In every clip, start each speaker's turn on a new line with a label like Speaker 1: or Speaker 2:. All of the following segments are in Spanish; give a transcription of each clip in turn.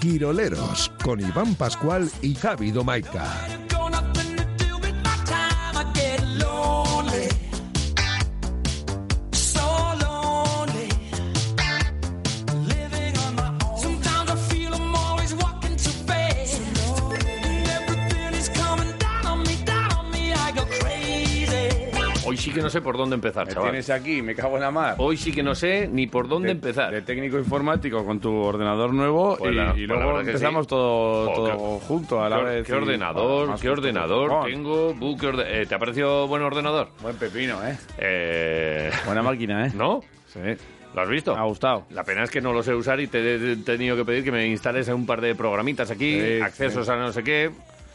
Speaker 1: Quiroleros con Iván Pascual y Javi Domaica.
Speaker 2: Hoy sí que no sé por dónde empezar,
Speaker 3: Me
Speaker 2: chaval.
Speaker 3: tienes aquí, me cago en la mar.
Speaker 2: Hoy sí que no sé ni por dónde
Speaker 3: De-
Speaker 2: empezar.
Speaker 3: De técnico informático con tu ordenador nuevo
Speaker 2: Pues
Speaker 3: y,
Speaker 2: la-
Speaker 3: y
Speaker 2: pues la
Speaker 3: luego
Speaker 2: verdad que
Speaker 3: empezamos
Speaker 2: sí.
Speaker 3: todo,
Speaker 2: Jo,
Speaker 3: todo junto a la
Speaker 2: ¿Qué,
Speaker 3: vez.
Speaker 2: qué
Speaker 3: y-
Speaker 2: ordenador?
Speaker 3: Además,
Speaker 2: ¿Qué
Speaker 3: con tu
Speaker 2: ordenador?
Speaker 3: cojón.
Speaker 2: Tengo bu- ¿qué orde- eh, ¿Te ha parecido buen ordenador?
Speaker 3: Buen pepino, ¿eh?
Speaker 2: Eh,
Speaker 3: Buena máquina, ¿eh?
Speaker 2: ¿No?
Speaker 3: Sí.
Speaker 2: ¿Lo has visto?
Speaker 3: Me ha gustado.
Speaker 2: La pena es que no lo sé usar y te he tenido que pedir que me instales un par de programitas aquí,
Speaker 3: Sí,
Speaker 2: accesos
Speaker 3: sí.
Speaker 2: a no sé qué.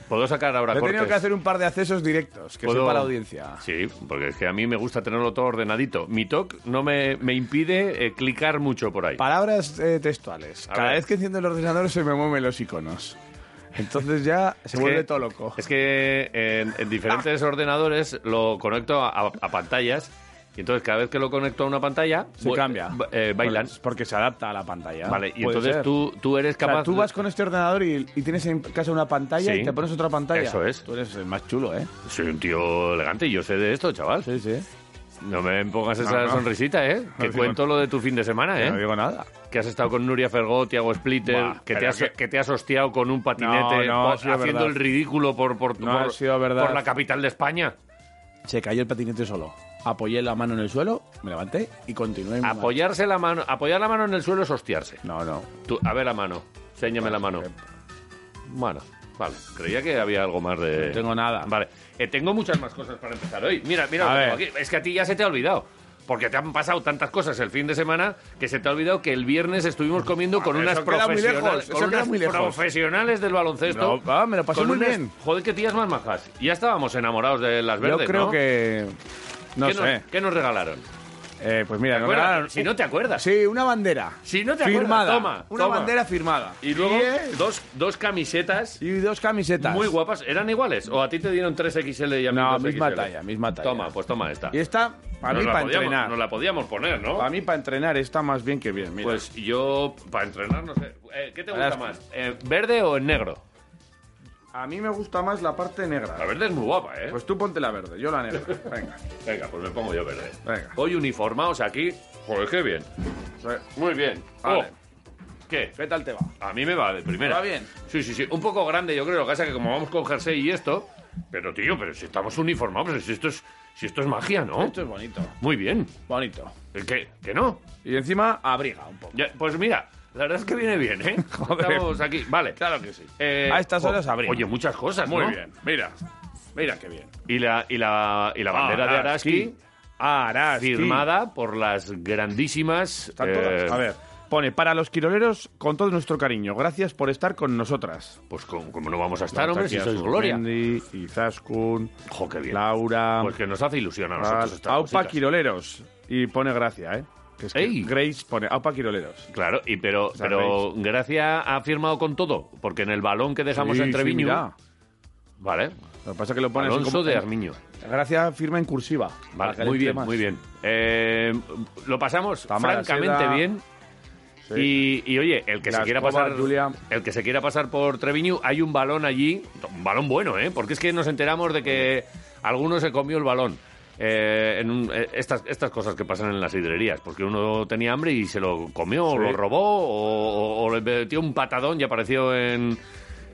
Speaker 2: Puedo sacar ahora
Speaker 3: Yo he tenido
Speaker 2: cortes.
Speaker 3: que hacer un par de accesos directos, que
Speaker 2: Puedo-
Speaker 3: soy para la audiencia.
Speaker 2: Sí, porque es que a mí me gusta tenerlo todo ordenadito. Mi TOC no me, me impide eh, clicar mucho por ahí.
Speaker 3: Palabras eh, textuales.
Speaker 2: A
Speaker 3: Cada
Speaker 2: ver.
Speaker 3: vez que enciendo el ordenador se me mueven los iconos. Entonces ya se
Speaker 2: Es
Speaker 3: vuelve
Speaker 2: que-
Speaker 3: todo loco.
Speaker 2: Es que en, en diferentes ordenadores lo conecto a, a pantallas y entonces cada vez que lo conecto a una pantalla
Speaker 3: se
Speaker 2: bu-
Speaker 3: cambia.
Speaker 2: ba- eh, bailan.
Speaker 3: Porque- Porque se adapta a la pantalla.
Speaker 2: Vale, y
Speaker 3: Puede
Speaker 2: entonces
Speaker 3: ser.
Speaker 2: tú, tú eres
Speaker 3: O sea,
Speaker 2: capaz...
Speaker 3: tú vas con este ordenador y, y tienes en casa una pantalla
Speaker 2: Sí.
Speaker 3: y te pones otra pantalla.
Speaker 2: Eso es.
Speaker 3: Tú eres el más chulo, ¿eh?
Speaker 2: Soy un tío elegante y yo sé de esto, chaval.
Speaker 3: Sí, sí.
Speaker 2: No me pongas
Speaker 3: No,
Speaker 2: esa
Speaker 3: no.
Speaker 2: sonrisita, ¿eh? Que
Speaker 3: digo
Speaker 2: cuento lo de tu fin de semana,
Speaker 3: No
Speaker 2: ¿eh?
Speaker 3: digo nada.
Speaker 2: Que has estado con Nuria Fergó, Tiago Splitter,
Speaker 3: Buah,
Speaker 2: que, te
Speaker 3: pero
Speaker 2: has,
Speaker 3: que-
Speaker 2: que te has hostiado con un patinete
Speaker 3: No, no ha
Speaker 2: po-
Speaker 3: sido
Speaker 2: haciendo
Speaker 3: verdad.
Speaker 2: el ridículo por, por,
Speaker 3: No
Speaker 2: por-
Speaker 3: ha sido verdad.
Speaker 2: por la capital de España.
Speaker 3: Se cayó el patinete solo. Apoyé la mano en el suelo, me levanté y continué. mi
Speaker 2: Apoyarse la mano, apoyar la mano en el suelo es hostiarse.
Speaker 3: marcha. No, eh. no.
Speaker 2: Tú- a ver la mano. Séñame la mano. Bueno, vale. Creía que había algo más de.
Speaker 3: No tengo nada.
Speaker 2: Vale. Eh, tengo muchas más cosas para empezar hoy. Mira, mira,
Speaker 3: A
Speaker 2: lo tengo
Speaker 3: ver.
Speaker 2: aquí. es que a ti ya se te ha olvidado. Porque te han pasado tantas cosas el fin de semana que se te ha olvidado que el viernes estuvimos comiendo con
Speaker 3: Ah, Eso
Speaker 2: unas,
Speaker 3: queda muy
Speaker 2: profesionales,
Speaker 3: lejos, eso
Speaker 2: con
Speaker 3: queda
Speaker 2: unas
Speaker 3: muy lejos.
Speaker 2: profesionales del baloncesto.
Speaker 3: No, ah, me lo pasé
Speaker 2: Con
Speaker 3: muy
Speaker 2: unas-
Speaker 3: bien.
Speaker 2: Joder, qué tías más majas. Ya estábamos enamorados de las verdes.
Speaker 3: Yo creo
Speaker 2: ¿no?
Speaker 3: que. No
Speaker 2: ¿Qué nos-
Speaker 3: sé.
Speaker 2: ¿Qué nos regalaron?
Speaker 3: Eh, pues mira, nos
Speaker 2: Acuérdate,
Speaker 3: regalaron-
Speaker 2: Si no te acuerdas.
Speaker 3: Sí, una bandera.
Speaker 2: Si no te acuerdas,
Speaker 3: firmada.
Speaker 2: toma,
Speaker 3: Una
Speaker 2: toma.
Speaker 3: bandera firmada.
Speaker 2: Y luego
Speaker 3: eh,
Speaker 2: dos, dos camisetas
Speaker 3: y dos camisetas.
Speaker 2: Muy guapas. ¿Eran iguales? ¿O a ti te dieron 3XL y a mí
Speaker 3: No,
Speaker 2: 2XL?
Speaker 3: misma talla, misma talla.
Speaker 2: Toma, pues toma esta.
Speaker 3: Y esta, para
Speaker 2: Nos
Speaker 3: mí,
Speaker 2: la
Speaker 3: para
Speaker 2: podíamos-
Speaker 3: entrenar.
Speaker 2: Nos la podíamos poner, ¿no?
Speaker 3: Para mí, para entrenar, está más bien que bien. Mira.
Speaker 2: Pues yo, para entrenar, no sé. Eh, ¿Qué te gusta
Speaker 3: Ahora es-
Speaker 2: más? Eh, ¿Verde o en negro?
Speaker 3: a mí me gusta más la parte negra.
Speaker 2: La verde es muy guapa, ¿eh?
Speaker 3: Pues tú ponte la verde, yo la negra. Venga.
Speaker 2: Venga, pues me pongo yo verde.
Speaker 3: Venga.
Speaker 2: Hoy uniformados aquí. Joder, qué bien. Muy bien.
Speaker 3: Vale.
Speaker 2: Oh, ¿Qué?
Speaker 3: ¿Qué tal te va?
Speaker 2: A mí me va de primera.
Speaker 3: ¿Va bien?
Speaker 2: Sí, sí, sí. Un poco grande, yo creo. Lo que pasa es que como vamos con jersey y esto... Pero, tío, pero si estamos uniformados, si esto es, si esto es magia, ¿no?
Speaker 3: Esto es bonito.
Speaker 2: Muy bien. ¿Eh,
Speaker 3: Bonito.
Speaker 2: ¿Qué? ¿Que no?
Speaker 3: Y encima abriga un poco.
Speaker 2: Ya, pues mira, la verdad es que viene bien, ¿eh?
Speaker 3: Joder.
Speaker 2: Estamos aquí. Vale.
Speaker 3: Claro que sí.
Speaker 2: Eh,
Speaker 3: A estas
Speaker 2: jo-
Speaker 3: horas abriga.
Speaker 2: Oye, muchas cosas,
Speaker 3: Muy
Speaker 2: ¿no?
Speaker 3: bien. Mira. Mira qué bien.
Speaker 2: Y la, y la, y la bandera de Araski,
Speaker 3: Araski.
Speaker 2: firmada por las grandísimas...
Speaker 3: Están
Speaker 2: eh,
Speaker 3: todas. A ver. Pone, para los quiroleros, con todo nuestro cariño, gracias por estar con nosotras.
Speaker 2: Pues como, como no vamos a estar, hombre, si sois gloria.
Speaker 3: Mendy, Izaskun,
Speaker 2: Jo, qué bien.
Speaker 3: Laura,
Speaker 2: Pues que nos hace ilusión a nosotros estas
Speaker 3: Aupa
Speaker 2: cositas.
Speaker 3: Quiroleros. Y pone gracia, ¿eh? Que es que
Speaker 2: Ey.
Speaker 3: Grace pone Aupa Quiroleros.
Speaker 2: Claro, y pero,
Speaker 3: sea,
Speaker 2: pero Gracia ha firmado con todo, porque en el balón que dejamos
Speaker 3: Sí,
Speaker 2: en
Speaker 3: sí,
Speaker 2: Treviño...
Speaker 3: mira.
Speaker 2: vale,
Speaker 3: Lo que pasa es que lo pone así
Speaker 2: Alonso
Speaker 3: como-
Speaker 2: de Armiño.
Speaker 3: Gracia firma en cursiva. Para que
Speaker 2: Vale,
Speaker 3: le
Speaker 2: muy
Speaker 3: entre
Speaker 2: bien,
Speaker 3: más.
Speaker 2: muy bien. Eh, lo pasamos
Speaker 3: Tamara
Speaker 2: francamente
Speaker 3: Seda.
Speaker 2: bien.
Speaker 3: Sí.
Speaker 2: Y, y, oye, el que
Speaker 3: La
Speaker 2: se quiera
Speaker 3: escoba,
Speaker 2: pasar,
Speaker 3: Julia.
Speaker 2: el que se quiera pasar por Treviño, hay un balón allí, un balón bueno, ¿eh? Porque es que nos enteramos de que alguno se comió el balón. Eh, en un- eh, estas, estas cosas que pasan en las sidrerías, porque uno tenía hambre y se lo comió, o
Speaker 3: Sí.
Speaker 2: lo robó, o, o- o le metió un patadón y apareció en,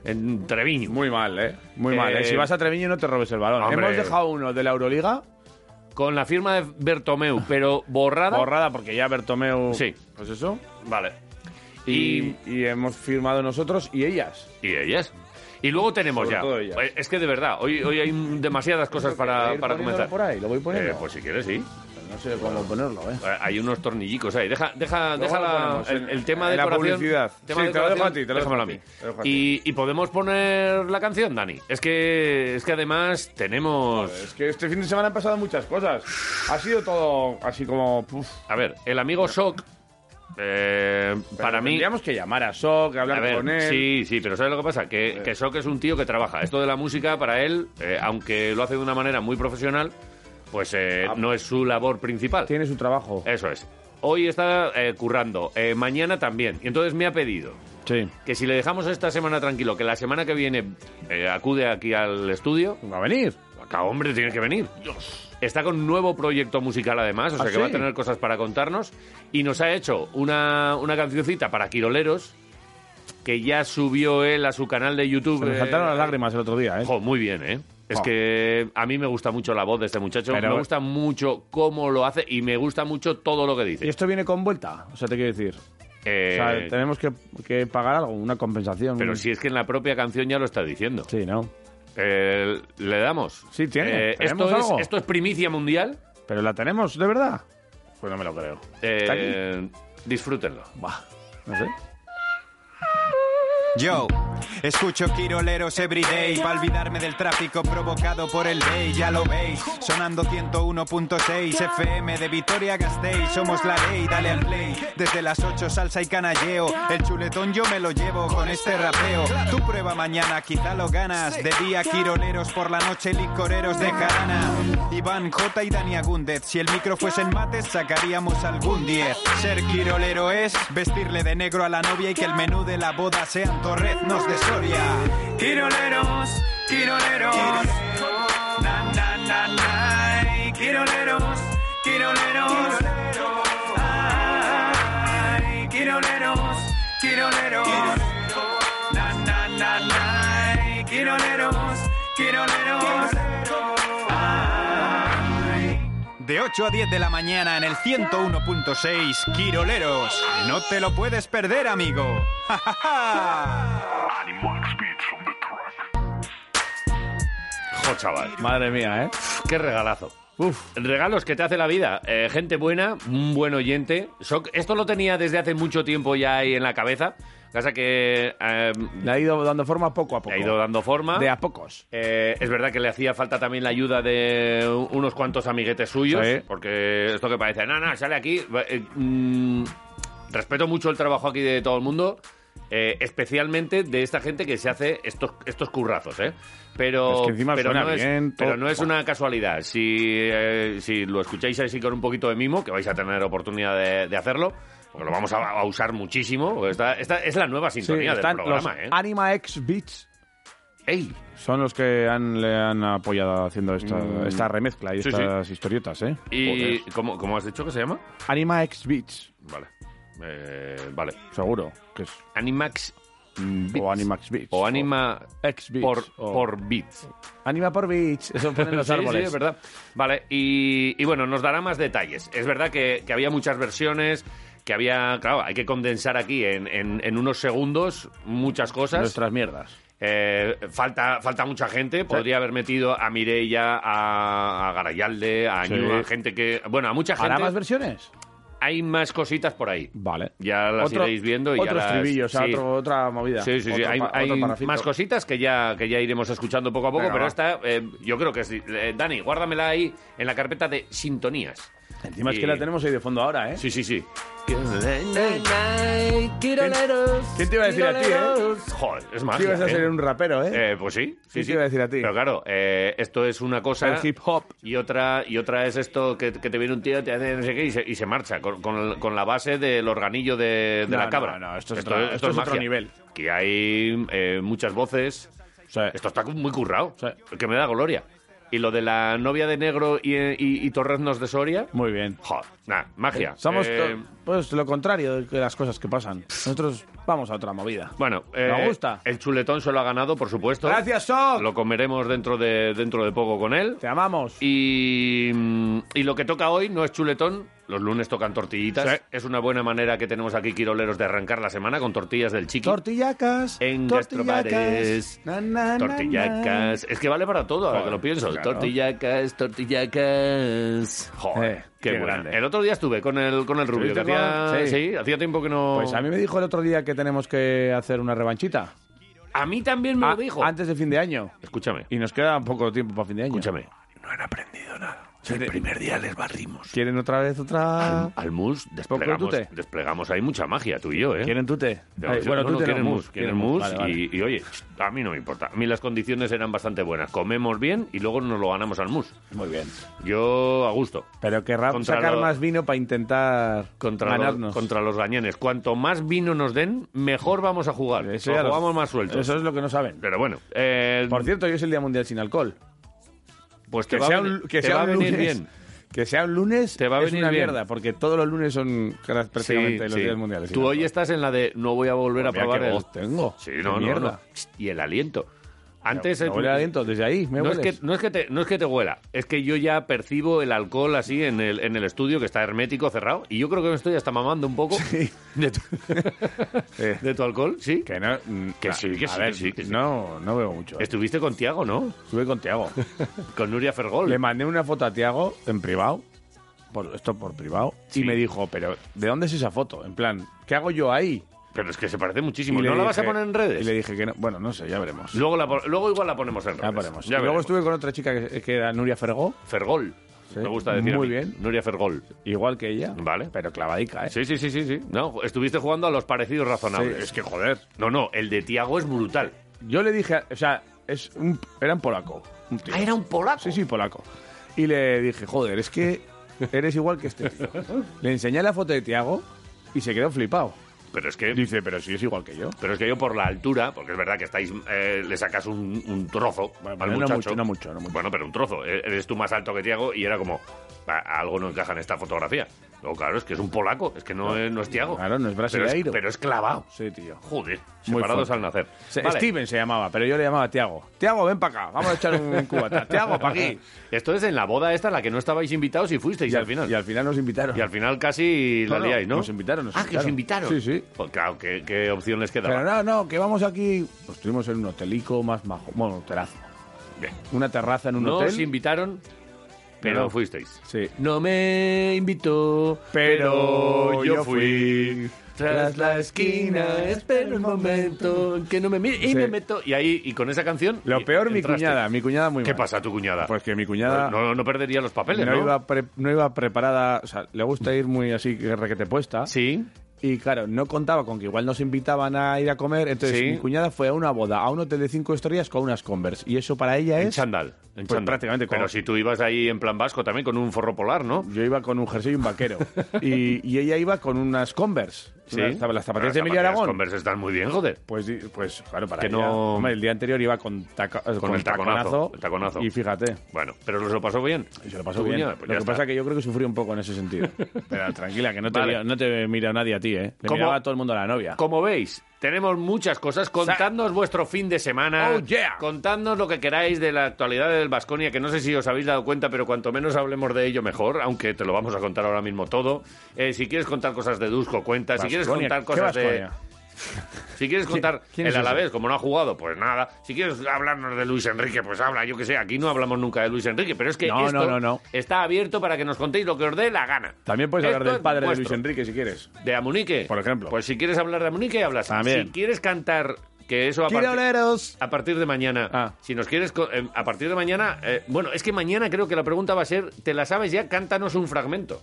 Speaker 2: en Treviño.
Speaker 3: Muy mal, ¿eh? Muy
Speaker 2: Eh,
Speaker 3: mal. ¿eh? Si vas a Treviño no te robes el balón.
Speaker 2: hombre.
Speaker 3: Hemos dejado uno de la Euroliga
Speaker 2: Con la firma de Bertomeu, pero borrada.
Speaker 3: borrada porque ya Bertomeu...
Speaker 2: Sí.
Speaker 3: Pues eso.
Speaker 2: vale.
Speaker 3: Y, y hemos firmado nosotros y ellas.
Speaker 2: Y ellas. Y luego tenemos
Speaker 3: Sobre
Speaker 2: ya.
Speaker 3: todo ellas.
Speaker 2: Eh, Es que de verdad, hoy, hoy hay demasiadas cosas para,
Speaker 3: ir
Speaker 2: para comenzar.
Speaker 3: poniéndolo por ahí, lo voy poniendo.
Speaker 2: Eh, pues si quieres, sí.
Speaker 3: No sé cómo ponerlo, ¿eh?
Speaker 2: Eh, Hay unos tornillicos ahí. Deja, deja,
Speaker 3: Luego
Speaker 2: deja
Speaker 3: lo
Speaker 2: la-
Speaker 3: ponemos
Speaker 2: el,
Speaker 3: en-
Speaker 2: el tema
Speaker 3: en
Speaker 2: de
Speaker 3: la
Speaker 2: decoración.
Speaker 3: publicidad.
Speaker 2: Tema de
Speaker 3: Sí, te lo dejo
Speaker 2: decoración,
Speaker 3: a ti, te lo dejo
Speaker 2: déjamelo
Speaker 3: a ti,
Speaker 2: mí.
Speaker 3: te lo dejo a
Speaker 2: Y, y podemos poner la canción, Dani. Es que, es que además tenemos.
Speaker 3: Es que este fin de semana han pasado muchas cosas. Ha sido todo así como... puf.
Speaker 2: A ver, el amigo Shock. eh, para mí.
Speaker 3: Tendríamos que llamar a Sok, hablar
Speaker 2: A ver,
Speaker 3: con él.
Speaker 2: sí, sí, pero ¿sabes lo que pasa? Que, que Sok es un tío que trabaja. Esto de la música, para él, eh, aunque lo hace de una manera muy profesional, pues eh,
Speaker 3: Ah.
Speaker 2: no es su labor principal.
Speaker 3: Tiene su trabajo.
Speaker 2: Eso es. Hoy está eh, currando, eh, mañana también. Y entonces me ha pedido
Speaker 3: Sí.
Speaker 2: que si le dejamos esta semana tranquilo, que la semana que viene eh, acude aquí al estudio,
Speaker 3: Va a venir.
Speaker 2: acá hombre, tiene que venir. Está con un nuevo proyecto musical además, o
Speaker 3: ¿Ah,
Speaker 2: sea que
Speaker 3: sí?
Speaker 2: va a tener cosas para contarnos. Y nos ha hecho una, una cancioncita para Quiroleros, que ya subió él a su canal de YouTube.
Speaker 3: Se me
Speaker 2: eh,
Speaker 3: saltaron las lágrimas el Ah. otro día, ¿eh?
Speaker 2: Jo, muy bien, ¿eh? Es
Speaker 3: Jo.
Speaker 2: que a mí me gusta mucho la voz de este muchacho,
Speaker 3: Pero-
Speaker 2: me gusta mucho cómo lo hace y me gusta mucho todo lo que
Speaker 3: ¿Y
Speaker 2: dice.
Speaker 3: esto viene con vuelta? O sea, te quiero decir.
Speaker 2: Eh,
Speaker 3: O sea, tenemos que, que pagar algo, una compensación.
Speaker 2: Pero si es que en la propia canción ya lo está diciendo.
Speaker 3: Sí, ¿no?
Speaker 2: Eh, ¿Le damos? Eh,
Speaker 3: Sí, tiene.
Speaker 2: esto,
Speaker 3: ¿Tenemos algo?
Speaker 2: Es, esto es primicia mundial.
Speaker 3: ¿Pero la tenemos, de verdad? Pues no me lo creo. ¿Está aquí?
Speaker 2: Eh, disfrútenlo.
Speaker 3: Bah, no sé.
Speaker 4: Yo escucho quiroleros everyday para olvidarme del tráfico provocado por el day, ya lo veis, sonando 101.6 FM de Vitoria Gasteiz, somos la ley, dale al play, desde las 8 salsa y canalleo, el chuletón yo me lo llevo con este rapeo, tu prueba mañana, quizá lo ganas, de día quiroleros, por la noche licoreros de jarana, Iván J y Dani Agúndez, si el micro fuese en mates sacaríamos algún 10, ser quirolero es vestirle de negro a la novia y que el menú de la boda sean torreznos de Soria. Quiroleros, quiroleros, na na na na, quiroleros, quiroleros, ay, quiroleros, quiroleros, na na na na, quiroleros, quiroleros. De 8 a 10 de la mañana en el 101.6 Quiroleros. No te lo puedes perder, amigo. ¡Ja, ja, ja!
Speaker 2: Jo, chaval.
Speaker 3: Madre mía, ¿eh?
Speaker 2: Qué regalazo. Uf, regalos que te hace la vida. Eh, gente buena, un buen oyente. So- esto lo tenía desde hace mucho tiempo ya ahí en la cabeza. Pasa que eh,
Speaker 3: Le ha ido dando forma poco a poco.
Speaker 2: le ha ido dando forma.
Speaker 3: De a pocos.
Speaker 2: Eh, es verdad que le hacía falta también la ayuda de u- unos cuantos amiguetes suyos,
Speaker 3: Sí.
Speaker 2: porque esto que parece, no, no, sale aquí. va- eh, mm, respeto mucho el trabajo aquí de todo el mundo, eh, especialmente de esta gente que se hace estos, estos currazos, ¿eh? Pero,
Speaker 3: Es que encima
Speaker 2: pero,
Speaker 3: suena
Speaker 2: no,
Speaker 3: bien,
Speaker 2: es, pero
Speaker 3: todo-
Speaker 2: no es una casualidad. Si, eh, si lo escucháis así con un poquito de mimo, que vais a tener oportunidad de, de hacerlo, porque lo vamos a, a usar muchísimo. porque Esta, esta es la nueva sintonía del
Speaker 3: están
Speaker 2: programa,
Speaker 3: los
Speaker 2: ¿eh?
Speaker 3: Anima X Beats.
Speaker 2: ¡Ey!
Speaker 3: Son los que han, le han apoyado haciendo esta, esta remezcla y
Speaker 2: Mm. Sí,
Speaker 3: estas historietas, ¿eh?
Speaker 2: ¿Y
Speaker 3: Joder.
Speaker 2: ¿cómo, cómo has dicho que se llama?
Speaker 3: Anima X Beats,
Speaker 2: Vale. Eh, vale.
Speaker 3: seguro. Que es,
Speaker 2: Animax Beats.
Speaker 3: o Animax Beats.
Speaker 2: O Anima
Speaker 3: X Beats.
Speaker 2: por,
Speaker 3: o-
Speaker 2: por Beats.
Speaker 3: Anima por Beats. Eso ponen los
Speaker 2: Sí, sí,
Speaker 3: árboles.
Speaker 2: es verdad. Vale, y, y bueno, nos dará más detalles. Es verdad que, que había muchas versiones, que había, claro, hay que condensar aquí en, en- en unos segundos muchas cosas.
Speaker 3: Nuestras mierdas.
Speaker 2: Eh, falta, falta mucha gente. Podría haber metido a Mireia, a, a Garayalde, a
Speaker 3: Sí.
Speaker 2: Ñu, a gente que... Bueno, a mucha
Speaker 3: ¿Hará
Speaker 2: gente.
Speaker 3: más versiones?
Speaker 2: Hay más cositas por ahí.
Speaker 3: Vale.
Speaker 2: Ya las
Speaker 3: Otro-
Speaker 2: iréis viendo y ya
Speaker 3: Otro
Speaker 2: las-
Speaker 3: estribillo, o sea,
Speaker 2: sí.
Speaker 3: otro- otra movida.
Speaker 2: Sí, sí, sí.
Speaker 3: Otro
Speaker 2: Hay,
Speaker 3: pa-
Speaker 2: hay
Speaker 3: otro parrafito.
Speaker 2: más cositas que ya, que ya iremos escuchando poco a poco,
Speaker 3: Venga,
Speaker 2: pero
Speaker 3: va.
Speaker 2: esta eh, yo creo que sí. Eh, Dani, guárdamela ahí en la carpeta de sintonías.
Speaker 3: Encima es
Speaker 2: Y-
Speaker 3: que la tenemos ahí de fondo ahora, ¿eh?
Speaker 2: Sí, sí, sí.
Speaker 3: ¿Quién te iba a decir a ti, eh?
Speaker 2: Joder, es
Speaker 3: Que
Speaker 2: magia.
Speaker 3: ibas a
Speaker 2: ¿eh?
Speaker 3: ser un rapero, ¿eh?
Speaker 2: Eh, pues sí, sí,
Speaker 3: ¿Qué te
Speaker 2: sí.
Speaker 3: iba a decir a ti?
Speaker 2: Pero claro, eh, esto es una cosa.
Speaker 3: El hip hop.
Speaker 2: Y otra, y otra es esto que, que te viene un tío, te hace no sé qué y se, y se marcha con, con- con la base del organillo de, de
Speaker 3: No,
Speaker 2: la
Speaker 3: no,
Speaker 2: cabra.
Speaker 3: no, esto es otra- esto es otro
Speaker 2: magia.
Speaker 3: nivel.
Speaker 2: Que hay eh, muchas voces.
Speaker 3: O sea,
Speaker 2: Esto está muy currado.
Speaker 3: Sí.
Speaker 2: Que me da gloria. Y lo de la novia de negro y, y, y Torreznos de Soria.
Speaker 3: Muy bien.
Speaker 2: Joder, nada, magia.
Speaker 3: Somos
Speaker 2: Eh,
Speaker 3: to- pues lo contrario de las cosas que pasan. Nosotros vamos a otra movida.
Speaker 2: bueno, eh,
Speaker 3: Me gusta.
Speaker 2: el chuletón se lo ha ganado, por supuesto.
Speaker 3: Gracias, Sok.
Speaker 2: Lo comeremos dentro de, dentro de poco con él.
Speaker 3: Te amamos.
Speaker 2: Y, mm, y lo que toca hoy no es chuletón, los lunes tocan tortillitas.
Speaker 3: Sí.
Speaker 2: Es una buena manera que tenemos aquí, Quiroleros, de arrancar la semana con tortillas del chiqui.
Speaker 3: Tortillacas.
Speaker 2: en
Speaker 3: tortillacas.
Speaker 2: gastrobares,
Speaker 3: Na, na, na,
Speaker 2: tortillacas. Es que vale para todo, ahora que
Speaker 3: Joder,
Speaker 2: lo pienso.
Speaker 3: claro.
Speaker 2: Tortillacas, tortillacas. Joder,
Speaker 3: Eh,
Speaker 2: qué,
Speaker 3: qué
Speaker 2: buena.
Speaker 3: grande.
Speaker 2: El otro día estuve con el, con el Rubio, que
Speaker 3: ¿Estuviste
Speaker 2: hacía, sí.
Speaker 3: con- sí.
Speaker 2: hacía tiempo que no...
Speaker 3: na. Pues a mí me dijo el otro día que tenemos que hacer una revanchita.
Speaker 2: A mí también me
Speaker 3: Ah,
Speaker 2: lo dijo.
Speaker 3: Antes de fin de año.
Speaker 2: Escúchame,
Speaker 3: Y nos queda poco tiempo para fin de año.
Speaker 2: escúchame.
Speaker 3: No han aprendido nada.
Speaker 2: El primer día les barrimos.
Speaker 3: ¿Quieren otra vez otra...?
Speaker 2: Al, al mus desplegamos,
Speaker 3: tute?
Speaker 2: desplegamos ahí mucha magia, tú y yo, ¿eh?
Speaker 3: ¿Quieren tute?
Speaker 2: No,
Speaker 3: Ay,
Speaker 2: yo-
Speaker 3: bueno,
Speaker 2: no, no,
Speaker 3: tute no,
Speaker 2: quieren mus, quieren mus
Speaker 3: Vale, vale.
Speaker 2: y, y, oye, a mí no me importa. A mí las condiciones eran bastante buenas. Comemos bien y luego nos lo ganamos al mus.
Speaker 3: Muy bien.
Speaker 2: Yo a gusto.
Speaker 3: Pero querrán
Speaker 2: Contra
Speaker 3: sacar
Speaker 2: lo-
Speaker 3: más vino para intentar
Speaker 2: Contra los,
Speaker 3: ganarnos.
Speaker 2: contra los gañanes. Cuanto más vino nos den, mejor vamos a jugar.
Speaker 3: Eso
Speaker 2: Lo
Speaker 3: ya lo-
Speaker 2: jugamos más sueltos.
Speaker 3: Eso es lo que no saben.
Speaker 2: Pero bueno, eh,
Speaker 3: Por cierto, hoy es el Día Mundial sin Alcohol.
Speaker 2: pues te
Speaker 3: Que
Speaker 2: va, a
Speaker 3: sea
Speaker 2: venir-
Speaker 3: un, que
Speaker 2: te
Speaker 3: sea
Speaker 2: va a
Speaker 3: un
Speaker 2: venir
Speaker 3: lunes.
Speaker 2: bien.
Speaker 3: Que sea un lunes
Speaker 2: Te va a
Speaker 3: es
Speaker 2: venir
Speaker 3: una
Speaker 2: bien.
Speaker 3: mierda, porque todos los lunes son casi prácticamente
Speaker 2: Sí,
Speaker 3: los
Speaker 2: sí.
Speaker 3: días mundiales.
Speaker 2: Tú hoy estás en la de no voy a volver a
Speaker 3: Pues Mira
Speaker 2: probar
Speaker 3: qué
Speaker 2: el...
Speaker 3: voz tengo.
Speaker 2: Sí,
Speaker 3: Qué
Speaker 2: no, no,
Speaker 3: mierda.
Speaker 2: no. Y el aliento. Antes...
Speaker 3: Me
Speaker 2: eh,
Speaker 3: huele adentro, desde ahí, me
Speaker 2: No es, que,
Speaker 3: hueles.
Speaker 2: no, es que te, no es que te huela, es que yo ya percibo el alcohol así en el, en el estudio que está hermético, cerrado, y yo creo que me estoy hasta mamando un poco de, tu,
Speaker 3: Eh,
Speaker 2: de tu alcohol, ¿sí?
Speaker 3: que no, mm,
Speaker 2: Que
Speaker 3: a-
Speaker 2: sí, que
Speaker 3: a
Speaker 2: sí,
Speaker 3: ver,
Speaker 2: que sí, que sí.
Speaker 3: No, no veo mucho. eh.
Speaker 2: Estuviste con Tiago, ¿no?
Speaker 3: Estuve con Tiago.
Speaker 2: Con Nuria Fergol.
Speaker 3: Le mandé una foto a Tiago en privado, por, esto por privado,
Speaker 2: Sí.
Speaker 3: y me dijo, pero ¿de dónde es esa foto? En plan, ¿qué hago yo ahí?
Speaker 2: Pero es que se parece
Speaker 3: Y
Speaker 2: muchísimo.
Speaker 3: le
Speaker 2: ¿No la vas a
Speaker 3: dije-
Speaker 2: poner en redes?
Speaker 3: Y le dije que no. Bueno, no sé, ya veremos.
Speaker 2: Luego, la pon- luego igual la ponemos en redes.
Speaker 3: ya veremos.
Speaker 2: Ya
Speaker 3: Y luego
Speaker 2: veremos.
Speaker 3: estuve con otra chica que, que era Nuria Fergó,
Speaker 2: Fergol.
Speaker 3: Sí,
Speaker 2: Me gusta decir. a
Speaker 3: muy
Speaker 2: mí.
Speaker 3: bien.
Speaker 2: Nuria Fergol.
Speaker 3: igual que ella.
Speaker 2: Vale.
Speaker 3: Pero clavadica, ¿eh?
Speaker 2: Sí, sí, sí, sí, sí. No, estuviste jugando a los parecidos
Speaker 3: Sí,
Speaker 2: razonables.
Speaker 3: es que joder.
Speaker 2: No, no, el de Tiago es brutal.
Speaker 3: Yo le dije, a- o sea, es un, era un polaco. un tío.
Speaker 2: Ah, era un polaco.
Speaker 3: Sí, sí, polaco. Y le dije, joder, es que eres igual que este tío. Le enseñé la foto de Tiago y se quedó flipado.
Speaker 2: Pero es que.
Speaker 3: Dice, pero si es igual que yo.
Speaker 2: Pero es que yo por la altura, porque es verdad que estáis, eh, le sacas un, un trozo
Speaker 3: Bueno,
Speaker 2: al
Speaker 3: no
Speaker 2: muchacho.
Speaker 3: mucho, no mucho, no mucho.
Speaker 2: Bueno, pero un trozo. E- Eres tú más alto que Tiago y era como, "Ah, algo no encaja en esta fotografía. Luego, claro, es que es un polaco, es que no, es, no es Tiago.
Speaker 3: Claro, no es
Speaker 2: pero es,
Speaker 3: brasileiro.
Speaker 2: pero es clavado.
Speaker 3: Sí, tío.
Speaker 2: Joder,
Speaker 3: Muy
Speaker 2: separados
Speaker 3: fuerte.
Speaker 2: al nacer.
Speaker 3: Se-
Speaker 2: Vale.
Speaker 3: Steven se llamaba, pero yo le llamaba Tiago. Tiago, ven para acá, vamos a echar un cubata. Tiago, para aquí.
Speaker 2: Esto es en la boda esta en la que no estabais invitados y fuisteis al final.
Speaker 3: y al final nos invitaron.
Speaker 2: Y al final casi la
Speaker 3: No, no,
Speaker 2: liáis, ¿no?
Speaker 3: nos invitaron, nos
Speaker 2: ah, que os invitaron.
Speaker 3: invitaron. Sí, sí.
Speaker 2: Pues claro, ¿qué, qué opción les quedaba?
Speaker 3: Pero no, no, que vamos aquí. Pues estuvimos en un hotelico más majo. Bueno, un hotelazo.
Speaker 2: Bien.
Speaker 3: Una terraza en un
Speaker 2: No
Speaker 3: hotel.
Speaker 2: os invitaron, pero
Speaker 3: No.
Speaker 2: fuisteis.
Speaker 3: Sí.
Speaker 2: No me invitó,
Speaker 3: pero yo fui.
Speaker 2: Tras la esquina, espero el momento en que no me mire y
Speaker 3: Sí.
Speaker 2: me meto. Y ahí, y con esa canción.
Speaker 3: Lo
Speaker 2: y-
Speaker 3: peor, mi
Speaker 2: entraste.
Speaker 3: cuñada. Mi cuñada muy
Speaker 2: ¿Qué
Speaker 3: mal.
Speaker 2: pasa, tu cuñada?
Speaker 3: Pues que mi cuñada
Speaker 2: No, no perdería los papeles, ¿no?
Speaker 3: no, Iba pues, pre- no iba preparada. O sea, le gusta ir muy así, que requete puesta.
Speaker 2: Sí.
Speaker 3: Y claro, no contaba con que igual nos invitaban a ir a comer. Entonces,
Speaker 2: Sí.
Speaker 3: mi cuñada fue a una boda, a un hotel de cinco estrellas con unas Converse. Y eso para ella
Speaker 2: En
Speaker 3: es.
Speaker 2: chándal. En
Speaker 3: Pues
Speaker 2: chándal.
Speaker 3: prácticamente como-
Speaker 2: Pero si tú ibas ahí en plan vasco también con un forro polar, ¿no?
Speaker 3: Yo iba con un jersey y un vaquero. y, y ella iba con unas Converse.
Speaker 2: Sí.
Speaker 3: Unas- Las, zapatillas de
Speaker 2: Pero
Speaker 3: Emilio Aragón.
Speaker 2: Converse están muy bien, joder.
Speaker 3: Pues, di- pues claro, para
Speaker 2: Que
Speaker 3: ella.
Speaker 2: no-
Speaker 3: Hombre, el día anterior iba con, taca- eh, con
Speaker 2: el taconazo, el taconazo.
Speaker 3: Y fíjate.
Speaker 2: Bueno, pero lo pasó bien.
Speaker 3: Y se lo pasó
Speaker 2: Tu
Speaker 3: bien.
Speaker 2: cuñada, pues
Speaker 3: lo
Speaker 2: ya
Speaker 3: que
Speaker 2: está.
Speaker 3: pasa es que yo creo que sufrí un poco en ese sentido. Pero tranquila, que no te,
Speaker 2: Vale.
Speaker 3: vio- no te mira nadie a ti, ¿eh? Le
Speaker 2: ¿Cómo?
Speaker 3: miraba a todo el mundo a la novia.
Speaker 2: Como veis, tenemos muchas cosas. Contadnos vuestro fin de semana.
Speaker 3: Oh, yeah.
Speaker 2: Contadnos lo que queráis de la actualidad del Vasconia, que no sé si os habéis dado cuenta, pero cuanto menos hablemos de ello, mejor. Aunque te lo vamos a contar ahora mismo todo. Eh, si quieres contar cosas de Dusko, cuenta. Si quieres
Speaker 3: Baskonia,
Speaker 2: contar
Speaker 3: ¿qué
Speaker 2: cosas de.
Speaker 3: Baskonia?
Speaker 2: Si quieres contar
Speaker 3: quién
Speaker 2: el
Speaker 3: es ese?
Speaker 2: Alavés, como no ha jugado, pues nada. Si quieres hablarnos de Luis Enrique, pues habla, yo que sé. Aquí no hablamos nunca de Luis Enrique, pero es que
Speaker 3: No, no,
Speaker 2: esto
Speaker 3: no, no.
Speaker 2: está abierto para que nos contéis lo que os dé la gana.
Speaker 3: También puedes hablar
Speaker 2: Esto
Speaker 3: del
Speaker 2: es
Speaker 3: padre de
Speaker 2: vuestro.
Speaker 3: Luis Enrique si quieres.
Speaker 2: De Amunique.
Speaker 3: Por ejemplo.
Speaker 2: Pues si quieres hablar de Amunique, hablas.
Speaker 3: También.
Speaker 2: Si quieres cantar, que eso a,
Speaker 3: Quiero
Speaker 2: partir-
Speaker 3: oleros.
Speaker 2: a partir de mañana.
Speaker 3: Ah.
Speaker 2: Si nos quieres, co- eh, a partir de mañana. eh, bueno, es que mañana creo que la pregunta va a ser: ¿te la sabes ya? Cántanos un fragmento.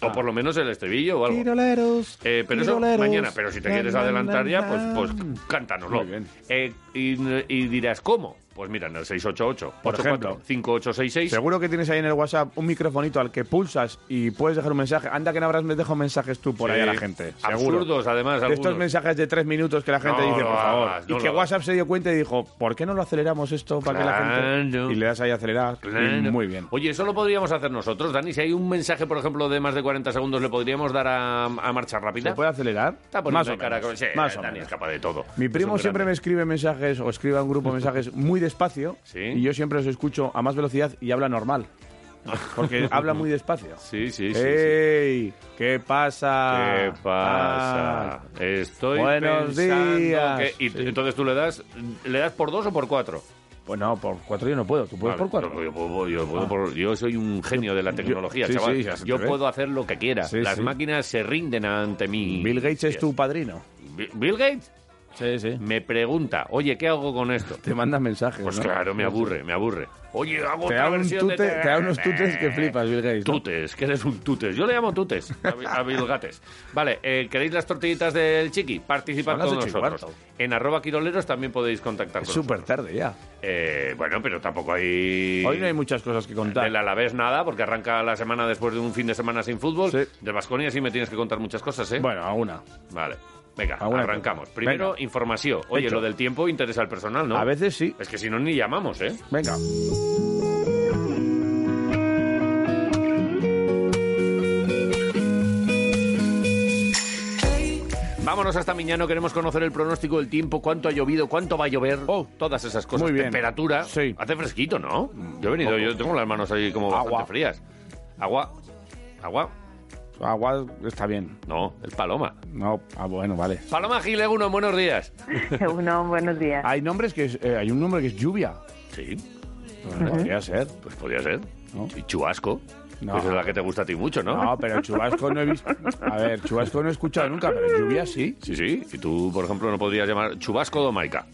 Speaker 3: Ah.
Speaker 2: O por lo menos el estribillo o algo.
Speaker 3: Tiroleros.
Speaker 2: Eh, pero eso mañana, pero si te quieres adelantar ya, pues, pues cántanoslo.
Speaker 3: Muy bien.
Speaker 2: Eh, y, y dirás, ¿cómo? Pues mira, en el 688
Speaker 3: Por ejemplo.
Speaker 2: 5866
Speaker 3: Seguro que tienes ahí en el WhatsApp un microfonito al que pulsas y puedes dejar un mensaje. Anda que no habrás me dejado mensajes tú por ahí a la gente. Seguro.
Speaker 2: Eh, Absurdos, además.
Speaker 3: De estos
Speaker 2: algunos.
Speaker 3: mensajes de tres minutos que la gente
Speaker 2: No
Speaker 3: dice,
Speaker 2: lo
Speaker 3: por favor.
Speaker 2: hagas,
Speaker 3: y
Speaker 2: no
Speaker 3: que
Speaker 2: lo
Speaker 3: WhatsApp se dio cuenta y dijo, ¿por qué no lo aceleramos esto para que la
Speaker 2: Claro.
Speaker 3: gente...? Y le das ahí a acelerar. y
Speaker 2: Claro.
Speaker 3: muy bien.
Speaker 2: Oye, eso lo podríamos hacer nosotros, Dani. Si hay un mensaje, por ejemplo, de más de 40 segundos, ¿le podríamos dar a, a marcha rápida?
Speaker 3: ¿Se puede acelerar?
Speaker 2: Está poniendo
Speaker 3: Más o
Speaker 2: cara
Speaker 3: menos.
Speaker 2: con- Sí,
Speaker 3: Más o
Speaker 2: Dani
Speaker 3: menos.
Speaker 2: es capaz de todo.
Speaker 3: Mi primo siempre me
Speaker 2: me...
Speaker 3: escribe mensajes o escribe a un grupo mensajes muy despacio
Speaker 2: Sí.
Speaker 3: y yo siempre los escucho a más velocidad y habla normal. Porque habla muy despacio.
Speaker 2: Sí, sí, sí. sí.
Speaker 3: ¡Ey! ¿Qué pasa?
Speaker 2: ¿Qué pasa?
Speaker 3: Ah,
Speaker 2: Estoy
Speaker 3: Buenos
Speaker 2: pensando
Speaker 3: días.
Speaker 2: que- Y
Speaker 3: Sí.
Speaker 2: t- entonces tú le das, ¿le das por dos o por cuatro?
Speaker 3: Pues no, por cuatro yo no puedo. ¿Tú puedes
Speaker 2: Vale,
Speaker 3: Pues por cuatro?
Speaker 2: Yo, puedo- yo puedo por- yo soy un genio de la tecnología,
Speaker 3: sí,
Speaker 2: chaval.
Speaker 3: sí, ya se te
Speaker 2: yo
Speaker 3: ve.
Speaker 2: puedo hacer lo que quiera.
Speaker 3: Sí,
Speaker 2: Las
Speaker 3: sí.
Speaker 2: máquinas se rinden ante mí.
Speaker 3: Bill Gates es
Speaker 2: Yes.
Speaker 3: tu padrino.
Speaker 2: Bi- ¿Bill Gates?
Speaker 3: Sí, sí.
Speaker 2: me pregunta, oye, ¿qué hago con esto?
Speaker 3: Te mandas mensajes.
Speaker 2: Pues
Speaker 3: ¿no?
Speaker 2: claro, me aburre, me aburre. Oye, hago
Speaker 3: Te
Speaker 2: otra
Speaker 3: da, un
Speaker 2: versión de-
Speaker 3: tute- te da unos tutes que flipas, Bill Gates. ¿no?
Speaker 2: Tutes, que eres un tutes. Yo le llamo tutes a Bi- a Bilgates. Vale, eh, ¿queréis las tortillitas del chiqui? Participad
Speaker 3: Son las
Speaker 2: con
Speaker 3: ocho y
Speaker 2: nosotros.
Speaker 3: cuarto.
Speaker 2: En arroba quiroleros también podéis contactar
Speaker 3: Es
Speaker 2: con
Speaker 3: súper
Speaker 2: nosotros.
Speaker 3: tarde ya.
Speaker 2: Eh, bueno, pero tampoco hay...
Speaker 3: Hoy no hay muchas cosas que contar.
Speaker 2: Del Alavés nada, porque arranca la semana después de un fin de semana sin fútbol.
Speaker 3: Sí.
Speaker 2: Del Vasconia sí me tienes que contar muchas cosas, ¿eh?
Speaker 3: Bueno, alguna.
Speaker 2: Vale. Venga,
Speaker 3: Alguna
Speaker 2: arrancamos.
Speaker 3: cosa.
Speaker 2: Primero,
Speaker 3: Venga.
Speaker 2: información. Oye,
Speaker 3: Hecho.
Speaker 2: lo del tiempo interesa al personal, ¿no?
Speaker 3: A veces sí.
Speaker 2: Es que si no, ni llamamos, ¿eh?
Speaker 3: Venga.
Speaker 2: Vámonos hasta Miñano, queremos conocer el pronóstico del tiempo, cuánto ha llovido, cuánto va a llover,
Speaker 3: Oh.
Speaker 2: todas esas cosas.
Speaker 3: Muy bien.
Speaker 2: Temperatura.
Speaker 3: Sí. Mm,
Speaker 2: Hace fresquito, ¿no? Yo he venido,
Speaker 3: poco.
Speaker 2: yo tengo las manos ahí como
Speaker 3: Agua.
Speaker 2: bastante frías. Agua. Agua.
Speaker 3: Agua está bien.
Speaker 2: No, es paloma.
Speaker 3: No, ah, bueno, vale.
Speaker 2: Paloma Gileguno, buenos días.
Speaker 5: Uno, buenos días.
Speaker 3: Hay nombres que es, eh, hay un nombre que es lluvia.
Speaker 2: Sí,
Speaker 3: Bueno, Podría ser.
Speaker 2: pues podría ser.
Speaker 3: No.
Speaker 2: Y chubasco.
Speaker 3: No.
Speaker 2: Pues es la que te gusta a ti mucho, ¿no?
Speaker 3: No, pero chubasco no he visto. A ver, chubasco no he escuchado nunca, pero lluvia sí.
Speaker 2: Sí, sí. Y tú, por ejemplo, no podrías llamar chubasco domaica.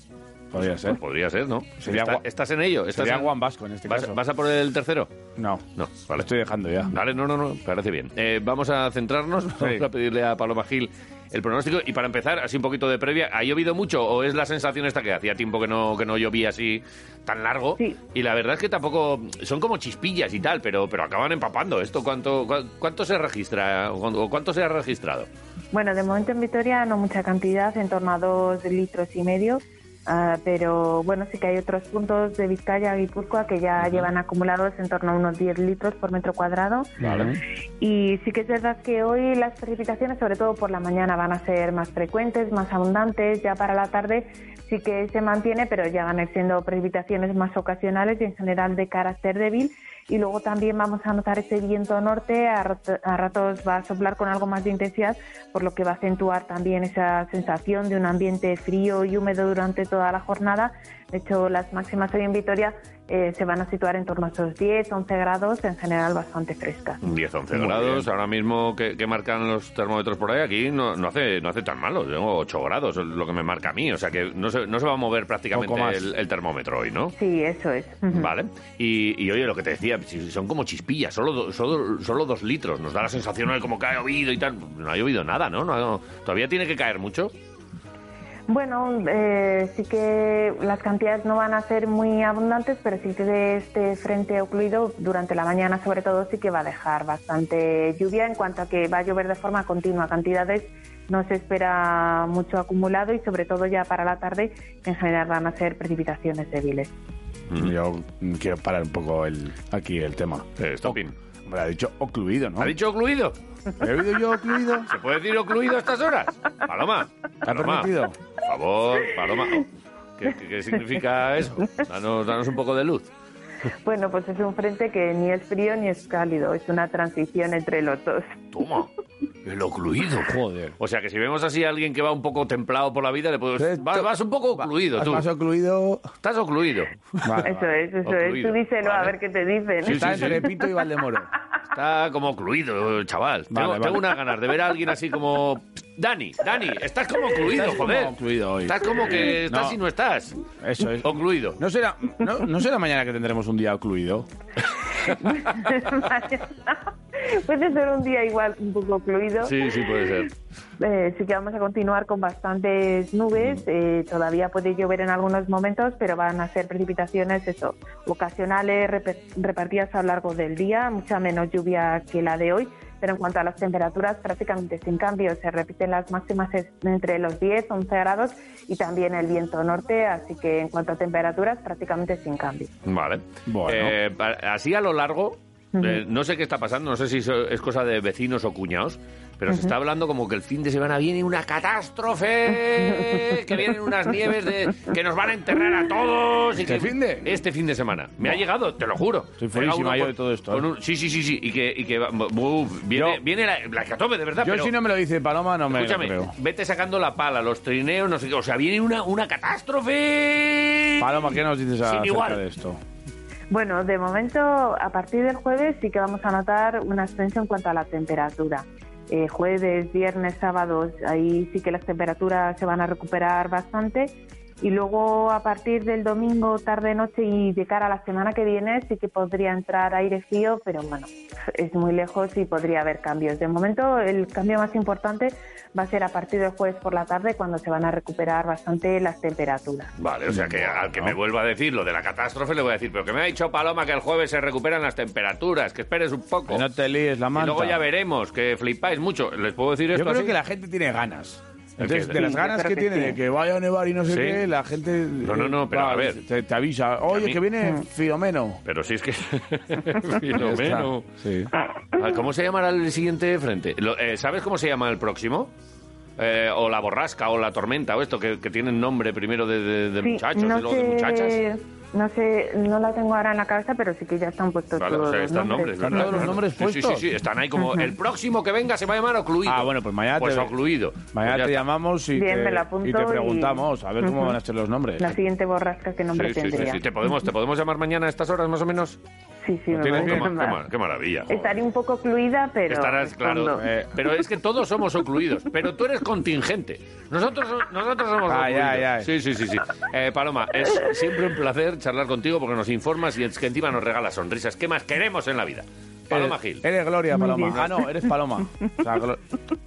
Speaker 3: Podría ser.
Speaker 2: Pues podría ser, ¿no?
Speaker 3: Sería
Speaker 2: Está-
Speaker 3: gua-
Speaker 2: estás en ello. Estás
Speaker 3: Sería
Speaker 2: en-
Speaker 3: Juan Vasco en este
Speaker 2: ¿Vas,
Speaker 3: caso.
Speaker 2: vas a por el tercero?
Speaker 3: No,
Speaker 2: No,
Speaker 3: lo
Speaker 2: vale.
Speaker 3: estoy dejando ya.
Speaker 2: Vale, no, no, no, parece bien. Eh, vamos a centrarnos, vamos a pedirle a Paloma Gil el pronóstico. Y para empezar, así un poquito de previa, ¿ha llovido mucho o es la sensación esta que hacía tiempo que no, que no llovía así tan largo?
Speaker 5: Sí.
Speaker 2: Y la verdad es que tampoco, son como chispillas y tal, pero, pero acaban empapando esto. ¿Cuánto, cua- cuánto se registra o cuánto se ha registrado?
Speaker 5: Bueno, de momento en Vitoria no mucha cantidad, en torno a dos litros y medio, ah, pero bueno, sí que hay otros puntos de Vizcaya, Guipúzcoa, que ya llevan acumulados en torno a unos 10 litros por metro cuadrado. Y sí que es verdad que hoy las precipitaciones, sobre todo por la mañana, van a ser más frecuentes, más abundantes. Ya para la tarde sí que se mantiene, pero ya van a ir siendo precipitaciones más ocasionales y en general de carácter débil. Y luego también vamos a notar ese viento norte, a rat- a ratos va a soplar con algo más de intensidad, por lo que va a acentuar también esa sensación de un ambiente frío y húmedo durante toda la jornada. De hecho, las máximas hoy en Vitoria eh, se van a situar en torno a esos 10-11 grados, en general bastante frescas.
Speaker 2: 10, 11
Speaker 3: Muy
Speaker 2: grados.
Speaker 3: bien.
Speaker 2: Ahora mismo, ¿qué, qué marcan los termómetros por ahí? Aquí no, no hace no hace tan malo. Tengo 8 grados, es lo que me marca a mí. O sea que no se, no se va a mover prácticamente
Speaker 3: Poco más.
Speaker 2: el, el termómetro hoy, ¿no?
Speaker 5: Sí, eso es. Ujú.
Speaker 2: Vale. Y, y oye, lo que te decía, si son como chispillas, solo, do- solo, solo dos litros. Nos da la sensación de como que ha llovido y tal. No ha llovido nada, ¿no? No ha- no. todavía tiene que caer mucho.
Speaker 5: Bueno, eh, sí que las cantidades no van a ser muy abundantes, pero sí que de este frente ocluido durante la mañana sobre todo sí que va a dejar bastante lluvia en cuanto a que va a llover de forma continua. Cantidades no se espera mucho acumulado y sobre todo ya para la tarde en general van a ser precipitaciones débiles.
Speaker 3: Yo mm, quiero parar un poco el, aquí el tema.
Speaker 2: Eh, stopping.
Speaker 3: O- Hombre, ha dicho ocluido, ¿no?
Speaker 2: ¿Ha dicho ocluido?
Speaker 3: ¿He oído yo ocluido?
Speaker 2: ¿Se puede decir ocluido a estas horas? Paloma.
Speaker 3: ¿Ha
Speaker 2: Paloma.
Speaker 3: permitido?
Speaker 2: Por favor, Paloma. ¿Qué, qué- qué significa eso? Danos, danos un poco de luz.
Speaker 5: Bueno, pues es un frente que ni es frío ni es cálido, es una transición entre los dos.
Speaker 2: Toma, el ocluido.
Speaker 3: Joder.
Speaker 2: O sea que si vemos así a alguien que va un poco templado por la vida, le puedo decir,
Speaker 3: Eh,
Speaker 2: vas,
Speaker 3: to-
Speaker 2: vas un poco ocluido,
Speaker 3: ¿Has
Speaker 2: tú.
Speaker 3: más ocluido?
Speaker 2: Estás ocluido.
Speaker 3: Vale,
Speaker 5: Eso
Speaker 3: vale.
Speaker 5: es, eso es.
Speaker 2: Ocluido,
Speaker 5: Tú díselo a
Speaker 2: vale.
Speaker 5: ver qué te dicen.
Speaker 2: Sí,
Speaker 3: Está
Speaker 2: sí,
Speaker 3: entre
Speaker 2: sí.
Speaker 3: Pepito y Valdemoro.
Speaker 2: Está como ocluido, chaval.
Speaker 3: Vale,
Speaker 2: tengo,
Speaker 3: vale.
Speaker 2: tengo unas ganas de ver a alguien así como... Dani, Dani, estás como ocluido,
Speaker 3: Estás como
Speaker 2: joder.
Speaker 3: ocluido hoy.
Speaker 2: Estás como que estás
Speaker 3: No.
Speaker 2: y no estás.
Speaker 3: Eso es.
Speaker 2: Ocluido.
Speaker 3: ¿No será, no, no será mañana que tendremos un día ocluido?
Speaker 5: Puede ser un día igual un poco fluido.
Speaker 2: Sí, sí, puede ser.
Speaker 5: Eh, sí que vamos a continuar con bastantes nubes. Eh, todavía puede llover en algunos momentos, pero van a ser precipitaciones eso, ocasionales repe- repartidas a lo largo del día, mucha menos lluvia que la de hoy. Pero en cuanto a las temperaturas, prácticamente sin cambio. Se repiten las máximas es- entre los 10, 11 grados y también el viento norte. Así que en cuanto a temperaturas, prácticamente sin cambio.
Speaker 2: Vale.
Speaker 3: Bueno.
Speaker 2: Eh, pa- así a lo largo, eh, no sé qué está pasando, no sé si so- es cosa de vecinos o cuñados, pero se está hablando como que el fin de semana viene una catástrofe, que vienen unas nieves de, que nos van a enterrar a todos. y
Speaker 3: ¿Este
Speaker 2: que-
Speaker 3: fin de?
Speaker 2: Este fin de semana. Me ha llegado, te lo juro.
Speaker 3: Estoy
Speaker 2: Pega uno
Speaker 3: fuerísima yo
Speaker 2: con-
Speaker 3: de todo esto,
Speaker 2: con
Speaker 3: ¿eh?
Speaker 2: un- sí, sí, sí, sí. Y que, y que va- uf, viene,
Speaker 3: Yo-
Speaker 2: viene la, la hecatombe, de verdad.
Speaker 3: Yo
Speaker 2: pero-
Speaker 3: si no me lo dice Paloma, no me
Speaker 2: Escúchame,
Speaker 3: lo creo.
Speaker 2: vete sacando la pala, los trineos, no sé qué. O sea, viene una, una catástrofe.
Speaker 3: Paloma, ¿qué nos dices "Ah, acerca
Speaker 2: igual.
Speaker 3: de esto?
Speaker 5: Bueno, de momento, a partir del jueves sí que vamos a notar un ascenso en cuanto a la temperatura. eh, jueves, viernes, sábados, ahí sí que las temperaturas se van a recuperar bastante. Y luego a partir del domingo, tarde, noche y de cara a la semana que viene sí que podría entrar aire frío, pero bueno, es muy lejos y podría haber cambios. De momento el cambio más importante va a ser a partir del jueves por la tarde cuando se van a recuperar bastante las temperaturas.
Speaker 2: Vale, o sea que al que me vuelva a decir lo de la catástrofe le voy a decir, pero que me ha dicho Paloma que el jueves se recuperan las temperaturas, que esperes un poco.
Speaker 3: Que no te líes la
Speaker 2: y
Speaker 3: manta.
Speaker 2: luego ya veremos, que flipáis mucho. ¿Les puedo decir
Speaker 3: Yo
Speaker 2: esto
Speaker 3: creo
Speaker 2: así?
Speaker 3: que la gente tiene ganas. Entonces,
Speaker 2: Sí,
Speaker 3: de las
Speaker 5: yo
Speaker 3: ganas
Speaker 5: creo
Speaker 3: que
Speaker 5: que
Speaker 3: tiene
Speaker 5: sí.
Speaker 3: de que vaya a nevar y no sé
Speaker 2: Sí.
Speaker 3: qué, la gente...
Speaker 2: No, no, no, pero
Speaker 3: va,
Speaker 2: a ver.
Speaker 3: Te, te avisa, oye,
Speaker 2: mí-
Speaker 3: que viene Filomeno.
Speaker 2: Pero si es que... Filomeno.
Speaker 3: Sí.
Speaker 2: Ah, ¿Cómo se llamará el siguiente frente? Lo- eh, ¿Sabes cómo se llama el próximo? Eh, o la borrasca, o la tormenta, o esto, que, que tienen nombre primero de, de- de
Speaker 5: Sí,
Speaker 2: muchachos y luego de muchachas.
Speaker 5: No sé, no la tengo ahora en la cabeza, pero sí que ya están puestos
Speaker 2: Vale, o
Speaker 5: todos
Speaker 2: sea,
Speaker 5: los
Speaker 2: están nombres,
Speaker 5: nombres.
Speaker 2: ¿verdad?
Speaker 3: Están todos los
Speaker 2: Claro.
Speaker 3: nombres
Speaker 2: Sí, sí,
Speaker 3: puestos.
Speaker 2: Sí, sí, están ahí como el próximo que venga se va a llamar ocluido.
Speaker 3: Ah, bueno, pues mañana
Speaker 2: Pues
Speaker 3: te-
Speaker 2: ocluido.
Speaker 3: Mañana
Speaker 2: Pues ya
Speaker 3: te
Speaker 2: está.
Speaker 3: llamamos y,
Speaker 5: Bien,
Speaker 3: te,
Speaker 5: me lo apunto
Speaker 3: y te
Speaker 5: y-
Speaker 3: preguntamos a ver cómo
Speaker 5: Ujú.
Speaker 3: van a ser los nombres.
Speaker 5: La siguiente borrasca, ¿qué nombre
Speaker 2: Sí, sí, sí,
Speaker 5: tendría?
Speaker 2: sí. ¿Te, podemos, ¿Te podemos llamar mañana a estas horas más o menos?
Speaker 5: Sí, sí, me
Speaker 3: tienes
Speaker 5: parece
Speaker 2: Qué, ma-
Speaker 5: mal.
Speaker 2: qué ma- qué maravilla. joder.
Speaker 5: Estaré un poco cluida, pero.
Speaker 2: Estarás, claro.
Speaker 5: respondo.
Speaker 2: eh, pero es que todos somos ocluidos, pero tú eres contingente. Nosotros, so- nosotros somos
Speaker 3: Ay,
Speaker 2: ocluidos.
Speaker 3: ay, ay.
Speaker 2: Sí, sí, sí. sí. Eh, Paloma, es siempre un placer charlar contigo porque nos informas y es que encima nos regalas sonrisas. ¿Qué más queremos en la vida? Paloma
Speaker 3: Eres-
Speaker 2: Gil.
Speaker 3: Eres Gloria
Speaker 5: Muy
Speaker 3: Paloma.
Speaker 5: bien.
Speaker 3: Ah, no, eres Paloma. O sea, Glo-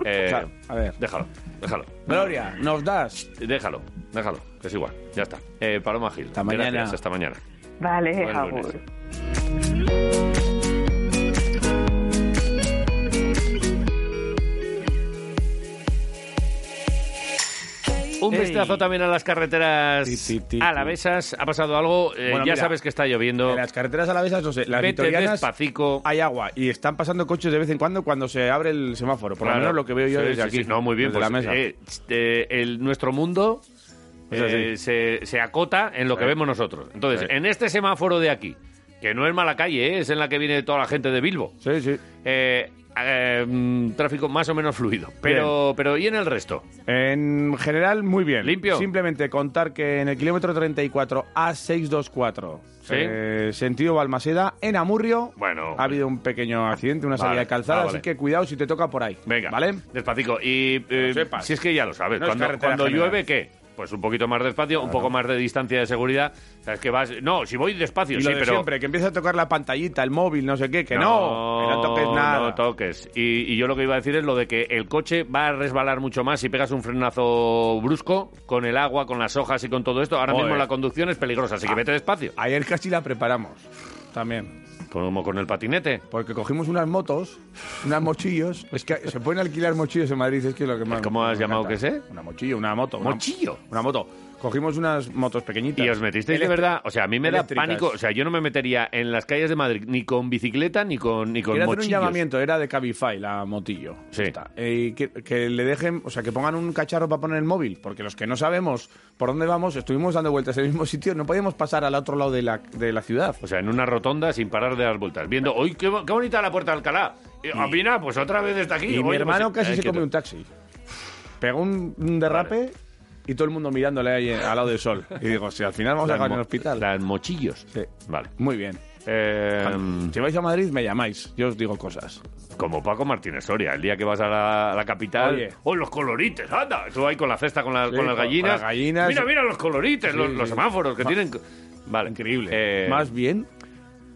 Speaker 2: eh,
Speaker 3: o sea, a ver.
Speaker 2: Déjalo, déjalo.
Speaker 3: Gloria, nos das.
Speaker 2: Déjalo, déjalo. que Es igual, ya está. Eh, Paloma Gil.
Speaker 3: Hasta mañana.
Speaker 2: Gracias, hasta mañana.
Speaker 5: Vale,
Speaker 2: Buen lunes.
Speaker 5: Agur.
Speaker 2: Un
Speaker 3: Ey.
Speaker 2: vistazo también a las carreteras
Speaker 3: Ti, ti, ti, ti.
Speaker 2: alavesas. Ha pasado algo, eh,
Speaker 3: Bueno,
Speaker 2: ya
Speaker 3: mira,
Speaker 2: sabes que está lloviendo.
Speaker 3: En las carreteras a la vez, no sé, las
Speaker 2: Vete
Speaker 3: vitorianas
Speaker 2: despacico.
Speaker 3: hay agua y están pasando coches de vez en cuando cuando se abre el semáforo. Por
Speaker 2: Claro.
Speaker 3: lo menos lo que veo yo
Speaker 2: Sí,
Speaker 3: desde
Speaker 2: sí,
Speaker 3: aquí.
Speaker 2: sí. No, muy bien.
Speaker 3: desde
Speaker 2: Pues,
Speaker 3: la mesa.
Speaker 2: eh, eh, el, nuestro mundo
Speaker 3: Es
Speaker 2: eh, se, se acota en lo que
Speaker 3: Sí.
Speaker 2: vemos nosotros. Entonces,
Speaker 3: Sí.
Speaker 2: en este semáforo de aquí, que no es mala calle, eh, es en la que viene toda la gente de Bilbo,
Speaker 3: Sí, sí.
Speaker 2: eh, eh, mm, tráfico más o menos fluido. Pero, pero ¿y en el resto?
Speaker 3: En general, muy bien.
Speaker 2: ¿Limpio?
Speaker 3: Simplemente contar que en el kilómetro 34 a 624,
Speaker 2: Sí.
Speaker 3: eh, sentido Balmaseda, en Amurrio,
Speaker 2: Bueno.
Speaker 3: ha habido un pequeño accidente, una
Speaker 2: Vale.
Speaker 3: salida de calzada,
Speaker 2: Ah, vale.
Speaker 3: así que cuidado si te toca por ahí.
Speaker 2: Venga,
Speaker 3: ¿Vale?
Speaker 2: Despacito. Y eh,
Speaker 3: sepas.
Speaker 2: si es que ya lo sabes,
Speaker 3: No es
Speaker 2: cuando,
Speaker 3: carretera
Speaker 2: cuando
Speaker 3: general.
Speaker 2: llueve, ¿qué? Pues un poquito más despacio, un poco más de distancia de seguridad. Sabes que vas... No, si voy despacio,
Speaker 3: Y
Speaker 2: sí,
Speaker 3: lo de
Speaker 2: pero...
Speaker 3: siempre, que empieza a tocar la pantallita, el móvil, no sé qué, que no, que no toques nada.
Speaker 2: No toques. Y, y yo lo que iba a decir es lo de que el coche va a resbalar mucho más si pegas un frenazo brusco con el agua, con las hojas y con todo esto. Ahora
Speaker 3: Joder. Ah,
Speaker 2: mismo la conducción es peligrosa, así que vete despacio.
Speaker 3: Ayer casi la preparamos, también.
Speaker 2: Como con el patinete.
Speaker 3: Porque cogimos unas motos, unas mochillos. Es que se pueden alquilar mochillos en Madrid, es que es lo que más.
Speaker 2: ¿Cómo has
Speaker 3: me
Speaker 2: llamado
Speaker 3: encanta.
Speaker 2: que sé?
Speaker 3: Una mochilla, una moto. una-
Speaker 2: ¿Mochillo?
Speaker 3: Una, moto. Cogimos unas motos pequeñitas.
Speaker 2: Y os metisteis de
Speaker 3: Eléctricas.
Speaker 2: verdad. O sea, a mí me da
Speaker 3: Eléctricas.
Speaker 2: pánico. O sea, yo no me metería en las calles de Madrid ni con bicicleta ni con, ni con
Speaker 3: Quiero hacer un
Speaker 2: mochillos.
Speaker 3: llamamiento, era de Cabify, la motillo.
Speaker 2: Sí.
Speaker 3: Está. Eh, y que, que le dejen, o sea, que pongan un cacharro para poner el móvil, porque los que no sabemos por dónde vamos, estuvimos dando vueltas en el mismo sitio, no podíamos pasar al otro lado de la, de la ciudad.
Speaker 2: O sea, en una rotonda sin parar de dar vueltas. Viendo, ¡uy, qué, bo- qué bonita la puerta de Alcalá! Y, opina, pues otra vez está aquí.
Speaker 3: Y
Speaker 2: Oye,
Speaker 3: mi
Speaker 2: pues,
Speaker 3: hermano casi
Speaker 2: eh,
Speaker 3: se
Speaker 2: quieto.
Speaker 3: come un taxi. Pegó un, un derrape y todo el mundo mirándole ahí eh, al lado del sol. Y digo, si al final vamos a
Speaker 2: Las
Speaker 3: acabar en
Speaker 2: mo-
Speaker 3: el hospital.
Speaker 2: Las mochillos.
Speaker 3: Sí.
Speaker 2: Vale.
Speaker 3: Muy bien.
Speaker 2: Eh,
Speaker 3: si vais a Madrid, me llamáis. Yo os digo cosas.
Speaker 2: como Paco Martínez Soria, el día que vas a la, a la capital.
Speaker 3: Oye.
Speaker 2: ¡Oh, los colorites! ¡Anda! Tú ahí con la cesta, con, la-
Speaker 3: Sí,
Speaker 2: con las
Speaker 3: con-
Speaker 2: gallinas.
Speaker 3: con las gallinas.
Speaker 2: Mira, mira los colorites,
Speaker 3: Sí,
Speaker 2: los, los
Speaker 3: sí.
Speaker 2: semáforos que
Speaker 3: Ma-
Speaker 2: tienen. Vale.
Speaker 3: Increíble.
Speaker 2: Eh,
Speaker 3: Más bien,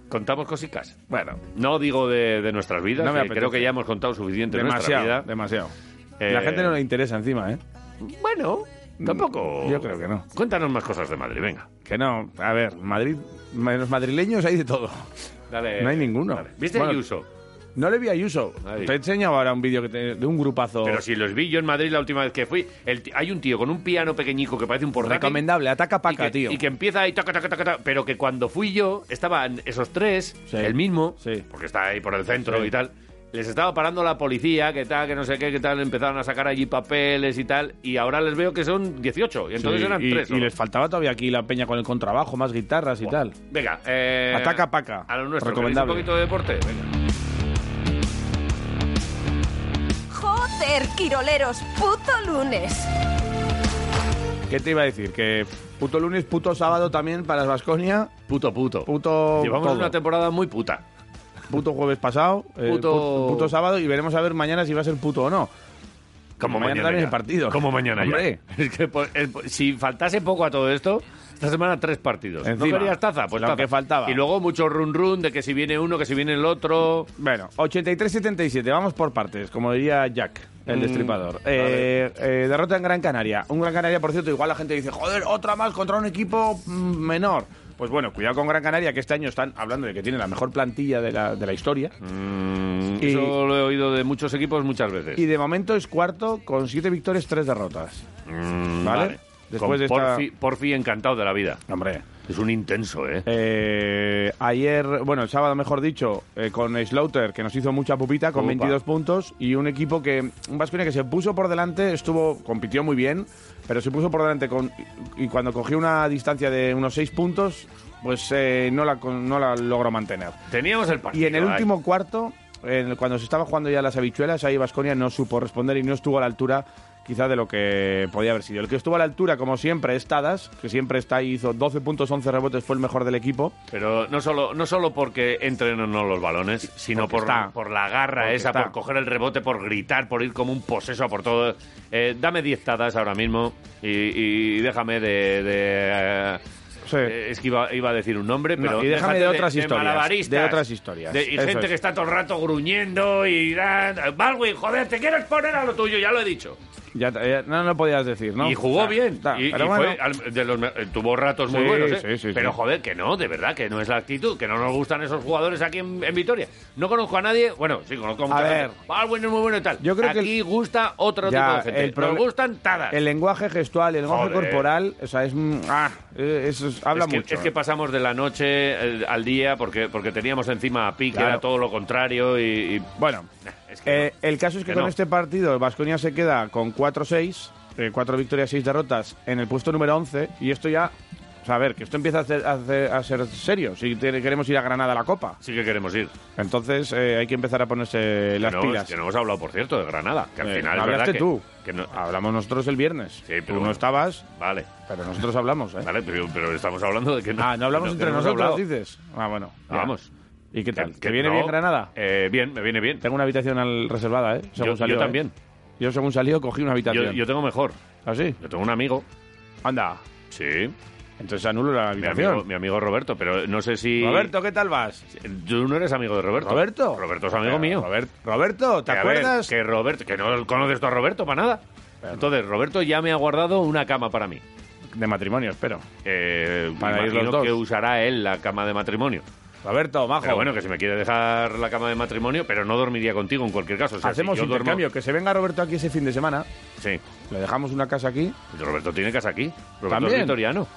Speaker 2: ¿Contamos cositas?
Speaker 3: bueno,
Speaker 2: No digo de, de nuestras vidas,
Speaker 3: No me
Speaker 2: que
Speaker 3: apetece.
Speaker 2: creo que ya hemos contado suficiente de nuestra
Speaker 3: demasiado.
Speaker 2: vida.
Speaker 3: Demasiado.
Speaker 2: Eh,
Speaker 3: La gente no le interesa encima, ¿eh?
Speaker 2: Bueno, tampoco.
Speaker 3: Yo creo que no.
Speaker 2: Cuéntanos más cosas de Madrid, venga.
Speaker 3: Que no, a ver, Madrid, menos madrileños hay de todo.
Speaker 2: Dale.
Speaker 3: No hay ninguno.
Speaker 2: Eh, ¿Viste
Speaker 3: Bueno,
Speaker 2: Ayuso?
Speaker 3: No le vi a Ayuso.
Speaker 2: Ahí.
Speaker 3: Te he enseñado ahora un vídeo que te- de un grupazo
Speaker 2: Pero si los vi yo en Madrid la última vez que fui, el ti- hay un tío con un piano pequeñico que parece un portátil.
Speaker 3: recomendable. Ataca
Speaker 2: y
Speaker 3: Paca,
Speaker 2: que,
Speaker 3: tío.
Speaker 2: y que empieza ahí, taca, taca, taca, taca, pero que cuando fui yo, estaban esos tres,
Speaker 3: Sí.
Speaker 2: el mismo,
Speaker 3: Sí.
Speaker 2: porque está ahí por el centro
Speaker 3: Sí.
Speaker 2: y tal, les estaba parando la policía, que tal, que no sé qué, que tal, empezaron a sacar allí papeles y tal, y ahora les veo que son 18, y entonces
Speaker 3: Sí,
Speaker 2: eran
Speaker 3: y,
Speaker 2: tres.
Speaker 3: y
Speaker 2: ¿o no?
Speaker 3: les faltaba todavía aquí la peña con el contrabajo, más guitarras y tal.
Speaker 2: Venga, eh,
Speaker 3: Ataca Paca.
Speaker 2: A lo nuestro, ¿queréis un
Speaker 3: Recomendable.
Speaker 2: poquito de deporte? Venga.
Speaker 6: Joder, Quiroleros, puto lunes.
Speaker 3: ¿Qué te iba a decir? Que puto lunes, puto sábado también para Vasconia,
Speaker 2: Puto, puto.
Speaker 3: puto.
Speaker 2: Llevamos
Speaker 3: todo.
Speaker 2: una temporada muy puta.
Speaker 3: puto jueves pasado, eh,
Speaker 2: Puto-
Speaker 3: pu- puto sábado y veremos a ver mañana si va a ser puto o no.
Speaker 2: Como
Speaker 3: Mañana
Speaker 2: mañana,
Speaker 3: también
Speaker 2: ya.
Speaker 3: hay partido.
Speaker 2: Como mañana ya.
Speaker 3: Hombre.
Speaker 2: Es que por- es por- si faltase poco a todo esto, esta semana tres partidos.
Speaker 3: Encima.
Speaker 2: ¿No querías taza? Pues
Speaker 3: Lo
Speaker 2: taza.
Speaker 3: que faltaba.
Speaker 2: Y luego mucho run run de que si viene uno, que si viene el otro.
Speaker 3: Bueno, 83-77, vamos por partes, como diría Jack, el destripador. Eh, eh, derrota en Gran Canaria. Un Gran Canaria, por cierto, igual la gente dice, joder, otra más contra un equipo mm, menor. Pues bueno, cuidado con Gran Canaria, que este año están hablando de que tiene la mejor plantilla de la, de la historia. Y-
Speaker 2: Mm, Eso lo he oído de muchos equipos muchas veces.
Speaker 3: Y de momento es cuarto con siete victorias, tres derrotas.
Speaker 2: Mm,
Speaker 3: ¿Vale?
Speaker 2: Después
Speaker 3: Después de esta-
Speaker 2: Porfi, Porfi encantado de la vida.
Speaker 3: Hombre.
Speaker 2: Es un intenso, ¿eh?
Speaker 3: eh, ayer, bueno, el sábado mejor dicho, eh, con Slaughter, que nos hizo mucha pupita con
Speaker 2: Upa.
Speaker 3: 22 puntos, y un equipo que, un Vasconia que se puso por delante, estuvo, compitió muy bien, pero se puso por delante con, y cuando cogió una distancia de unos 6 puntos, pues eh, no, la, con- no la logró mantener.
Speaker 2: Teníamos el partido.
Speaker 3: Y en el
Speaker 2: ahí.
Speaker 3: último cuarto, en el- cuando se estaba jugando ya las habichuelas, ahí Vasconia no supo responder y no estuvo a la altura quizá de lo que podía haber sido. El que estuvo a la altura, como siempre, es Tadas, que siempre está ahí, hizo 12 puntos, 11 rebotes, fue el mejor del equipo.
Speaker 2: Pero no solo, no solo porque entren o no los balones, sino
Speaker 3: Porque
Speaker 2: por,
Speaker 3: está.
Speaker 2: por la garra
Speaker 3: Porque
Speaker 2: esa,
Speaker 3: está.
Speaker 2: por coger el rebote, por gritar, por ir como un poseso a por todo. Eh, dame 10 tadas ahora mismo y, y déjame de... de, eh,
Speaker 3: Sí.
Speaker 2: eh, es que iba, iba a decir un nombre,
Speaker 3: No,
Speaker 2: pero...
Speaker 3: y déjame
Speaker 2: déjate
Speaker 3: de otras historias,
Speaker 2: malabaristas,
Speaker 3: de otras historias,
Speaker 2: de- y
Speaker 3: eso
Speaker 2: gente
Speaker 3: es.
Speaker 2: que está todo el rato gruñendo y... ah, Baldwin, joder, te quiero exponer a lo tuyo, ya lo he dicho.
Speaker 3: Ya, te- ya- no lo podías decir, ¿no?
Speaker 2: Y jugó
Speaker 3: Ah,
Speaker 2: bien.
Speaker 3: está,
Speaker 2: y
Speaker 3: pero
Speaker 2: y
Speaker 3: bueno,
Speaker 2: fue al- de los me- eh, tuvo ratos muy
Speaker 3: Sí,
Speaker 2: buenos. ¿eh?
Speaker 3: sí, sí,
Speaker 2: pero
Speaker 3: sí.
Speaker 2: joder, que no, de verdad, que no es la actitud, que no nos gustan esos jugadores aquí en, en Vitoria. No conozco a nadie. Bueno, sí, conozco a mucha
Speaker 3: ver.
Speaker 2: gente. Baldwin es muy bueno y tal.
Speaker 3: Yo creo que
Speaker 2: aquí
Speaker 3: el-
Speaker 2: gusta otro
Speaker 3: ya,
Speaker 2: tipo de gente.
Speaker 3: el
Speaker 2: nos
Speaker 3: proble-
Speaker 2: gustan tadas.
Speaker 3: el lenguaje gestual, el lenguaje
Speaker 2: Joder.
Speaker 3: corporal, o sea, es... mm, ah, eh, eso es- habla
Speaker 2: es que,
Speaker 3: mucho.
Speaker 2: es que pasamos de la noche eh, al día porque, porque teníamos encima a Pi, que
Speaker 3: Claro.
Speaker 2: era todo lo contrario y... y-
Speaker 3: Bueno,
Speaker 2: Es que
Speaker 3: eh, el caso es que,
Speaker 2: Que
Speaker 3: con
Speaker 2: no.
Speaker 3: este partido Vasconia se queda con 4-6, 4 victorias, 6 derrotas en el puesto número 11 y esto ya, o sea, a ver, que esto empieza a, hacer- a hacer- a ser serio si te- queremos ir a Granada a la Copa.
Speaker 2: Sí que queremos ir.
Speaker 3: Entonces eh, hay que empezar a ponerse las
Speaker 2: Que no-
Speaker 3: pilas.
Speaker 2: Que no hemos hablado, por cierto, de Granada. Que al
Speaker 3: Eh,
Speaker 2: final... es verdad
Speaker 3: hablaste
Speaker 2: que-
Speaker 3: tú.
Speaker 2: que no-
Speaker 3: Hablamos nosotros el viernes.
Speaker 2: pero
Speaker 3: tú
Speaker 2: bueno.
Speaker 3: no estabas,
Speaker 2: Vale.
Speaker 3: pero nosotros hablamos. ¿eh?
Speaker 2: Vale, pero, pero estamos hablando de que no.
Speaker 3: Ah, no hablamos
Speaker 2: que
Speaker 3: entre
Speaker 2: no hemos
Speaker 3: nosotros,
Speaker 2: hablado.
Speaker 3: dices. Ah, bueno. ya.
Speaker 2: Vamos.
Speaker 3: ¿Y qué tal?
Speaker 2: Que-
Speaker 3: ¿Te
Speaker 2: que
Speaker 3: viene
Speaker 2: no.
Speaker 3: bien Granada?
Speaker 2: Eh, bien, me viene bien.
Speaker 3: Tengo una habitación al- reservada, ¿eh? Según
Speaker 2: yo
Speaker 3: salió, ¿eh?
Speaker 2: también.
Speaker 3: Yo según salió cogí una
Speaker 2: Yo,
Speaker 3: habitación.
Speaker 2: yo tengo mejor.
Speaker 3: ¿Ah, sí?
Speaker 2: Yo tengo un amigo.
Speaker 3: Anda.
Speaker 2: Sí.
Speaker 3: Entonces anulo la
Speaker 2: Mi amigo,
Speaker 3: habitación.
Speaker 2: mi amigo Roberto, pero no sé si.
Speaker 3: Roberto, ¿qué tal vas?
Speaker 2: Tú no eres amigo de Roberto.
Speaker 3: ¿Roberto?
Speaker 2: Roberto es amigo
Speaker 3: Pero,
Speaker 2: mío.
Speaker 3: Robert- Roberto, ¿te
Speaker 2: Que, a ver,
Speaker 3: acuerdas?
Speaker 2: que Roberto, que no conoces tú a Roberto para nada. Entonces, Roberto ya me ha guardado una cama para mí.
Speaker 3: De matrimonio, espero.
Speaker 2: Eh,
Speaker 3: Para ir
Speaker 2: imagino
Speaker 3: los dos.
Speaker 2: que usará él la cama de matrimonio.
Speaker 3: Roberto, majo.
Speaker 2: Pero bueno, que si me quiere dejar la cama de matrimonio, pero no dormiría contigo en cualquier caso. O sea, si
Speaker 3: hacemos
Speaker 2: yo duermo-
Speaker 3: intercambio. Que se venga Roberto aquí ese fin de semana.
Speaker 2: Sí.
Speaker 3: Le dejamos una casa aquí.
Speaker 2: Roberto tiene casa aquí. Roberto
Speaker 3: ¿También?
Speaker 2: es vitoriano.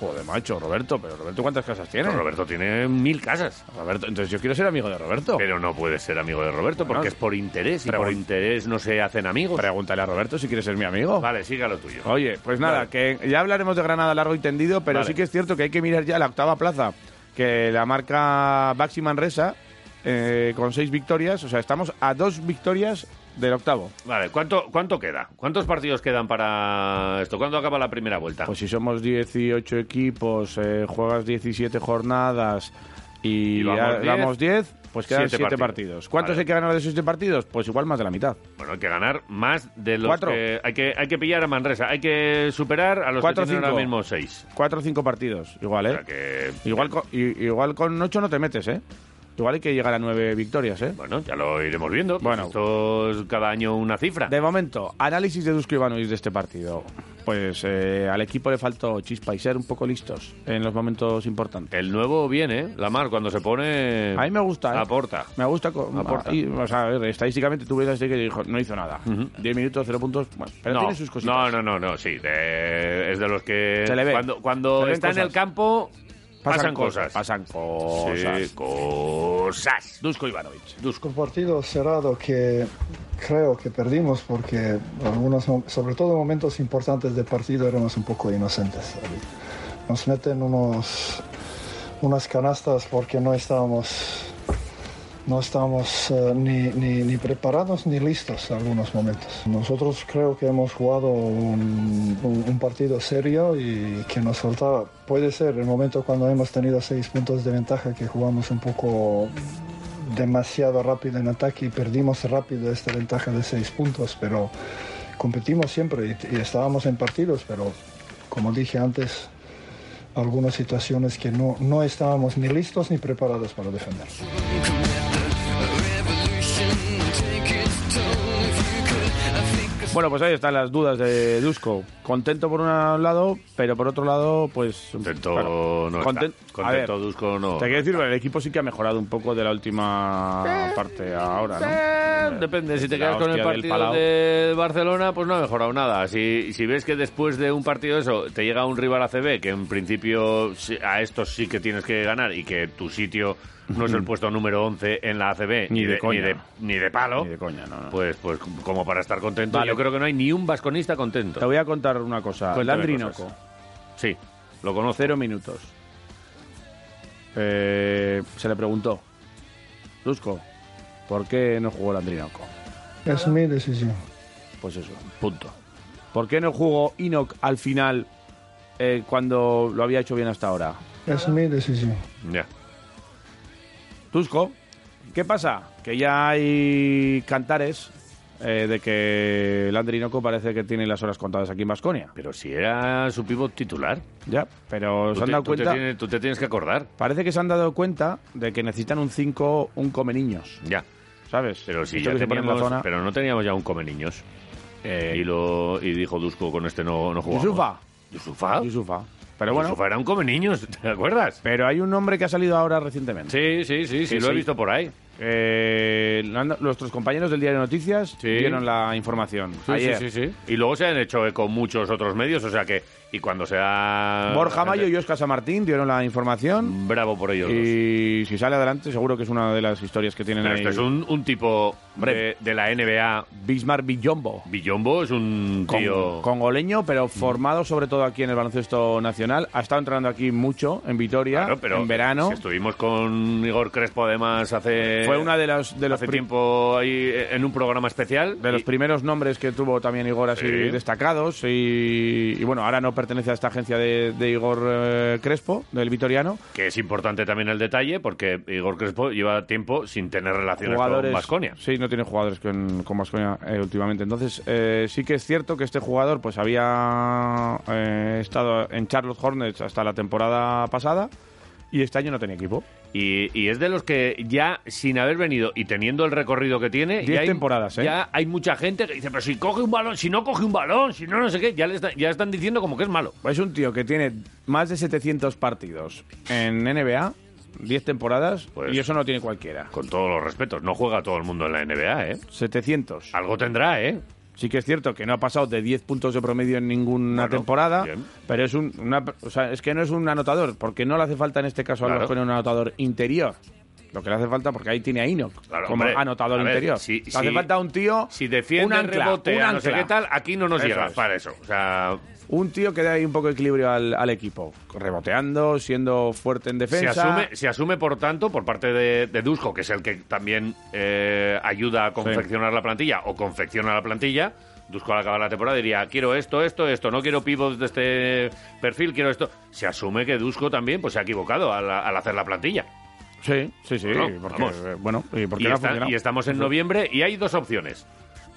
Speaker 3: Joder, macho, Roberto. Pero Roberto, ¿cuántas casas tiene?
Speaker 2: Pero Roberto tiene mil casas.
Speaker 3: Roberto, entonces yo quiero ser amigo de Roberto.
Speaker 2: Pero no puede ser amigo de Roberto porque
Speaker 3: Bueno,
Speaker 2: es por interés y
Speaker 3: pregun-
Speaker 2: por interés no se hacen amigos.
Speaker 3: Pregúntale a Roberto si quiere ser mi amigo.
Speaker 2: Vale, siga lo tuyo.
Speaker 3: Oye, pues nada,
Speaker 2: Vale.
Speaker 3: que ya hablaremos de Granada largo y tendido, pero
Speaker 2: Vale.
Speaker 3: sí que es cierto que hay que mirar ya la octava plaza, que la marca Baxi Manresa eh, con seis victorias, o sea, estamos a dos victorias del octavo.
Speaker 2: Vale, ¿cuánto, ¿cuánto queda? ¿Cuántos partidos quedan para esto? ¿Cuándo acaba la primera vuelta?
Speaker 3: Pues si somos 18 equipos, eh, juegas 17 jornadas y,
Speaker 2: Y vamos
Speaker 3: ya-
Speaker 2: 10,
Speaker 3: vamos 10, pues quedan
Speaker 2: siete
Speaker 3: 7
Speaker 2: partidos.
Speaker 3: partidos. ¿Cuántos
Speaker 2: Vale.
Speaker 3: hay que ganar de esos 7 partidos? Pues igual más de la mitad.
Speaker 2: bueno, hay que ganar más de los
Speaker 3: Cuatro.
Speaker 2: que hay, que... hay que pillar a Manresa. Hay que superar a los
Speaker 3: Cuatro,
Speaker 2: que tienen ahora
Speaker 3: cinco.
Speaker 2: mismo seis.
Speaker 3: 4 o 5 partidos, igual,
Speaker 2: O
Speaker 3: ¿eh?
Speaker 2: sea que...
Speaker 3: Igual, con, i- igual con 8 no te metes, ¿eh? Igual hay que llegar a 9 victorias, ¿eh?
Speaker 2: Bueno, ya lo iremos viendo. Pues
Speaker 3: Bueno.
Speaker 2: Esto es cada año una cifra.
Speaker 3: De momento, análisis de Dusko Ivanovic de este partido. Pues eh, al equipo le faltó chispa y ser un poco listos en los momentos importantes.
Speaker 2: El nuevo viene, Lamar, cuando se pone...
Speaker 3: A mí me gusta, ¿eh?
Speaker 2: Aporta.
Speaker 3: Me gusta. con-
Speaker 2: Aporta.
Speaker 3: y, o sea, a ver, estadísticamente tú ves así que dijo, no hizo nada. 10 minutos, 0 puntos. bueno, pero
Speaker 2: no,
Speaker 3: tiene sus cositas.
Speaker 2: No, no, no, no, sí. de- es de los que.
Speaker 3: Se le ve.
Speaker 2: Cuando, cuando
Speaker 3: Se le ven
Speaker 2: está en
Speaker 3: cosas.
Speaker 2: el campo, pasan, cosas.
Speaker 3: Pasan cosas.
Speaker 2: Sí, cosas.
Speaker 3: Dusko Ivanovic.
Speaker 2: Dusko.
Speaker 7: Un partido cerrado que creo que perdimos porque algunos, mo- sobre todo en momentos importantes del partido, éramos un poco inocentes. Nos meten unos, unas canastas porque no estábamos, no estábamos eh, ni, ni- ni preparados ni listos en algunos momentos. Nosotros creo que hemos jugado un, un- un partido serio y que nos faltaba, puede ser el momento cuando hemos tenido seis puntos de ventaja que jugamos un poco demasiado rápido en ataque y perdimos rápido esta ventaja de seis puntos, pero competimos siempre y, y estábamos en partidos, pero como dije antes, algunas situaciones que no, no estábamos ni listos ni preparados para defender.
Speaker 3: Bueno, pues ahí están las dudas de Dusko. Contento por un lado, pero por otro lado, pues...
Speaker 2: Contento
Speaker 3: claro,
Speaker 2: no
Speaker 3: conten-
Speaker 2: está.
Speaker 3: A ver,
Speaker 2: Contento Dusko no.
Speaker 3: Te quiero decir, el equipo sí que ha mejorado un poco de la última parte ahora, ¿no?
Speaker 2: Depende, si te
Speaker 3: La
Speaker 2: quedas con el
Speaker 3: hostia del
Speaker 2: partido
Speaker 3: Palau.
Speaker 2: de Barcelona, pues no ha mejorado nada. Si, si ves que después de un partido de eso te llega un rival ACB, que en principio sí- a estos sí que tienes que ganar y que tu sitio no es el puesto número 11 en la ACB,
Speaker 3: Ni de
Speaker 2: ni,
Speaker 3: coña.
Speaker 2: de, ni de palo,
Speaker 3: Ni de coña, no, no.
Speaker 2: pues, pues como para estar contento,
Speaker 3: Vale.
Speaker 2: yo creo que no hay ni un vasconista contento.
Speaker 3: Te voy a contar una cosa.
Speaker 2: Cuéntame
Speaker 3: Landry
Speaker 2: cosas.
Speaker 3: Noco,
Speaker 2: Sí, lo conozco.
Speaker 3: cero minutos. Eh, se le preguntó, Dusko, ¿por qué no jugó Landry Noco?
Speaker 7: Es mi decisión.
Speaker 3: Pues eso, punto. ¿Por qué no jugó Inok al final eh, cuando lo había hecho bien hasta ahora?
Speaker 7: Es mi decisión.
Speaker 2: Ya.
Speaker 3: Tusco, ¿qué pasa? Que ya hay cantares eh, de que Landry Noco parece que tiene las horas contadas aquí en Basconia.
Speaker 2: Pero si era su pivot titular,
Speaker 3: Ya, pero
Speaker 2: tú
Speaker 3: se han
Speaker 2: te-
Speaker 3: dado
Speaker 2: tú te
Speaker 3: cuenta.
Speaker 2: tienes- tú te tienes que acordar.
Speaker 3: Parece que se han dado cuenta de que necesitan un 5, un come niños,
Speaker 2: Ya.
Speaker 3: ¿sabes?
Speaker 2: Pero si
Speaker 3: Esto
Speaker 2: ya
Speaker 3: Pues que se pone en la
Speaker 2: teníamos,
Speaker 3: zona. Eh.
Speaker 2: pero no teníamos ya un come niños. y lo y dijo Dusko con este no no jugamos.
Speaker 3: Yusufa.
Speaker 2: Yusufa.
Speaker 3: Yusufa. Pero bueno,
Speaker 2: Yusufa era un come niños, ¿te acuerdas?
Speaker 3: pero hay un nombre que ha salido ahora recientemente.
Speaker 2: Sí, sí, sí, sí,
Speaker 3: Sí,
Speaker 2: lo he
Speaker 3: sí.
Speaker 2: visto por ahí.
Speaker 3: Eh, lo han- nuestros compañeros del diario Noticias
Speaker 2: Sí.
Speaker 3: dieron la información ayer.
Speaker 2: Sí, sí, sí. Y luego se han hecho eco muchos otros medios, o sea que y cuando sea
Speaker 3: Borja Mayo y
Speaker 2: yo
Speaker 3: Oscar Martín dieron la información
Speaker 2: Ah, bravo por ellos dos.
Speaker 3: y si sale adelante seguro que es una de las historias que tienen
Speaker 2: Pero
Speaker 3: ahí.
Speaker 2: este es un, un tipo de, de la NBA.
Speaker 3: Bismarck Villombo.
Speaker 2: Villombo es un
Speaker 3: Con-
Speaker 2: tío
Speaker 3: congoleño, pero formado sobre todo aquí en el baloncesto nacional. Ha estado entrenando aquí mucho, en Vitoria,
Speaker 2: Claro, pero
Speaker 3: Ah, en verano.
Speaker 2: si estuvimos con Igor Crespo además hace
Speaker 3: Fue una de los, de los,
Speaker 2: hace
Speaker 3: pri-
Speaker 2: tiempo ahí eh, en un programa especial
Speaker 3: de los
Speaker 2: y-
Speaker 3: primeros nombres que tuvo también Igor así
Speaker 2: Sí.
Speaker 3: destacados. Y, y bueno, ahora no pertenece a esta agencia de, de Igor eh, Crespo, del Vitoriano.
Speaker 2: que es importante también el detalle porque Igor Crespo lleva tiempo sin tener relaciones
Speaker 3: jugadores,
Speaker 2: con Vasconia.
Speaker 3: Sí, no tiene jugadores con, con Baskonia, eh, últimamente. Entonces, eh, sí que es cierto que este jugador pues había eh, estado en Charlotte Hornets hasta la temporada pasada y este año no tenía equipo.
Speaker 2: Y, y es de los que ya sin haber venido y teniendo el recorrido que tiene,
Speaker 3: Diez
Speaker 2: ya hay,
Speaker 3: temporadas, ¿eh?
Speaker 2: ya hay mucha gente que dice, pero si coge un balón, si no coge un balón, si no, no sé qué, ya, le está- ya están diciendo como que es malo.
Speaker 3: Pues Es un tío que tiene más de 700 partidos en NBA, 10 temporadas,
Speaker 2: Pues-
Speaker 3: y eso no tiene cualquiera.
Speaker 2: Con todos los respetos, no juega todo el mundo en la NBA, ¿eh?
Speaker 3: 700.
Speaker 2: Algo tendrá, ¿eh?
Speaker 3: Sí que es cierto que no ha pasado de 10 puntos de promedio en ninguna
Speaker 2: Bueno,
Speaker 3: temporada,
Speaker 2: bien.
Speaker 3: pero es un, una- o sea, es que no es un anotador, porque no le hace falta en este caso a
Speaker 2: Claro.
Speaker 3: Vasconia un anotador interior. Lo que le hace falta, porque ahí tiene a Inok
Speaker 2: Claro,
Speaker 3: como
Speaker 2: hombre,
Speaker 3: anotador
Speaker 2: a ver,
Speaker 3: interior.
Speaker 2: si-
Speaker 3: le hace
Speaker 2: si-
Speaker 3: falta un tío,
Speaker 2: Si defiende,
Speaker 3: un ancla,
Speaker 2: rebotea,
Speaker 3: un
Speaker 2: no sé
Speaker 3: ancla.
Speaker 2: qué tal, aquí no nos
Speaker 3: Eso
Speaker 2: llega
Speaker 3: es.
Speaker 2: para eso. O sea,
Speaker 3: Un tío que da ahí un poco de equilibrio al, al equipo, reboteando, siendo fuerte en defensa.
Speaker 2: Se asume, se asume, por tanto, por parte de, de Dusko, que es el que también eh, ayuda a confeccionar la plantilla o confecciona la plantilla. Dusko al acabar la temporada diría, quiero esto, esto, esto, no quiero pivots de este perfil, quiero esto. Se asume que Dusko también pues, se ha equivocado al, al hacer la plantilla.
Speaker 3: Sí, sí, sí.
Speaker 2: Bueno,
Speaker 3: porque,
Speaker 2: vamos.
Speaker 3: eh, bueno, y porque
Speaker 2: y,
Speaker 3: no ha
Speaker 2: está-
Speaker 3: funcionado.
Speaker 2: y estamos en noviembre y hay dos opciones.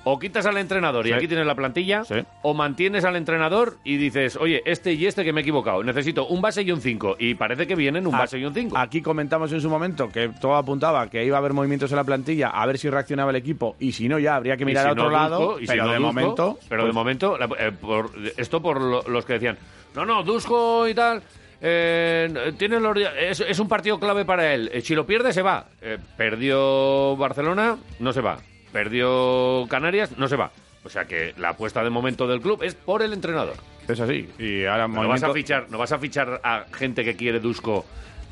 Speaker 2: O quitas al entrenador y
Speaker 3: Sí.
Speaker 2: aquí tienes la plantilla,
Speaker 3: Sí.
Speaker 2: o mantienes al entrenador y dices, oye, este y este que me he equivocado, necesito un base y un 5. Y parece que vienen un
Speaker 3: A-
Speaker 2: base y un 5.
Speaker 3: Ah, Aquí comentamos en su momento que todo apuntaba que iba a haber movimientos en la plantilla, a ver si reaccionaba el equipo y si no ya habría que
Speaker 2: Y
Speaker 3: mirar
Speaker 2: si
Speaker 3: a otro
Speaker 2: no
Speaker 3: lado.
Speaker 2: Dusko, y si
Speaker 3: pero
Speaker 2: no
Speaker 3: de
Speaker 2: Dusko,
Speaker 3: momento,
Speaker 2: pero de
Speaker 3: pues,
Speaker 2: momento, la- eh, por- esto por lo- los que decían, no, no, Dusko y tal, eh, tiene los di- es, es un partido clave para él. Eh, Si lo pierde, se va. Eh, perdió Barcelona, no se va. Perdió Canarias, no se va. O sea que la apuesta de momento del club es por el entrenador.
Speaker 3: es así. Y ahora
Speaker 2: No vas a
Speaker 3: movimiento,
Speaker 2: fichar, no vas a fichar a gente que quiere Dusko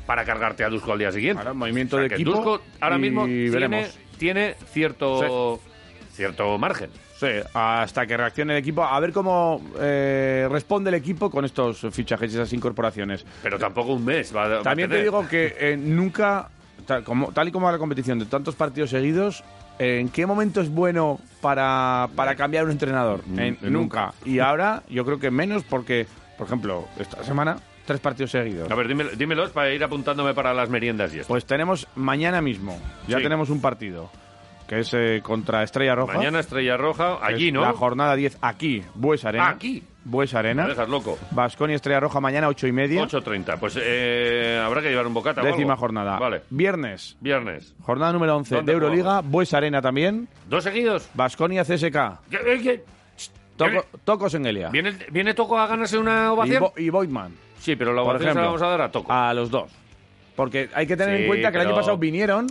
Speaker 2: para cargarte a Dusko al día siguiente.
Speaker 3: Ahora, movimiento
Speaker 2: O sea,
Speaker 3: de
Speaker 2: que
Speaker 3: equipo
Speaker 2: Dusko ahora
Speaker 3: y
Speaker 2: mismo tiene,
Speaker 3: veremos.
Speaker 2: tiene cierto cierto margen.
Speaker 3: sí, hasta que reaccione el equipo, a ver cómo eh, responde el equipo con estos fichajes y esas incorporaciones.
Speaker 2: Pero tampoco un mes. va- va a
Speaker 3: También te
Speaker 2: tener.
Speaker 3: digo que eh, nunca, tal como, tal y como va la competición de tantos partidos seguidos, eh, ¿en qué momento es bueno para, para cambiar un entrenador? En- nunca. Y ahora yo creo que menos porque, por ejemplo, esta semana tres partidos seguidos.
Speaker 2: A ver, dímelo- dímelos para ir apuntándome para las meriendas y esto.
Speaker 3: Pues tenemos mañana mismo, ya
Speaker 2: Sí.
Speaker 3: tenemos un partido, que es eh, contra Estrella Roja.
Speaker 2: Mañana Estrella Roja, allí,
Speaker 3: Es
Speaker 2: ¿no?
Speaker 3: La jornada 10 aquí, Bues Arena.
Speaker 2: Ah, aquí.
Speaker 3: Bues
Speaker 2: Me
Speaker 3: Arena.
Speaker 2: dejas loco.
Speaker 3: Vasconi Estrella Roja mañana 8 y media.
Speaker 2: 8.30. Pues eh, habrá que llevar un bocata. o
Speaker 3: décima
Speaker 2: algo.
Speaker 3: jornada.
Speaker 2: Vale.
Speaker 3: Viernes,
Speaker 2: Viernes.
Speaker 3: jornada número 11
Speaker 2: ¿Dónde
Speaker 3: de Euroliga, Bues Arena también.
Speaker 2: ¿Dos seguidos?
Speaker 3: Vasconia CSK.
Speaker 2: ¿Qué- qué- qué?
Speaker 3: Toco, Tocos en Elia.
Speaker 2: ¿Viene, ¿Viene Toco a ganarse una
Speaker 3: y,
Speaker 2: ovación?
Speaker 3: Bo- y Voigtman,
Speaker 2: Sí, pero la
Speaker 3: por
Speaker 2: ovación se la
Speaker 3: ejemplo.
Speaker 2: vamos a dar a Toco.
Speaker 3: A los dos. Porque hay que tener
Speaker 2: Sí,
Speaker 3: en cuenta que el año
Speaker 2: pero-
Speaker 3: pasado vinieron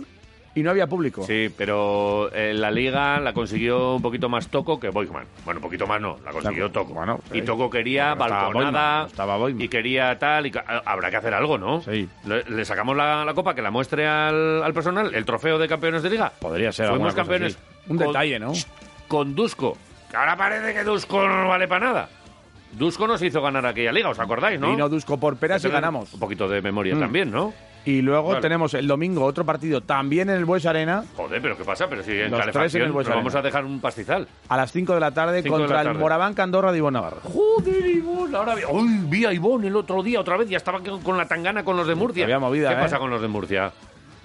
Speaker 3: y no había público.
Speaker 2: Sí, pero eh, la liga la consiguió un poquito más Toco que Boigman. Bueno, un poquito más no, la consiguió
Speaker 3: Claro.
Speaker 2: Toco.
Speaker 3: Bueno, sí.
Speaker 2: y Toco quería
Speaker 3: Pero no estaba Boigman,
Speaker 2: balconada
Speaker 3: no estaba Boigman.
Speaker 2: y quería tal. y ca- ah, Habrá que hacer algo, ¿no?
Speaker 3: Sí.
Speaker 2: Le, le sacamos la, la copa, que la muestre al, al personal, el trofeo de campeones de liga.
Speaker 3: Podría ser
Speaker 2: Fuimos
Speaker 3: alguna cosa
Speaker 2: campeones.
Speaker 3: así. Un
Speaker 2: con-
Speaker 3: detalle, ¿no?
Speaker 2: Con Dusko. Que Ahora parece que Dusko no vale para nada. Dusko nos hizo ganar aquella liga, ¿os acordáis, no?
Speaker 3: Vino Dusko por peras y
Speaker 2: Tengan
Speaker 3: ganamos.
Speaker 2: Un poquito de memoria
Speaker 3: Mm.
Speaker 2: también, ¿no?
Speaker 3: Y luego
Speaker 2: Vale.
Speaker 3: tenemos el domingo otro partido también en el Bues Arena
Speaker 2: Joder, pero ¿qué pasa? Pero si en
Speaker 3: Los tres en el
Speaker 2: calefacción nos
Speaker 3: Bues Arena.
Speaker 2: vamos a dejar un pastizal.
Speaker 3: a las 5 de la tarde
Speaker 2: Cinco de
Speaker 3: contra
Speaker 2: la
Speaker 3: el
Speaker 2: tarde.
Speaker 3: Morabanca Andorra de Ivo Navarro.
Speaker 2: Joder, Ivón, ahora vi... Uy, vi a Ivón el otro día otra vez, ya estaba con con la tangana con los de Murcia.
Speaker 3: Había movida,
Speaker 2: ¿Qué
Speaker 3: ¿eh? Mm.
Speaker 2: pasa con los de Murcia?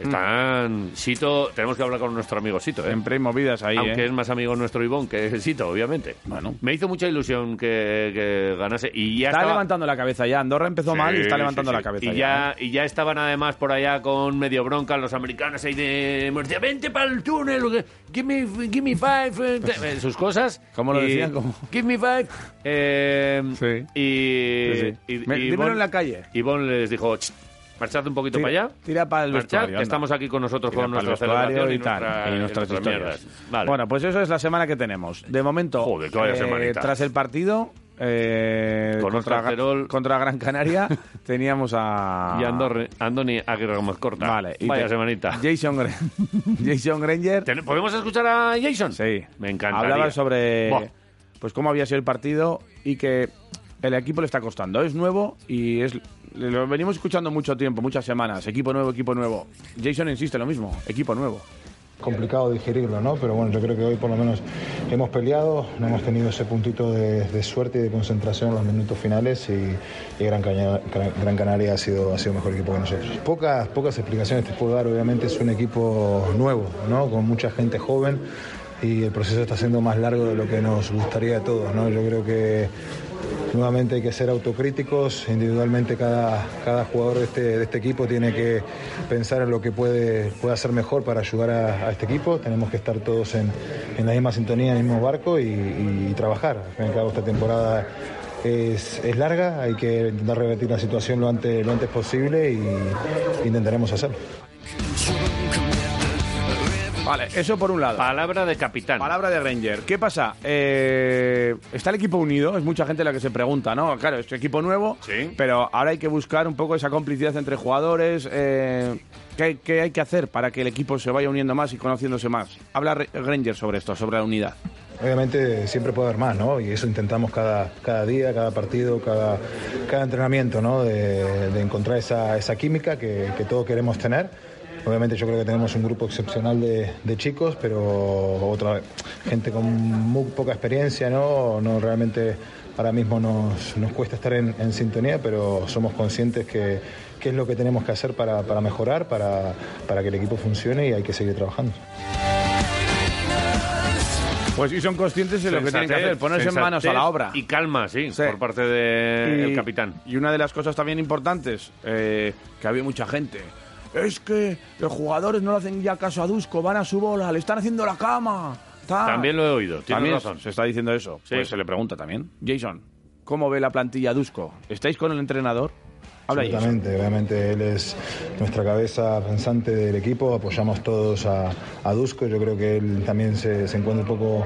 Speaker 2: Están... Sito, tenemos que hablar con nuestro amigo Sito, ¿eh?
Speaker 3: Siempre hay movidas ahí,
Speaker 2: Aunque
Speaker 3: ¿eh?
Speaker 2: es más amigo nuestro Ivón que Sito, obviamente.
Speaker 3: Bueno.
Speaker 2: Me hizo mucha ilusión que, que ganase y ya
Speaker 3: Está
Speaker 2: estaba...
Speaker 3: levantando la cabeza ya. Andorra empezó mal y
Speaker 2: Sí,
Speaker 3: está levantando
Speaker 2: sí, sí.
Speaker 3: la cabeza
Speaker 2: Y
Speaker 3: ya. ¿eh?
Speaker 2: ya, y ya estaban además por allá con medio bronca los americanos ahí de Murcia, vente para el túnel, give me, give me five, eh, te- eh, sus cosas.
Speaker 3: ¿Cómo lo
Speaker 2: Y-
Speaker 3: decían? ¿Cómo?
Speaker 2: Give me five. Eh,
Speaker 3: Sí.
Speaker 2: Y,
Speaker 3: Sí, sí.
Speaker 2: y-
Speaker 3: Me-
Speaker 2: y
Speaker 3: dímelo en la calle.
Speaker 2: Ivonne les dijo, "Ch, marchad un poquito
Speaker 3: Tira-
Speaker 2: para allá.
Speaker 3: tira para el
Speaker 2: marchad,
Speaker 3: vestuario,
Speaker 2: que
Speaker 3: anda.
Speaker 2: estamos aquí con nosotros
Speaker 3: Tira
Speaker 2: con
Speaker 3: pa'l
Speaker 2: nuestra
Speaker 3: vestuario
Speaker 2: celebración y,
Speaker 3: tal,
Speaker 2: nuestra-
Speaker 3: y
Speaker 2: y
Speaker 3: nuestras historias.
Speaker 2: mierdas. Vale.
Speaker 3: Bueno, pues eso es la semana que tenemos. De momento, eh,
Speaker 2: Joder, que vaya semanita.
Speaker 3: tras el partido eh,
Speaker 2: Con
Speaker 3: contra,
Speaker 2: Oscar Ferol.
Speaker 3: contra Gran Canaria, teníamos a...
Speaker 2: y Andorre, Andoni Aguirre Gómez Corta.
Speaker 3: Vale. y
Speaker 2: Vaya
Speaker 3: te-
Speaker 2: semanita.
Speaker 3: Jason, Gra- Jason Granger.
Speaker 2: ¿Ten- ¿Podemos escuchar a Jason?
Speaker 3: Sí.
Speaker 2: Me encanta.
Speaker 3: Hablaba sobre
Speaker 2: Buah.
Speaker 3: pues cómo había sido el partido y que el equipo le está costando. Es nuevo y es lo venimos escuchando mucho tiempo, muchas semanas. Equipo nuevo, equipo nuevo. Jason insiste lo mismo, equipo nuevo.
Speaker 8: complicado digerirlo, ¿no? Pero bueno, yo creo que hoy por lo menos hemos peleado, no hemos tenido ese puntito de, de suerte y de concentración en los minutos finales y, y Gran, Caña- Gran- Gran Canaria ha sido, ha sido mejor equipo que nosotros. Pocas, pocas explicaciones te puedo dar, obviamente es un equipo nuevo, ¿no? Con mucha gente joven y el proceso está siendo más largo de lo que nos gustaría a todos, ¿no? Yo creo que Nuevamente hay que ser autocríticos, individualmente cada, cada jugador de este, de este equipo tiene que pensar en lo que puede, puede hacer mejor para ayudar a, a este equipo, tenemos que estar todos en, en la misma sintonía, en el mismo barco y, y trabajar. Al fin y al cabo esta temporada es, es larga, hay que intentar revertir la situación lo antes, lo antes posible y intentaremos hacerlo.
Speaker 3: Vale, eso por un lado.
Speaker 2: Palabra de capitán.
Speaker 3: Palabra de Granger. ¿Qué pasa? Eh, está el equipo unido, es mucha gente la que se pregunta, ¿no? Claro, es equipo nuevo,
Speaker 2: Sí.
Speaker 3: pero ahora hay que buscar un poco esa complicidad entre jugadores. eh, ¿qué, hay- qué hay que hacer para que el equipo se vaya uniendo más y conociéndose más? Habla Re- Granger sobre esto, sobre la unidad.
Speaker 8: Obviamente siempre puede haber más, ¿no? Y eso intentamos cada, cada día, cada partido, cada, cada entrenamiento, ¿no? De, de encontrar esa, esa química que, que todos queremos tener. Obviamente yo creo que tenemos un grupo excepcional de, de chicos, pero otra vez, gente con muy poca experiencia, ¿no? No realmente ahora mismo nos, nos cuesta estar en, en sintonía, pero somos conscientes que, que es lo que tenemos que hacer para, para mejorar, para, para que el equipo funcione y hay que seguir trabajando.
Speaker 3: Pues sí, son conscientes de lo que tienen que
Speaker 2: Sensatez,
Speaker 3: hacer, ponerse
Speaker 2: sensatez
Speaker 3: manos a la obra.
Speaker 2: Y calma, sí,
Speaker 3: Sí.
Speaker 2: por parte del
Speaker 3: Y-
Speaker 2: capitán.
Speaker 3: Y una de las cosas también importantes, eh, que había mucha gente, es que los jugadores no le hacen ya caso a Dusko, van a su bola, le están haciendo la cama. tal.
Speaker 2: Ah. También lo he oído, tienes
Speaker 3: También
Speaker 2: razón.
Speaker 3: se está diciendo eso.
Speaker 2: Sí.
Speaker 3: Pues se le pregunta también. Jason, ¿cómo ve la plantilla Dusko? ¿Estáis con el entrenador? Habla Jason.
Speaker 8: Absolutamente, obviamente él es nuestra cabeza pensante del equipo, apoyamos todos a, a Dusko, yo creo que él también se, se encuentra un poco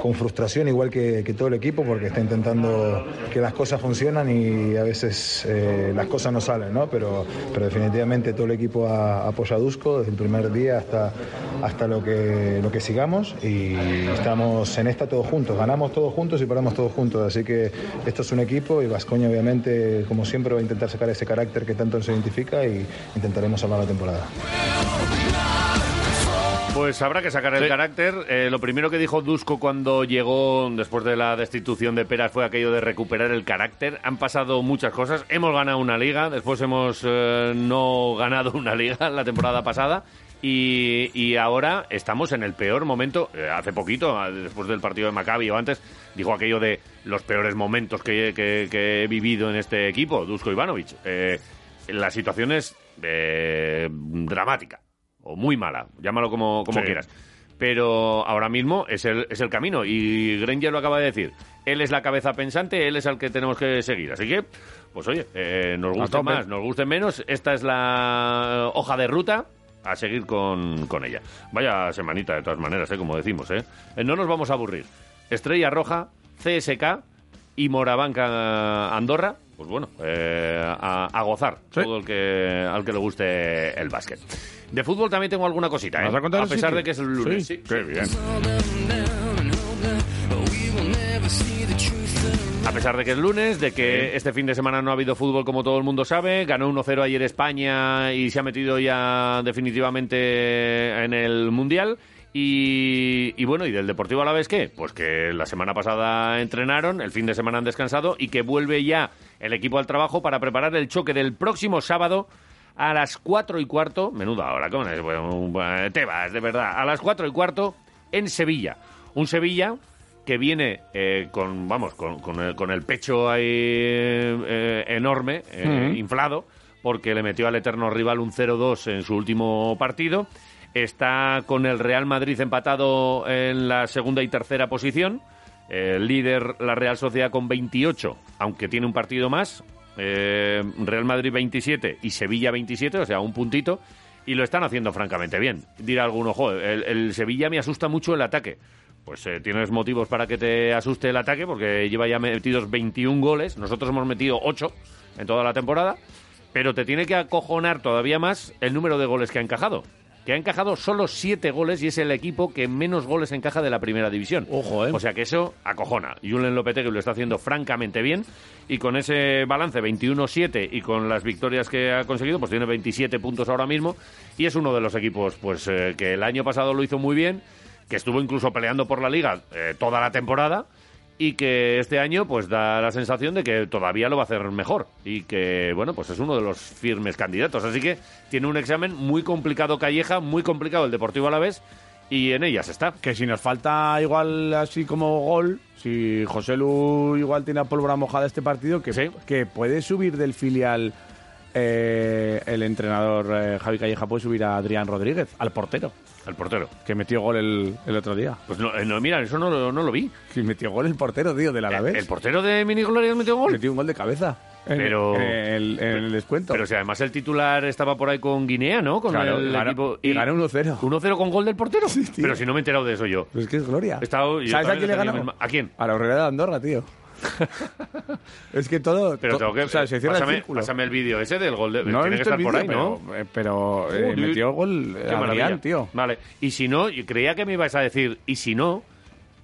Speaker 8: con frustración, igual que, que todo el equipo, porque está intentando que las cosas funcionan y a veces eh, las cosas no salen, ¿no? Pero, pero definitivamente todo el equipo a- apoya a Dusko desde el primer día hasta, hasta lo, que, lo que sigamos y estamos en esta todos juntos, ganamos todos juntos y paramos todos juntos, así que esto es un equipo y Vascoña obviamente como siempre va a intentar sacar ese carácter que tanto nos identifica y intentaremos salvar la temporada.
Speaker 2: Pues habrá que sacar el
Speaker 9: Sí.
Speaker 2: carácter. Eh, lo primero que dijo Dusko cuando llegó después de la destitución de Peras fue aquello de recuperar el carácter. Han pasado muchas cosas. Hemos ganado una liga, después hemos eh, no ganado una liga la temporada pasada. Y, y ahora estamos en el peor momento. Eh, hace poquito, a- después del partido de Maccabi o antes, dijo aquello de los peores momentos que, que- que he vivido en este equipo, Dusko Ivanovic. Eh, la situación es eh, dramática o muy mala, llámalo como, como
Speaker 9: Sí.
Speaker 2: quieras. Pero ahora mismo es el, es el camino y Granger lo acaba de decir. Él es la cabeza pensante, él es al que tenemos que seguir. Así que, pues oye, eh, nos guste
Speaker 3: tope.
Speaker 2: más, nos guste menos, esta es la hoja de ruta a seguir con, con ella. Vaya semanita de todas maneras, ¿eh? como decimos. ¿eh? Eh, No nos vamos a aburrir. Estrella Roja, CSK y Morabanca Andorra. Pues bueno, eh, a, a gozar
Speaker 3: Sí.
Speaker 2: todo el que, al que le guste el básquet. De fútbol también tengo alguna cosita, ¿eh?
Speaker 3: ¿Vas a contar el
Speaker 2: pesar
Speaker 3: sitio?
Speaker 2: de que es el lunes.
Speaker 3: Sí.
Speaker 2: Sí,
Speaker 3: Qué bien.
Speaker 2: A pesar de que es lunes, de que este fin de semana no ha habido fútbol como todo el mundo sabe, ganó 1-0 ayer España y se ha metido ya definitivamente en el Mundial. Y, y bueno, ¿y del Deportivo a la vez qué? Pues que la semana pasada entrenaron, el fin de semana han descansado y que vuelve ya el equipo al trabajo para preparar el choque del próximo sábado a las 4 y cuarto, menuda hora, ¿cómo es? Bueno, eh, te vas, de verdad, a las 4 y cuarto en Sevilla. Un Sevilla que viene eh, con, vamos, con, con el, con el pecho ahí eh, enorme, eh, inflado, porque le metió al eterno rival un 0-2 en su último partido. Está con el Real Madrid empatado en la segunda y tercera posición. Eh, líder la Real Sociedad con 28, aunque tiene un partido más. Eh, Real Madrid 27 y Sevilla 27, o sea, un puntito. Y lo están haciendo francamente bien. Dirá alguno, ojo, el, el Sevilla me asusta mucho el ataque. Pues eh, tienes motivos para que te asuste el ataque, porque lleva ya metidos 21 goles. Nosotros hemos metido 8 en toda la temporada. Pero te tiene que acojonar todavía más el número de goles que ha encajado. Que ha encajado solo 7 goles y es el equipo que menos goles encaja de la primera división.
Speaker 9: Ojo, ¿eh?
Speaker 2: O sea que eso acojona. Julen Lopetegui lo está haciendo francamente bien y con ese balance 21-7 y con las victorias que ha conseguido, pues tiene 27 puntos ahora mismo y es uno de los equipos pues eh, que el año pasado lo hizo muy bien, que estuvo incluso peleando por la liga eh, toda la temporada y que este año pues da la sensación de que todavía lo va a hacer mejor y que bueno pues es uno de los firmes candidatos así que tiene un examen muy complicado Calleja muy complicado el Deportivo Alavés y en ellas está
Speaker 3: Que si nos falta igual así como gol, si José Lu igual tiene la pólvora mojada este partido, que,
Speaker 2: Sí.
Speaker 3: que puede subir del filial eh, el entrenador eh, Javi Calleja, puede subir a Adrián Rodríguez, al portero,
Speaker 2: el portero
Speaker 3: que metió gol el, el otro día.
Speaker 2: Pues no, eh, no, mira, eso no, lo- no lo vi.
Speaker 3: Que metió gol el portero, tío,
Speaker 2: El,
Speaker 3: del Alavés.
Speaker 2: el portero de Mini Gloria metió gol.
Speaker 3: Metió un gol de cabeza. En-
Speaker 2: Pero-
Speaker 3: En, el, en el descuento.
Speaker 2: Pero si además el titular estaba por ahí con Guinea, ¿no? Con
Speaker 3: Claro,
Speaker 2: el
Speaker 3: ganó-
Speaker 2: equipo.
Speaker 3: y ganó 1-0.
Speaker 2: 1-0 con gol del portero.
Speaker 3: Sí, tío.
Speaker 2: Pero si no me he enterado de eso yo.
Speaker 3: Pues es que es gloria.
Speaker 2: He estado- yo
Speaker 3: ¿Sabes a
Speaker 2: también
Speaker 3: quién le
Speaker 2: he tenido
Speaker 3: ganamos?
Speaker 2: misma- ¿A quién?
Speaker 3: A la Horrera de Andorra, tío. es que todo.
Speaker 2: Pero
Speaker 3: to-
Speaker 2: tengo que.
Speaker 3: O sea, se cierra
Speaker 2: pásame,
Speaker 3: el círculo.
Speaker 2: pásame el vídeo ese del gol. De,
Speaker 3: No
Speaker 2: tiene
Speaker 3: he
Speaker 2: que
Speaker 3: visto
Speaker 2: estar
Speaker 3: el
Speaker 2: por ahí,
Speaker 3: vídeo,
Speaker 2: ¿no?
Speaker 3: pero, pero, eh,
Speaker 2: Joder.
Speaker 3: metió gol eh,
Speaker 2: Qué maravilla.
Speaker 3: Adrián, tío.
Speaker 2: Vale. Y si no, yo creía que me ibas a decir, y si no,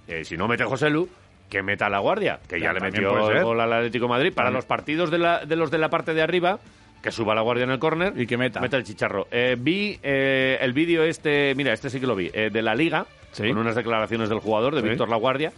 Speaker 2: eh, si no mete José Lu, que meta a la guardia, que ya
Speaker 3: Claro,
Speaker 2: le
Speaker 3: también
Speaker 2: metió
Speaker 3: puede
Speaker 2: el
Speaker 3: ser.
Speaker 2: gol al Atlético de Madrid. Para los partidos de, la- de los de la parte de arriba, que suba la guardia en el córner.
Speaker 3: Y que meta.
Speaker 2: Meta el chicharro. Eh, vi eh, el vídeo este, mira, este sí que lo vi, eh, de la Liga,
Speaker 3: Sí.
Speaker 2: con unas declaraciones del jugador, de
Speaker 3: Sí.
Speaker 2: Víctor La Guardia.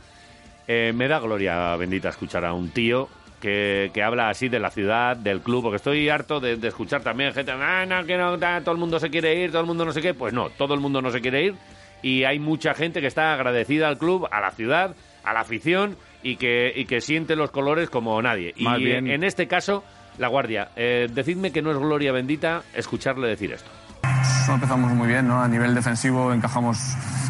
Speaker 2: Eh, me da gloria bendita escuchar a un tío que, que habla así de la ciudad, del club, porque estoy harto de, de escuchar también gente, ah, no, que no, ta, todo el mundo se quiere ir, todo el mundo no sé qué. Pues no, todo el mundo no se quiere ir y hay mucha gente que está agradecida al club, a la ciudad, a la afición y que, y que siente los colores como nadie.
Speaker 3: Más
Speaker 2: y
Speaker 3: bien.
Speaker 2: en este caso, La Guardia, eh, decidme que no es gloria bendita escucharle decir esto.
Speaker 10: No empezamos muy bien, ¿no? A nivel defensivo encajamos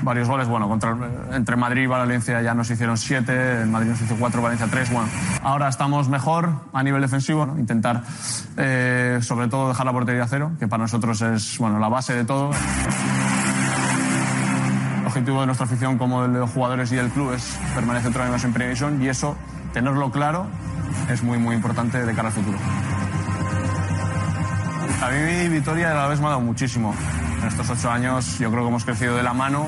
Speaker 10: varios goles. Bueno, contra, entre Madrid y Valencia ya nos hicieron siete, en Madrid nos hizo cuatro, Valencia tres. Bueno, ahora estamos mejor a nivel defensivo, ¿no? Intentar, eh, sobre todo, dejar la portería a cero, que para nosotros es, bueno, la base de todo. El objetivo de nuestra afición, como el de los jugadores y del club, es permanecer otra vez más en Primera División y eso, tenerlo claro, es muy, muy importante de cara al futuro. A mí mi victoria de la vez me ha dado muchísimo. En estos ocho años yo creo que hemos crecido de la mano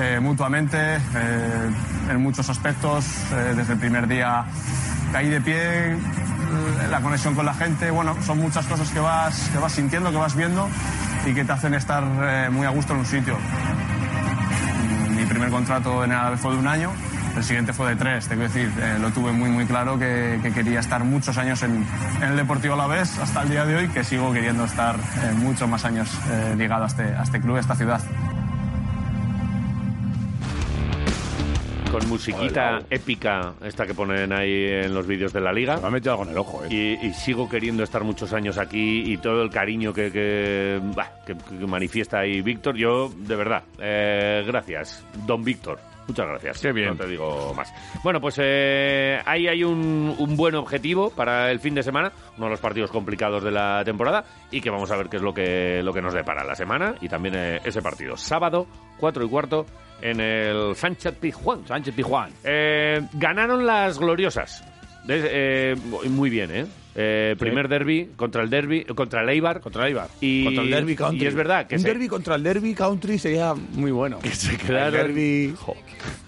Speaker 10: eh, mutuamente, eh, en muchos aspectos. Eh, desde el primer día caí de pie, eh, la conexión con la gente. Bueno, son muchas cosas que vas, que vas sintiendo, que vas viendo y que te hacen estar eh, muy a gusto en un sitio. contrato en el Alavés fue de un año, el siguiente fue de tres. Te quiero decir, eh, lo tuve muy, muy claro que, que quería estar muchos años en, en el Deportivo Alavés hasta el día de hoy, que sigo queriendo estar eh, muchos más años eh, ligado a este, a este club, a esta ciudad.
Speaker 2: Con musiquita épica, esta que ponen ahí en los vídeos de la liga. Me ha metido algo en el ojo, eh. Y, y sigo queriendo estar muchos años aquí y todo el cariño que, que, bah, que- que manifiesta ahí Víctor. Yo, de verdad, eh, gracias, don Víctor. Muchas gracias. Qué bien. No te digo más. Bueno, pues eh, ahí hay un, un buen objetivo para el fin de semana, uno de los partidos complicados de la temporada, y que vamos a ver qué es lo que, lo que nos depara la semana y también eh, ese partido. Sábado, 4 y cuarto, en el Sánchez Pizjuán. Sánchez Pizjuán. ganaron las gloriosas. Des- eh, muy bien, ¿eh? Eh, primer derby contra el derby eh, contra el Eibar contra el Eibar y,
Speaker 3: contra el Derby Country.
Speaker 2: y es verdad que
Speaker 3: un
Speaker 2: se-
Speaker 3: derby contra el Derby Country sería muy bueno. Que se
Speaker 2: quedaron-
Speaker 3: El derby,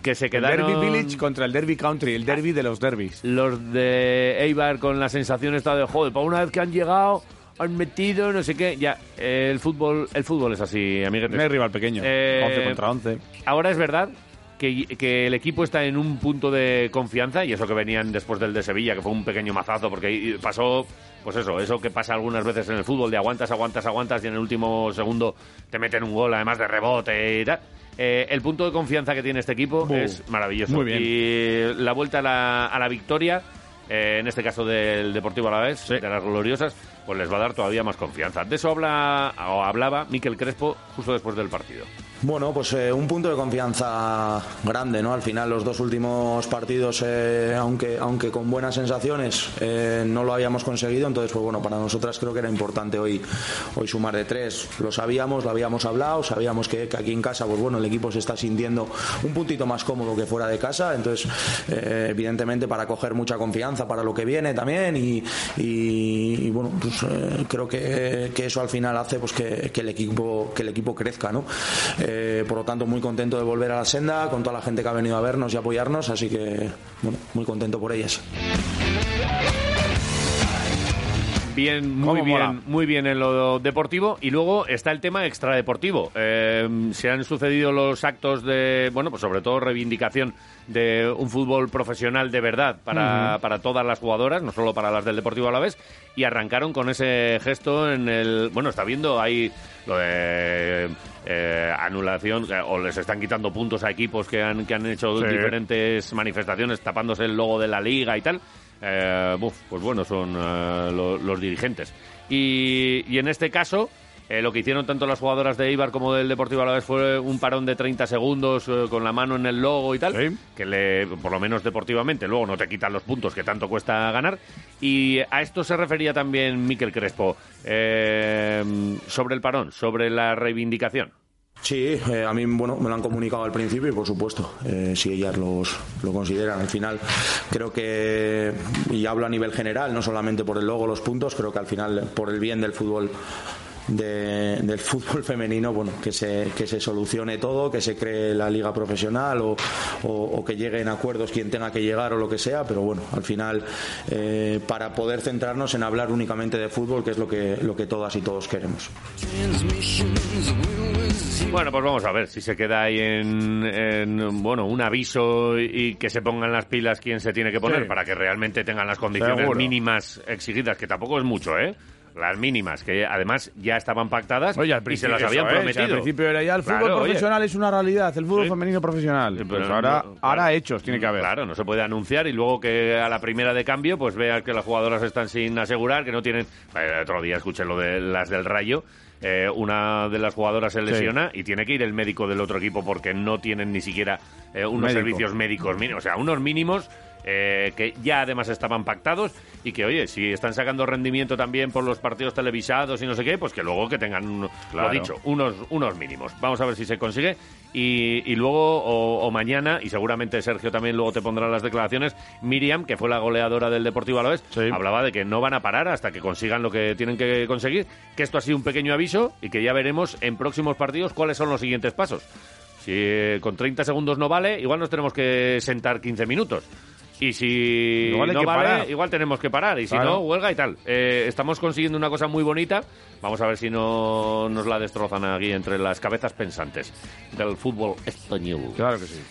Speaker 2: que se
Speaker 3: el
Speaker 2: quedaron
Speaker 3: derby Village contra el Derby Country, el Derby de los derbis.
Speaker 2: Los de Eibar con la sensación esta de joder, para una vez que han llegado, han metido, no sé qué. Ya, eh, el fútbol, el fútbol es así, amiguetes.
Speaker 3: No hay rival pequeño.
Speaker 2: Eh,
Speaker 3: 11 contra 11.
Speaker 2: Ahora es verdad que, que el equipo está en un punto de confianza y eso que venían después del de Sevilla, que fue un pequeño mazazo, porque ahí pasó, pues eso, eso que pasa algunas veces en el fútbol, de aguantas, aguantas, aguantas y en el último segundo te meten un gol, además de rebote y tal. Eh, el punto de confianza que tiene este equipo
Speaker 3: Bu.
Speaker 2: es maravilloso.
Speaker 3: Muy bien.
Speaker 2: Y la vuelta a la, a la victoria, eh, en este caso del Deportivo Alavés, de las gloriosas, pues les va a dar todavía más confianza. De eso habla o hablaba Miquel Crespo justo después del partido.
Speaker 9: Bueno, pues eh, un punto de confianza grande, ¿no? Al final los dos últimos partidos, eh, aunque, aunque con buenas sensaciones, eh, no lo habíamos conseguido. Entonces, pues bueno, para nosotras creo que era importante hoy, hoy sumar de tres. Lo sabíamos, lo habíamos hablado, sabíamos que, que aquí en casa, pues bueno, el equipo se está sintiendo un puntito más cómodo que fuera de casa. Entonces, eh, evidentemente para coger mucha confianza para lo que viene también y, y- y, bueno, pues eh, creo que, que eso al final hace pues que, que el equipo que el equipo crezca, ¿no? Eh, por lo tanto, muy contento de volver a la senda con toda la gente que ha venido a vernos y apoyarnos, así que bueno, muy contento por ellas.
Speaker 2: Bien, muy
Speaker 9: ¿Cómo mola?
Speaker 2: bien, muy bien en lo deportivo. Y luego está el tema extradeportivo. Eh, se han sucedido los actos de, bueno, pues sobre todo reivindicación de un fútbol profesional de verdad para,
Speaker 11: Ujú.
Speaker 2: para todas las jugadoras, no solo para las del Deportivo Alavés. Y arrancaron con ese gesto en el. Bueno, está viendo ahí lo de. eh, anulación eh, o les están quitando puntos a equipos que han, que han hecho
Speaker 3: Sí.
Speaker 2: diferentes manifestaciones tapándose el logo de la liga y tal. Eh, buf, pues bueno, son eh, lo- los dirigentes. Y, y en este caso, eh, lo que hicieron tanto las jugadoras de Ibar como del Deportivo Alavés fue un parón de 30 segundos eh, con la mano en el logo y tal, que le, por lo menos deportivamente, luego no te quitan los puntos que tanto cuesta ganar. Y a esto se refería también Miquel Crespo eh, sobre el parón, sobre la reivindicación.
Speaker 9: Sí, eh, a mí bueno, me lo han comunicado al principio y por supuesto, eh, si ellas los, lo consideran. Al final creo que, y hablo a nivel general, no solamente por el logo, los puntos, creo que al final por el bien del fútbol. de- del fútbol femenino, bueno, que se, que se solucione todo, que se cree la liga profesional o, o- o que lleguen acuerdos quien tenga que llegar o lo que sea, pero bueno, al final eh, para poder centrarnos en hablar únicamente de fútbol, que es lo que, lo que todas y todos queremos.
Speaker 2: Bueno, pues vamos a ver si se queda ahí en, en, bueno, un aviso y, y que se pongan las pilas quien se tiene que poner
Speaker 3: Sí.
Speaker 2: para que realmente tengan las condiciones
Speaker 3: Seguro.
Speaker 2: mínimas exigidas, que tampoco es mucho, ¿eh? Las mínimas, que además ya estaban pactadas
Speaker 3: Oye, al
Speaker 2: y se
Speaker 3: principio,
Speaker 2: las
Speaker 3: eso,
Speaker 2: habían
Speaker 3: ¿eh? Si
Speaker 2: prometido.
Speaker 3: al principio era ya el fútbol
Speaker 2: Claro, oye.
Speaker 3: profesional es una realidad, el fútbol femenino profesional.
Speaker 2: Pero
Speaker 3: Pues
Speaker 2: no-
Speaker 3: ahora,
Speaker 2: claro.
Speaker 3: ahora hechos tiene que haber.
Speaker 2: Claro, no se puede anunciar y luego que a la primera de cambio, pues veas que las jugadoras están sin asegurar, que no tienen. Eh, otro día escuché lo de las del Rayo. eh, una de las jugadoras se
Speaker 3: Sí.
Speaker 2: lesiona y tiene que ir el médico del otro equipo porque no tienen ni siquiera eh, unos
Speaker 3: Médico.
Speaker 2: servicios médicos mínimos, o sea, unos mínimos eh, que ya además estaban pactados y que, oye, si están sacando rendimiento también por los partidos televisados y no sé qué, pues que luego que tengan, un-
Speaker 3: Claro.
Speaker 2: lo dicho, unos, unos mínimos. Vamos a ver si se consigue. Y, y luego, o, o mañana, y seguramente Sergio también luego te pondrá las declaraciones, Miriam, que fue la goleadora del Deportivo Alavés, hablaba de que no van a parar hasta que consigan lo que tienen que conseguir, que esto ha sido un pequeño aviso y que ya veremos en próximos partidos cuáles son los siguientes pasos. Si eh, con 30 segundos no vale, igual nos tenemos que sentar 15 minutos. Y si
Speaker 3: Igual hay
Speaker 2: no
Speaker 3: que
Speaker 2: vale,
Speaker 3: parar.
Speaker 2: igual tenemos que parar. Y si
Speaker 3: Claro.
Speaker 2: no, huelga y tal. Eh, estamos consiguiendo una cosa muy bonita. Vamos a ver si no nos la destrozan aquí entre las cabezas pensantes del fútbol español.
Speaker 3: Claro que sí.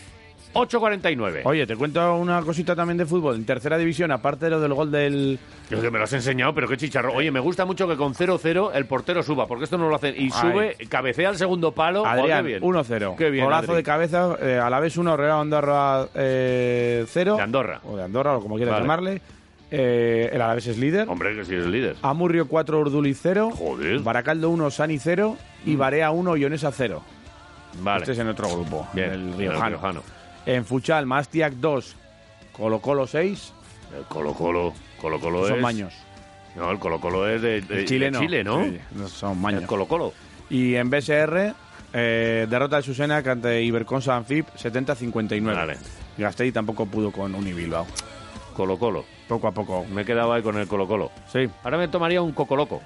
Speaker 2: 8.49.
Speaker 3: Oye, te cuento una cosita también de fútbol. En tercera división, aparte de lo del gol del...
Speaker 2: Yo que me lo has enseñado, pero qué chicharro. Oye, me gusta mucho que con 0-0 el portero suba, porque esto no lo hacen. Y sube, cabecea al segundo palo. Oh, qué
Speaker 3: Adrián,
Speaker 2: bien.
Speaker 3: 1-0.
Speaker 2: Qué bien,
Speaker 3: Golazo
Speaker 2: Adri.
Speaker 3: de cabeza, eh, a la vez 1, Real Andorra 0. de
Speaker 2: Andorra.
Speaker 3: O de Andorra, o como quieras
Speaker 2: Vale.
Speaker 3: llamarle. Eh, el Alavés es líder.
Speaker 2: Hombre, que si eres líder.
Speaker 3: Amurrio 4, Urduliz 0. Baracaldo 1, Sani 0. Y Barea 1, Ionesa 0.
Speaker 2: Mm. Vale.
Speaker 3: Este es en otro grupo.
Speaker 2: Bien,
Speaker 3: en
Speaker 2: en
Speaker 3: el
Speaker 2: el
Speaker 3: Riojano.
Speaker 2: Riojano.
Speaker 3: En Fuchal, Mastiac 2, Colo Colo 6.
Speaker 2: El Colo Colo. Colo Colo
Speaker 3: Son
Speaker 2: es.
Speaker 3: maños.
Speaker 2: No, el Colo Colo es de, Eh, de-
Speaker 3: El chileno.
Speaker 2: de Chile, ¿no?
Speaker 3: Sí, no son maños.
Speaker 2: El Colo Colo.
Speaker 3: Y en BSR, eh, derrota de Susena ante Iberconsa Anfib 70-59. Vale. Gastei tampoco pudo con Unibilbao.
Speaker 2: Colo Colo.
Speaker 3: Poco a poco.
Speaker 2: Me he quedado ahí con el Colo Colo.
Speaker 3: Sí.
Speaker 2: Ahora me tomaría un Coco Loco.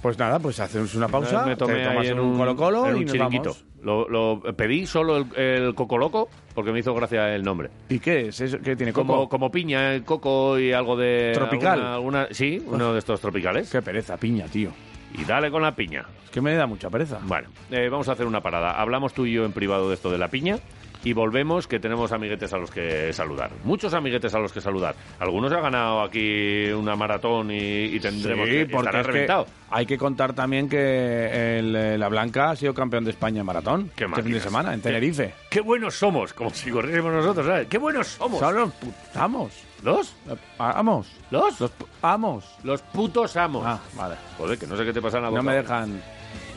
Speaker 3: Pues nada, pues hacemos una pausa.
Speaker 2: Me tomé
Speaker 3: te
Speaker 2: ahí
Speaker 3: tomas
Speaker 2: en
Speaker 3: un Colo Colo
Speaker 2: en
Speaker 3: y
Speaker 2: un
Speaker 3: nos
Speaker 2: chiringuito.
Speaker 3: vamos.
Speaker 2: Lo, lo pedí solo el, el Coco Loco porque me hizo gracia el nombre.
Speaker 3: ¿Y qué es? eso? ¿Qué tiene coco?
Speaker 2: Como, como piña, eh, coco y algo de...
Speaker 3: Tropical.
Speaker 2: alguna- alguna- sí, uno de estos tropicales.
Speaker 3: Qué pereza, piña, tío.
Speaker 2: Y dale con la piña.
Speaker 3: Es que me da mucha pereza.
Speaker 2: Bueno, eh, vamos a hacer una parada. Hablamos tú y yo en privado de esto de la piña y volvemos que tenemos amiguetes a los que saludar. Muchos amiguetes a los que saludar. Algunos ha ganado aquí una maratón y, y tendremos que
Speaker 3: Sí, porque
Speaker 2: estará
Speaker 3: es que
Speaker 2: reventado.
Speaker 3: hay que contar también que el, eh, la Blanca ha sido campeón de España en maratón.
Speaker 2: Qué
Speaker 3: este fin de
Speaker 2: máquinas.
Speaker 3: semana, en
Speaker 2: Qué-
Speaker 3: Tenerife.
Speaker 2: Qué buenos somos, como si corriésemos nosotros, ¿sabes? Qué buenos somos.
Speaker 3: Son los putos amos.
Speaker 2: ¿Los?
Speaker 3: Amos.
Speaker 2: ¿Los?
Speaker 3: Los pu- amos.
Speaker 2: Los putos amos.
Speaker 3: Ah, vale.
Speaker 2: Joder, que no sé qué te pasa en la boca.
Speaker 3: No me dejan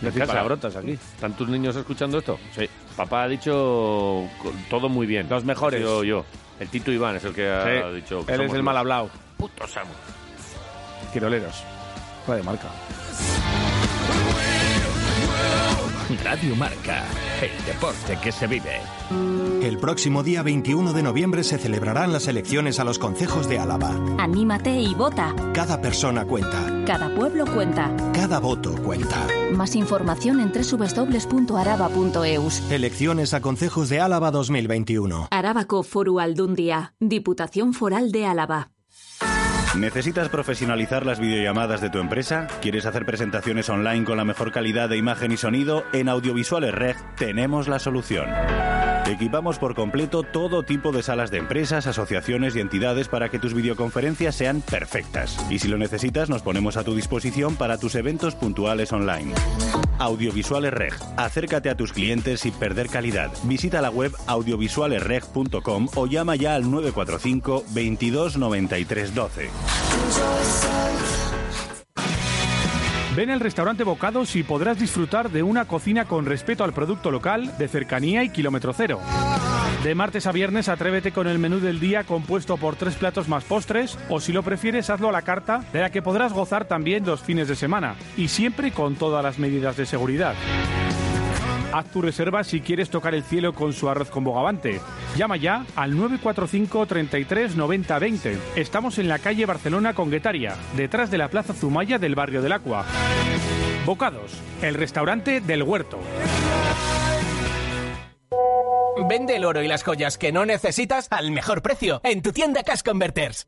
Speaker 3: decir
Speaker 2: casa.
Speaker 3: palabrotas aquí.
Speaker 2: ¿Están tus niños escuchando esto? Sí. Papá ha dicho co- todo muy bien.
Speaker 3: Los mejores.
Speaker 2: He sido yo. El Tito Iván es el que ha
Speaker 3: Sí.
Speaker 2: dicho que
Speaker 3: Él es
Speaker 2: somos
Speaker 3: el mal hablado.
Speaker 2: los putos amos.
Speaker 3: Quiroleros. Fuera de marca.
Speaker 11: Radio Marca, el deporte que se vive.
Speaker 12: El próximo día 21 de noviembre se celebrarán las elecciones a los concejos de Álava.
Speaker 13: Anímate y vota.
Speaker 12: Cada persona cuenta,
Speaker 13: Cada pueblo cuenta.
Speaker 12: cada voto cuenta.
Speaker 13: Más información en www.araba.eus.
Speaker 12: Elecciones a concejos de Álava 2021.
Speaker 13: Arabako Foru Aldundia, Diputación Foral de Álava.
Speaker 14: ¿Necesitas profesionalizar las videollamadas de tu empresa? ¿Quieres hacer presentaciones online con la mejor calidad de imagen y sonido? En Audiovisuales Red tenemos la solución. Equipamos por completo todo tipo de salas de empresas, asociaciones y entidades para que tus videoconferencias sean perfectas. Y si lo necesitas, nos ponemos a tu disposición para tus eventos puntuales online. Audiovisuales Reg. Acércate a tus clientes sin perder calidad. Visita la web audiovisualesreg.com o llama ya al 945 22 93 12.
Speaker 15: Ven al restaurante Bocados y podrás disfrutar de una cocina con respeto al producto local, de cercanía y kilómetro cero. De martes a viernes atrévete con el menú del día compuesto por tres platos más postres o si lo prefieres hazlo a la carta de la que podrás gozar también los fines de semana y siempre con todas las medidas de seguridad. Haz tu reserva si quieres tocar el cielo con su arroz con bogavante. Llama ya al 945 33 90 20. Estamos en la calle Barcelona con Guetaria, detrás de la Plaza Zumaya del barrio del Acua. Bocados, el restaurante del huerto.
Speaker 16: Vende el oro y las joyas que no necesitas al mejor precio en tu tienda Cash Converters.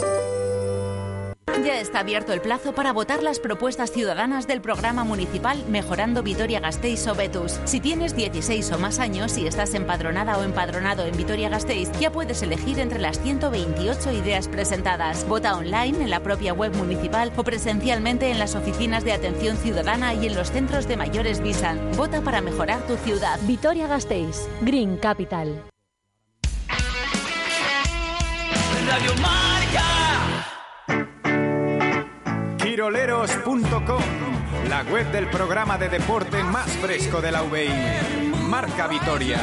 Speaker 17: Ya está abierto el plazo para votar las propuestas ciudadanas del programa municipal Mejorando Vitoria-Gasteiz o Betus. Si tienes 16 o más años y estás empadronada o empadronado en Vitoria-Gasteiz, ya puedes elegir entre las 128 ideas presentadas. Vota online en la propia web municipal o presencialmente en las oficinas de atención ciudadana y en los centros de mayores Visan. Vota para mejorar tu ciudad.
Speaker 13: Vitoria Gasteiz, Green Capital.
Speaker 18: Radio Quiroleros.com, la web del programa de deporte más fresco de la UBI. Marca Vitoria.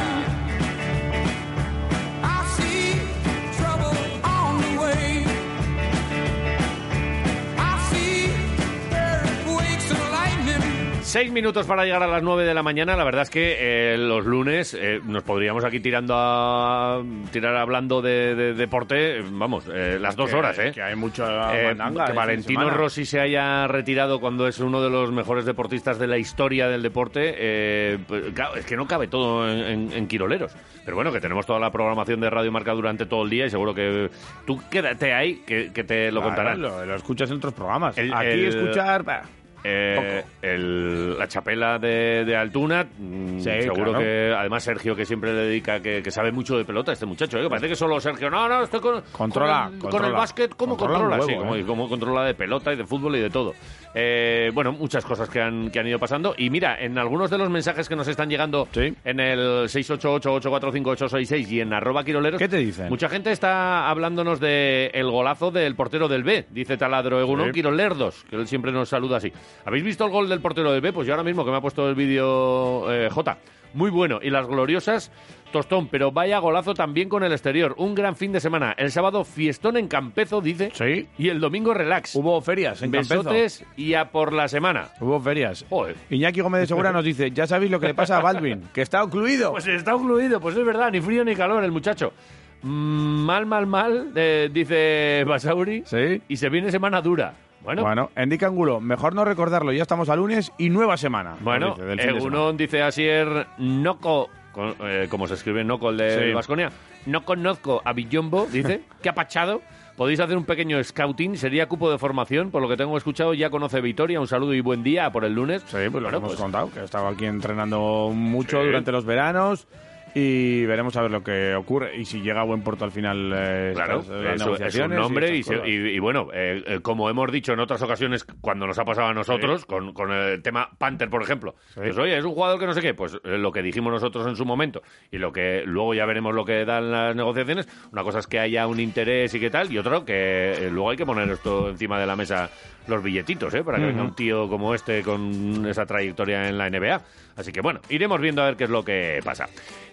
Speaker 2: Seis minutos para llegar a las nueve de la mañana. La verdad es que eh, los lunes eh, nos podríamos aquí tirando a tirar hablando de, de deporte, eh, vamos, eh, las dos
Speaker 3: Que-
Speaker 2: horas, ¿eh?
Speaker 3: que hay mucha
Speaker 2: Eh,
Speaker 3: mandanga
Speaker 2: que
Speaker 3: de fin
Speaker 2: Valentino
Speaker 3: de semana.
Speaker 2: Rossi se haya retirado cuando es uno de los mejores deportistas de la historia del deporte, eh, pues, claro, es que no cabe todo en, en- en Quiroleros. Pero bueno, que tenemos toda la programación de Radio Marca durante todo el día y seguro que tú quédate ahí, que, que te lo
Speaker 3: Claro,
Speaker 2: contarán.
Speaker 3: Lo, lo escuchas en otros programas.
Speaker 2: El-
Speaker 3: Aquí
Speaker 2: el-
Speaker 3: escuchar... bah,
Speaker 2: Eh, el- la chapela de, de Altuna, mm,
Speaker 3: Sí,
Speaker 2: seguro
Speaker 3: claro.
Speaker 2: que además Sergio que siempre le dedica, que, que sabe mucho de pelota este muchacho, ¿eh? Que parece que solo Sergio, no, no, estoy con,
Speaker 3: Controla,
Speaker 2: con, el,
Speaker 3: controla.
Speaker 2: con el básquet, ¿cómo controla?
Speaker 3: Controla un
Speaker 2: Sí,
Speaker 3: huevo,
Speaker 2: como-
Speaker 3: ¿eh?
Speaker 2: como controla de pelota y de fútbol y de todo. Eh, bueno, muchas cosas que han, que han ido pasando. Y mira, en algunos de los mensajes que nos están llegando en el 688-845-866 y en arroba quiroleros... ¿Qué te dicen? Mucha gente está hablándonos de el golazo del portero del B, dice Taladro Eguno
Speaker 3: Sí.
Speaker 2: Quirolerdos, que él siempre nos saluda así. ¿Habéis visto el gol del portero del B? Pues yo ahora mismo que me ha puesto el vídeo eh, J. Muy bueno. Y las gloriosas, Tostón, pero vaya golazo también con el exterior. Un gran fin de semana. El sábado, fiestón en Campezo, dice. Sí. Y el domingo, relax. Hubo ferias
Speaker 3: en Campezo.
Speaker 2: Besotes y a por la semana.
Speaker 3: Hubo ferias.
Speaker 2: Joder.
Speaker 3: Iñaki Gómez de Segura nos dice, ya sabéis lo que le pasa a Baldwin, que está ocluido.
Speaker 2: Pues está incluido, pues es verdad, ni frío ni calor el muchacho. Mm, Mal, mal, mal, eh, dice Basauri. Sí. Y se viene semana dura. Bueno,
Speaker 3: Bueno, Enrique Angulo, mejor no recordarlo, ya estamos a lunes y nueva semana.
Speaker 2: Bueno, eh,
Speaker 3: Nos dice, del fin de semana.
Speaker 2: Egunon dice Asier Noco, con- eh, como se escribe Noco el de
Speaker 3: Sí.
Speaker 2: Vasconia. No conozco a Villombo, dice, que apachado. Podéis hacer un pequeño scouting, sería cupo de formación, por lo que tengo escuchado ya conoce Vitoria, un saludo y buen día por el lunes. Sí,
Speaker 3: pues lo que hemos contado, que he estado aquí entrenando mucho durante los veranos y veremos a ver lo que ocurre y si llega a buen puerto al final. eh,
Speaker 2: Claro,
Speaker 3: estas,
Speaker 2: es,
Speaker 3: eh, las
Speaker 2: un- es un
Speaker 3: negociaciones
Speaker 2: nombre y,
Speaker 3: estas
Speaker 2: se-
Speaker 3: cosas.
Speaker 2: y- y bueno, eh, eh, como hemos dicho en otras ocasiones cuando nos ha pasado a nosotros, con, con el tema Panther, por ejemplo, pues oye, es un jugador que no sé qué, pues eh, lo que dijimos nosotros en su momento y lo que luego ya veremos lo que dan las negociaciones, una cosa es que haya un interés y qué tal, y otro que eh, luego hay que poner esto encima de la mesa los billetitos, ¿eh? Para que venga
Speaker 3: Ujú.
Speaker 2: un tío como este con esa trayectoria en la NBA. Así que bueno, iremos viendo a ver qué es lo que pasa.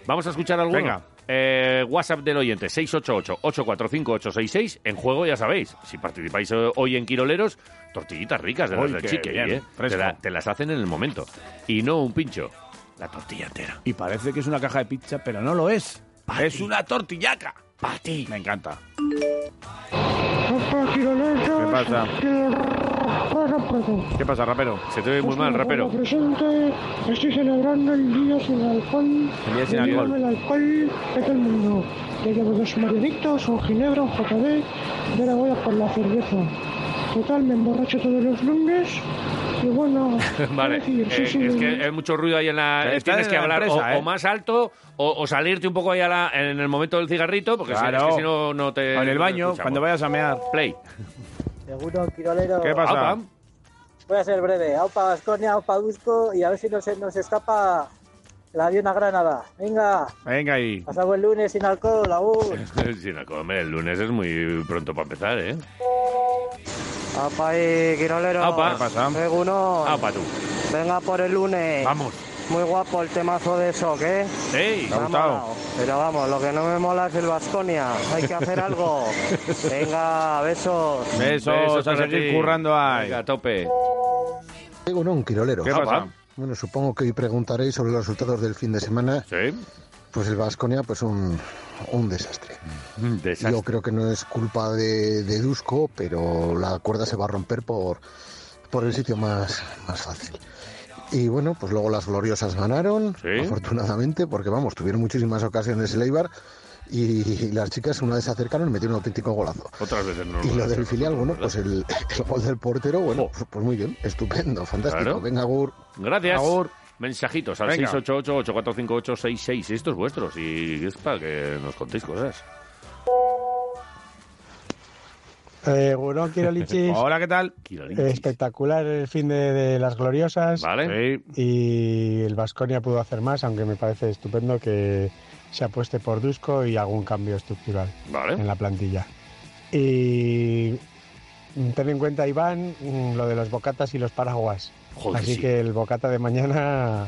Speaker 2: Vamos a escuchar alguno.
Speaker 3: Venga.
Speaker 2: Eh, WhatsApp del oyente 688-845-866. En juego, ya sabéis, si participáis eh, hoy en Quiroleros, tortillitas ricas de las
Speaker 3: Uy,
Speaker 2: del
Speaker 3: qué
Speaker 2: chique.
Speaker 3: bien,
Speaker 2: ¿eh? Te,
Speaker 3: fresco.
Speaker 2: la- te las hacen en el momento. Y no un pincho, la tortilla entera.
Speaker 3: Y parece que es una caja de pizza, pero no lo es. Es una tortillaca. Para ti. Me encanta.
Speaker 19: Opa, Quiroleros,
Speaker 3: ¿Qué pasa?
Speaker 19: que juega poco.
Speaker 3: ¿Qué pasa, rapero? Se te
Speaker 19: Pues como como presente, estoy celebrando el día sin alcohol.
Speaker 3: El día sin
Speaker 19: y
Speaker 3: alcohol.
Speaker 19: llevarme El alcohol de todo el mundo. Yo llevo dos mariditos, un ginebra, un JB, y ahora voy a por la cerveza. Total, me emborracho todos los lunes y bueno...
Speaker 2: Vale,
Speaker 19: quiero decir, sí,
Speaker 2: eh, es
Speaker 19: sí,
Speaker 2: que hay mucho ruido ahí en la...
Speaker 3: Está
Speaker 2: tienes
Speaker 3: en
Speaker 2: que
Speaker 3: la
Speaker 2: hablar
Speaker 3: empresa,
Speaker 2: o,
Speaker 3: ¿eh?
Speaker 2: o más alto o, o salirte un poco ahí a la- en el momento del cigarrito, porque si-
Speaker 3: Claro.
Speaker 2: es que si no, no te...
Speaker 3: O en el
Speaker 2: no te
Speaker 3: baño,
Speaker 2: escuchamos.
Speaker 3: cuando vayas a mear.
Speaker 2: Play.
Speaker 20: Seguro, Quirolero.
Speaker 3: ¿Qué pasa? Apa.
Speaker 20: Voy a ser breve. Aupa Vasconia, aupa Busco y a ver si nos, nos escapa el avión a Granada. Venga,
Speaker 3: Venga ahí.
Speaker 20: pasa buen lunes sin alcohol, aún.
Speaker 2: Sin comer, el lunes es muy pronto para empezar, ¿eh?
Speaker 21: Apa ahí, Quirolero.
Speaker 2: Apa. ¿Qué pasa?
Speaker 21: Egunon.
Speaker 2: Ah, para tú.
Speaker 21: Venga por el lunes.
Speaker 2: Vamos.
Speaker 21: Muy guapo el temazo de eso, ¿qué?
Speaker 2: Sí.
Speaker 21: Me ha molado. Pero vamos, lo que no me mola es el Vasconia. Hay que hacer algo. Venga, besos.
Speaker 3: Besos, a
Speaker 21: para
Speaker 3: seguir
Speaker 21: ti.
Speaker 3: currando ahí.
Speaker 2: Venga, tope.
Speaker 22: Digo, no, un quirolero.
Speaker 3: ¿Qué pasa?
Speaker 22: Ah, Bueno, supongo que hoy preguntaréis sobre los resultados del fin de semana.
Speaker 2: Sí.
Speaker 22: Pues el Vasconia, pues un, un desastre.
Speaker 2: desastre.
Speaker 22: Yo creo que no es culpa de, de Dusko, pero la cuerda se va a romper por, por el sitio más, más fácil. Y bueno, pues luego las gloriosas ganaron, afortunadamente, porque vamos, tuvieron muchísimas ocasiones el Eibar y las chicas una vez se acercaron y metieron un auténtico golazo.
Speaker 2: Otras veces no.
Speaker 22: Y
Speaker 2: lo
Speaker 22: lo del
Speaker 2: hacemos.
Speaker 22: filial, bueno, pues el, el gol del portero, bueno, pues, pues muy bien, estupendo, fantástico.
Speaker 2: Claro.
Speaker 22: Venga, Gur.
Speaker 2: Gracias.
Speaker 22: Agur.
Speaker 2: Mensajitos al
Speaker 22: Venga.
Speaker 2: 688-845-866. Esto es vuestro, y es para que nos contéis cosas.
Speaker 23: Eh, bueno, Kirolichis.
Speaker 3: Hola, ¿qué tal?
Speaker 23: Eh, Espectacular el fin de, de las gloriosas.
Speaker 2: Vale.
Speaker 23: Y el Vasconia pudo hacer más, aunque me parece estupendo que se apueste por Dusko y algún cambio estructural
Speaker 2: Vale.
Speaker 23: en la plantilla. Y mm, ten en cuenta, Iván, mm, lo de los bocatas y los paraguas.
Speaker 2: Joder,
Speaker 23: Así
Speaker 2: sí.
Speaker 23: que el bocata de mañana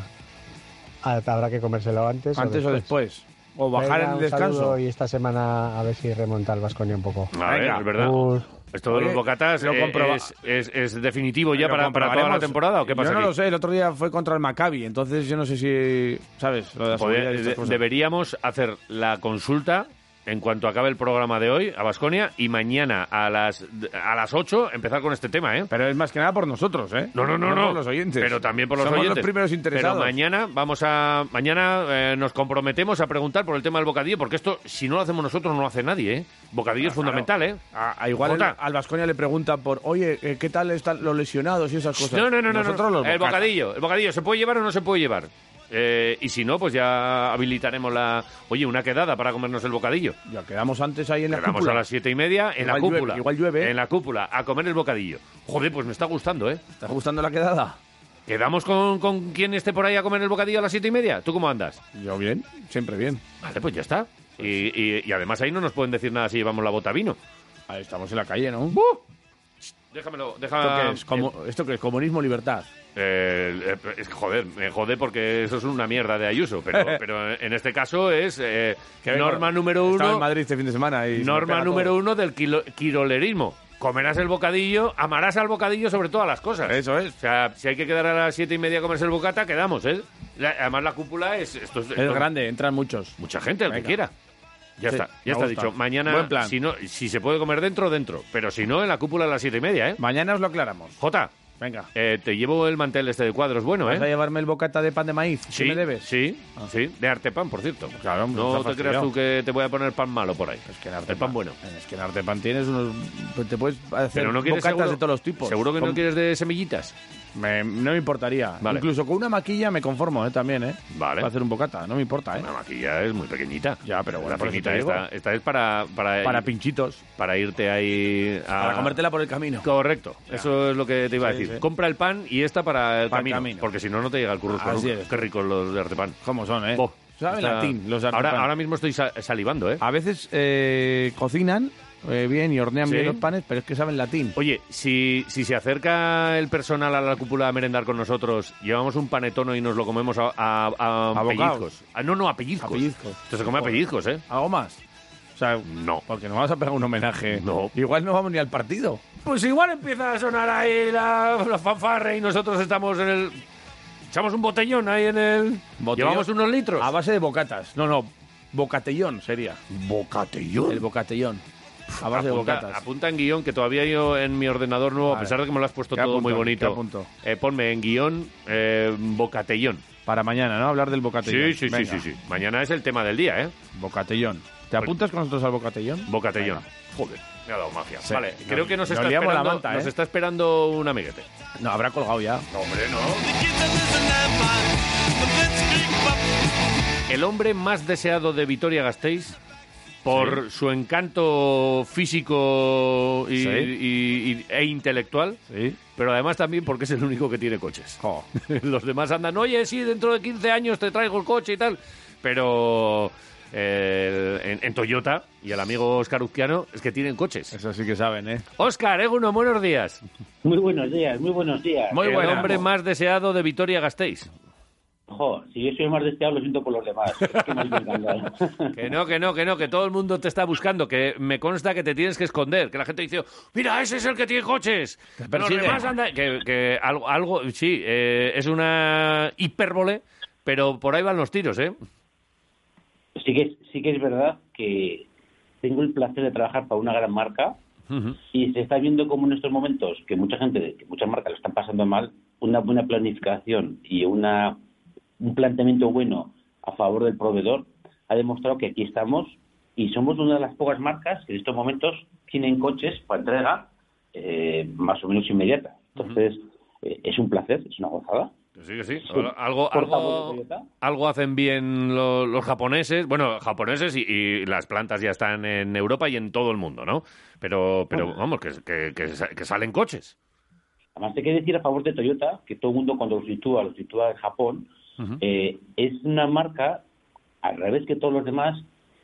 Speaker 23: ah, habrá que comérselo antes.
Speaker 3: Antes o después. O bajar
Speaker 23: Venga,
Speaker 3: en el
Speaker 23: un
Speaker 3: descanso.
Speaker 23: saludo Y esta semana a ver si remonta el Vasconia un poco.
Speaker 2: A ver, es verdad.
Speaker 23: Agur.
Speaker 2: Esto de los
Speaker 3: Oye,
Speaker 2: bocatas
Speaker 3: lo
Speaker 2: eh,
Speaker 3: comproba-
Speaker 2: es, es- es definitivo ya para,
Speaker 3: Lo
Speaker 2: para toda la
Speaker 3: comprobaremos.
Speaker 2: temporada o qué pasa
Speaker 3: Yo no
Speaker 2: aquí?
Speaker 3: lo sé, el otro día fue contra el Maccabi, entonces yo no sé si, ¿sabes? Lo de la
Speaker 2: Poder-
Speaker 3: seguridad y estas
Speaker 2: Pues, eh, de-
Speaker 3: cosas.
Speaker 2: deberíamos hacer la consulta en cuanto acabe el programa de hoy a Basconia y mañana a las a las 8 empezar con este tema, ¿eh?
Speaker 3: Pero es más que nada por nosotros, ¿eh?
Speaker 2: No, no, no,
Speaker 3: No
Speaker 2: no.
Speaker 3: por los oyentes.
Speaker 2: Pero también por los
Speaker 3: Somos los
Speaker 2: oyentes.
Speaker 3: primeros interesados.
Speaker 2: Pero mañana vamos a mañana eh, nos comprometemos a preguntar por el tema del bocadillo porque esto si no lo hacemos nosotros no lo hace nadie, ¿eh? Bocadillo es fundamental, ¿eh?
Speaker 3: A- a Ah, igual el-
Speaker 2: Jota.
Speaker 3: al Vasconia le preguntan por, oye, eh, ¿qué tal están los lesionados y esas cosas?
Speaker 2: No, no, no, no,
Speaker 3: Nosotros
Speaker 2: no.
Speaker 3: los
Speaker 2: el
Speaker 3: bocatas.
Speaker 2: bocadillo, el bocadillo, ¿se puede llevar o no se puede llevar? Eh, y si no, pues ya habilitaremos la... Oye, una quedada para comernos el bocadillo.
Speaker 3: Ya quedamos antes ahí en la
Speaker 2: Quedamos
Speaker 3: cúpula.
Speaker 2: a las siete y media en
Speaker 3: Igual
Speaker 2: la
Speaker 3: llueve-
Speaker 2: cúpula.
Speaker 3: igual llueve.
Speaker 2: En la cúpula, a comer el bocadillo. Joder, pues me está gustando, ¿eh?
Speaker 3: ¿Está gustando la quedada?
Speaker 2: ¿Quedamos con, con quien esté por ahí a comer el bocadillo a las siete y media? ¿Tú cómo andas?
Speaker 3: Yo bien, siempre bien.
Speaker 2: Vale, pues ya está. Y, y- y además ahí no nos pueden decir nada si llevamos la bota vino.
Speaker 3: Ahí estamos en la calle, ¿no?
Speaker 2: Déjamelo,
Speaker 3: ¿Esto
Speaker 2: deja...
Speaker 3: qué es? Como- ¿Esto qué es? ¿Comunismo, libertad?
Speaker 2: Eh, eh, es que, joder, me jode porque eso es una mierda de Ayuso, pero, pero en este caso es eh, norma número
Speaker 3: Estaba en
Speaker 2: uno,
Speaker 3: Madrid este fin de semana y... se me
Speaker 2: norma
Speaker 3: pega
Speaker 2: número uno del quilo- quirolerismo. Comerás el bocadillo, amarás al bocadillo sobre todas las cosas. Eso es. O sea, si hay que quedar a las siete y media a comerse el bocata, quedamos, ¿eh? La- además la cúpula es... Esto,
Speaker 3: todo. Es grande, entran muchos.
Speaker 2: Mucha gente, el que
Speaker 3: Venga.
Speaker 2: quiera. Ya
Speaker 3: Sí,
Speaker 2: está,
Speaker 3: me
Speaker 2: ya está
Speaker 3: gusta.
Speaker 2: dicho. Mañana,
Speaker 3: Buen plan.
Speaker 2: Si, no, si se puede comer dentro, dentro. Pero si no, en la cúpula a las siete y media, ¿eh?
Speaker 3: Mañana os lo aclaramos.
Speaker 2: Jota,
Speaker 3: Venga.
Speaker 2: eh, te llevo el mantel este de cuadros, bueno, ¿eh?
Speaker 3: ¿Vas a llevarme el bocata de pan de maíz?
Speaker 2: Sí,
Speaker 3: ¿Sí me debes?
Speaker 2: Sí, sí, de Artepan, por cierto.
Speaker 3: Claro, hombre,
Speaker 2: Ah. no
Speaker 3: está
Speaker 2: te creas
Speaker 3: fastidiado.
Speaker 2: tú que te voy a poner pan malo por ahí.
Speaker 3: Es que en
Speaker 2: El pan bueno.
Speaker 3: Es que en Artepan tienes unos... pues Te puedes hacer
Speaker 2: Pero no quieres
Speaker 3: bocatas
Speaker 2: seguro-
Speaker 3: de todos los tipos.
Speaker 2: ¿Seguro que no
Speaker 3: Con-
Speaker 2: quieres de semillitas?
Speaker 3: Me- no me importaría.
Speaker 2: Vale.
Speaker 3: Incluso con una maquilla me conformo, ¿eh? También, ¿eh?
Speaker 2: Vale.
Speaker 3: Para hacer un bocata, no me importa, ¿eh?
Speaker 2: La maquilla es muy pequeñita. Ya, pero
Speaker 3: bueno, por eso
Speaker 2: finita
Speaker 3: te digo.
Speaker 2: esta, esta es para... Para,
Speaker 3: Para
Speaker 2: pinchitos. Para irte ahí a...
Speaker 3: Para comértela por el camino.
Speaker 2: Correcto, eso es lo que te iba a
Speaker 3: Sí,
Speaker 2: decir.
Speaker 3: sí.
Speaker 2: Compra el pan y esta para el
Speaker 3: Para el
Speaker 2: camino,
Speaker 3: camino.
Speaker 2: Porque si no, no te llega el currusco.
Speaker 3: Así
Speaker 2: nunca.
Speaker 3: es.
Speaker 2: Qué ricos los de Artepan.
Speaker 3: ¿Cómo son, eh?
Speaker 2: Bo,
Speaker 3: Saben
Speaker 2: está-
Speaker 3: latín, los de
Speaker 2: ahora,
Speaker 3: Artepan.
Speaker 2: ahora mismo estoy sa- salivando, ¿eh?
Speaker 3: A veces eh, cocinan eh, bien y hornean
Speaker 2: Sí.
Speaker 3: bien los panes, pero es que saben latín.
Speaker 2: Oye, si, si se acerca el personal a la cúpula a merendar con nosotros, llevamos un panetono y nos lo comemos a, a, a
Speaker 3: A bocaos.
Speaker 2: pellizcos. Ah, no, no, a pellizcos.
Speaker 3: A pellizcos.
Speaker 2: Esto se come a
Speaker 3: Joder.
Speaker 2: pellizcos, ¿eh?
Speaker 3: ¿Algo más? O sea,
Speaker 2: no.
Speaker 3: Porque nos vamos a pegar un homenaje.
Speaker 2: No.
Speaker 3: Igual no vamos ni al partido.
Speaker 2: Pues igual empieza a sonar ahí la, la fanfarra y nosotros estamos en el... Echamos un botellón ahí en el... Llevamos unos litros.
Speaker 3: A base de bocatas. No, no. Bocatellón sería.
Speaker 2: ¿Bocatellón?
Speaker 3: El bocatellón. A base de
Speaker 2: Apunta,
Speaker 3: bocatas.
Speaker 2: apunta en guión, que todavía yo en mi ordenador nuevo, a
Speaker 3: Vale.
Speaker 2: pesar de que me lo has puesto
Speaker 3: ¿Qué
Speaker 2: todo
Speaker 3: apunto?
Speaker 2: muy bonito,
Speaker 3: ¿Qué apunto?
Speaker 2: eh, ponme en guión eh, bocatellón.
Speaker 3: Para mañana, ¿no? Hablar del
Speaker 2: Sí,
Speaker 3: bocatellón.
Speaker 2: sí, sí,
Speaker 3: Venga.
Speaker 2: sí, sí. Mañana es el tema del día, ¿eh? Pues-
Speaker 3: Bocatellón. ¿Te apuntas con nosotros al bocatellón?
Speaker 2: Bocatellón.
Speaker 3: Venga.
Speaker 2: Joder, me ha dado mafia.
Speaker 3: Sí.
Speaker 2: vale,
Speaker 3: Nos-
Speaker 2: creo que nos,
Speaker 3: nos
Speaker 2: está
Speaker 3: liamos la
Speaker 2: esperando,
Speaker 3: manta,
Speaker 2: nos
Speaker 3: ¿eh?
Speaker 2: está esperando un amiguete.
Speaker 3: No, habrá colgado ya.
Speaker 2: hombre, no. El hombre más deseado de Vitoria Gasteiz por su encanto físico y-
Speaker 3: Sí.
Speaker 2: y- y- e intelectual, pero además también porque es el único que tiene coches. Los demás andan, oye, sí, dentro de 15 años te traigo el coche y tal, pero eh, en, en Toyota y el amigo Oscar Uzquiano es que tienen coches.
Speaker 3: Eso sí que saben, ¿eh?
Speaker 2: Oscar, Eguno, buenos días.
Speaker 1: Muy buenos días, muy buenos días.
Speaker 2: el hombre más deseado de Vitoria Gasteiz.
Speaker 1: Jo, si yo soy el más deseado, lo siento por los demás. Es que me habéis encantado.
Speaker 2: Que no, que no, que no, que todo el mundo te está buscando, que me consta que te tienes que esconder, que la gente dice, mira, ese es el que tiene coches. Los
Speaker 3: persigue.
Speaker 2: demás andan-". Que, que algo, algo- sí, eh, es una hipérbole, pero por ahí van los tiros, ¿eh?
Speaker 1: sí, que, sí que es verdad que tengo el placer de trabajar para una gran marca y se está viendo como en estos momentos que mucha gente, que muchas marcas lo están pasando mal, una buena planificación y una un planteamiento bueno a favor del proveedor ha demostrado que aquí estamos y somos una de las pocas marcas que en estos momentos tienen coches para entrega eh, más o menos inmediata. Entonces, eh, es un placer, es una gozada.
Speaker 2: Que sí, que sí.
Speaker 1: Sí.
Speaker 2: Algo,
Speaker 1: Por favor,
Speaker 2: algo,
Speaker 1: Toyota.
Speaker 2: algo hacen bien lo- los japoneses. Bueno, japoneses y, y las plantas ya están en Europa y en todo el mundo, ¿no? Pero, pero vamos, que, que- que sa- que salen coches.
Speaker 1: Además, hay que decir a favor de Toyota que todo el mundo cuando lo sitúa, lo sitúa en Japón, Eh, es una marca, al revés que todos los demás,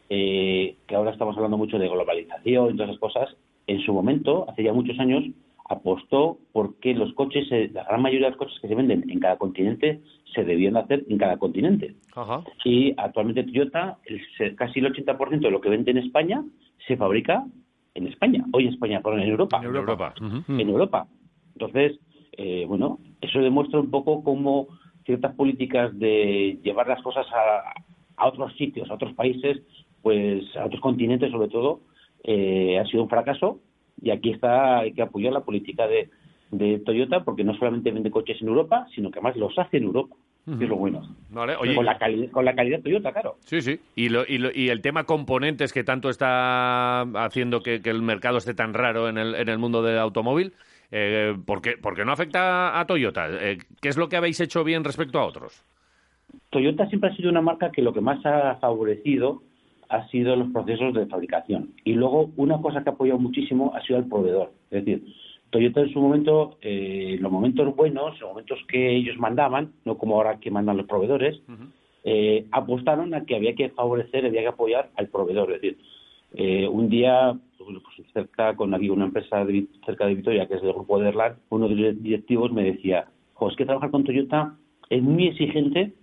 Speaker 1: eh, que ahora estamos hablando mucho de globalización y todas esas cosas, en su momento, hace ya muchos años, apostó porque los coches, eh, la gran mayoría de los coches que se venden en cada continente se debían hacer en cada continente.
Speaker 2: Ajá.
Speaker 1: Y actualmente Toyota, el se- casi el 80% de lo que vende en España se fabrica en España, hoy España, perdón, en Europa. En Europa. En Europa. Entonces, eh, bueno, eso demuestra un poco cómo ciertas políticas de llevar las cosas a, a otros sitios, a otros países, pues a otros continentes sobre todo, eh, ha sido un fracaso y aquí está, hay que apoyar la política de, de Toyota porque no solamente vende coches en Europa, sino que además los hace en Europa, que es lo bueno.
Speaker 2: Vale, Eh, oye.
Speaker 1: Eh, Con, la calidad, con la calidad Toyota, claro.
Speaker 2: Sí, sí. Y, lo- y lo- y el tema componentes que tanto está haciendo que, que el mercado esté tan raro en el, en el mundo del automóvil, eh, ¿por, qué, por qué no afecta a Toyota? Eh, ¿Qué es lo que habéis hecho bien respecto a otros?
Speaker 1: Toyota siempre ha sido una marca que lo que más ha favorecido ha sido los procesos de fabricación. Y luego una cosa que ha apoyado muchísimo ha sido al proveedor. Es decir, Toyota en su momento, eh, en los momentos buenos, en los momentos que ellos mandaban, no como ahora que mandan los proveedores, eh, apostaron a que había que favorecer, había que apoyar al proveedor. Es decir, eh, un día, pues, cerca con aquí una empresa de Vi- cerca de Vitoria, que es del grupo de Erland, uno de los directivos me decía, jo, es que trabajar con Toyota es muy exigente,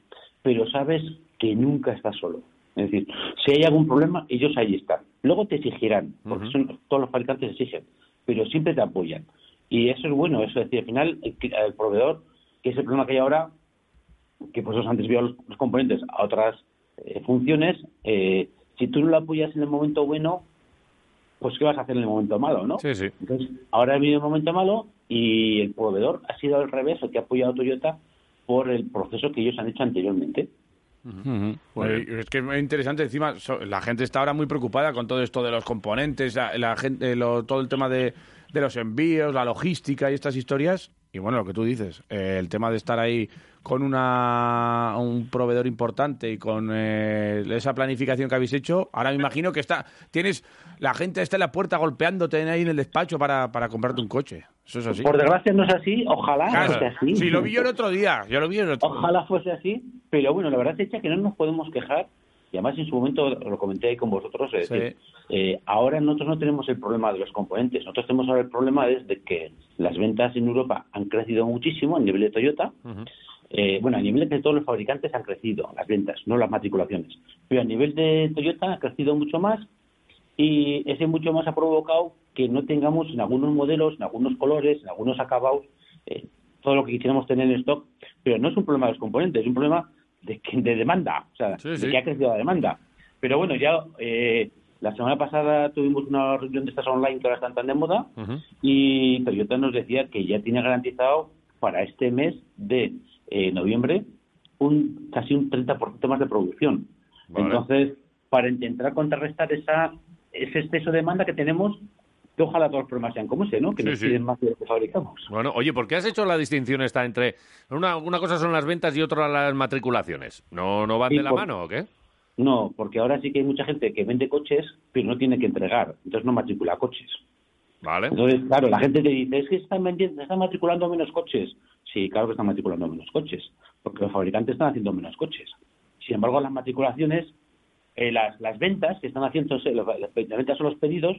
Speaker 1: pero sabes que nunca estás solo. Es decir, si hay algún problema, ellos ahí están. Luego te exigirán, porque son- todos los fabricantes exigen, pero siempre te apoyan. Y eso es bueno, eso es decir, al final, el, cli- el proveedor, que es el problema que hay ahora, que por eso se han desviado los, los componentes a otras eh, funciones, eh, si tú no lo apoyas en el momento bueno, pues ¿qué vas a hacer en el momento malo, no?
Speaker 2: Sí, sí.
Speaker 1: Entonces, ahora ha venido el momento malo y el proveedor ha sido al revés, el que ha apoyado a Toyota por el proceso que ellos han hecho anteriormente.
Speaker 3: Bueno, y Eh, es que es muy interesante, encima so- la gente está ahora muy preocupada con todo esto de los componentes, la, la gente, lo- todo el tema de, de los envíos, la logística y estas historias. Y bueno, lo que tú dices, eh, el tema de estar ahí con una, un proveedor importante y con eh, esa planificación que habéis hecho, ahora me imagino que está, tienes, la gente está en la puerta golpeándote ahí en el despacho para, para comprarte un coche. Eso es así.
Speaker 1: Por desgracia no es así, ojalá
Speaker 3: Claro.
Speaker 1: fuese así.
Speaker 3: Sí, lo vi yo el otro día, yo lo vi el otro día.
Speaker 1: Ojalá fuese así, pero bueno, la verdad es que no nos podemos quejar. Y además en su momento lo comenté ahí con vosotros, es
Speaker 3: Sí.
Speaker 1: decir, eh, ahora nosotros no tenemos el problema de los componentes, nosotros tenemos ahora el problema es de que las ventas en Europa han crecido muchísimo a nivel de Toyota, eh, bueno, a nivel de todos los fabricantes han crecido las ventas, no las matriculaciones, pero a nivel de Toyota ha crecido mucho más y ese mucho más ha provocado que no tengamos en algunos modelos, en algunos colores, en algunos acabados, eh, todo lo que quisiéramos tener en stock, pero no es un problema de los componentes, es un problema de, que- de demanda, o sea, de
Speaker 2: sí.
Speaker 1: que ha crecido la demanda. Pero bueno, ya eh, la semana pasada tuvimos una reunión de estas online que ahora están tan de moda y Toyota nos decía que ya tiene garantizado para este mes de eh, noviembre un casi un 30% más de producción.
Speaker 2: Vale.
Speaker 1: Entonces, para intentar contrarrestar esa ese exceso de demanda que tenemos, que ojalá todos los problemas sean como ese, ¿no? Que
Speaker 2: Sí,
Speaker 1: nos
Speaker 2: sí.
Speaker 1: piden más de lo que fabricamos.
Speaker 2: Bueno, oye, ¿por qué has hecho la distinción esta entre una, una cosa son las ventas y otra las matriculaciones? ¿No, no van
Speaker 1: Sí,
Speaker 2: de la
Speaker 1: por-
Speaker 2: mano o qué?
Speaker 1: No, porque ahora sí que hay mucha gente que vende coches, pero no tiene que entregar, entonces no matricula coches.
Speaker 2: Vale.
Speaker 1: Entonces, claro, la gente te dice, es que están vendiendo, están matriculando menos coches. Sí, claro que están matriculando menos coches, porque los fabricantes están haciendo menos coches. Sin embargo, las matriculaciones, eh, las, las ventas que están haciendo, las, las ventas son los pedidos,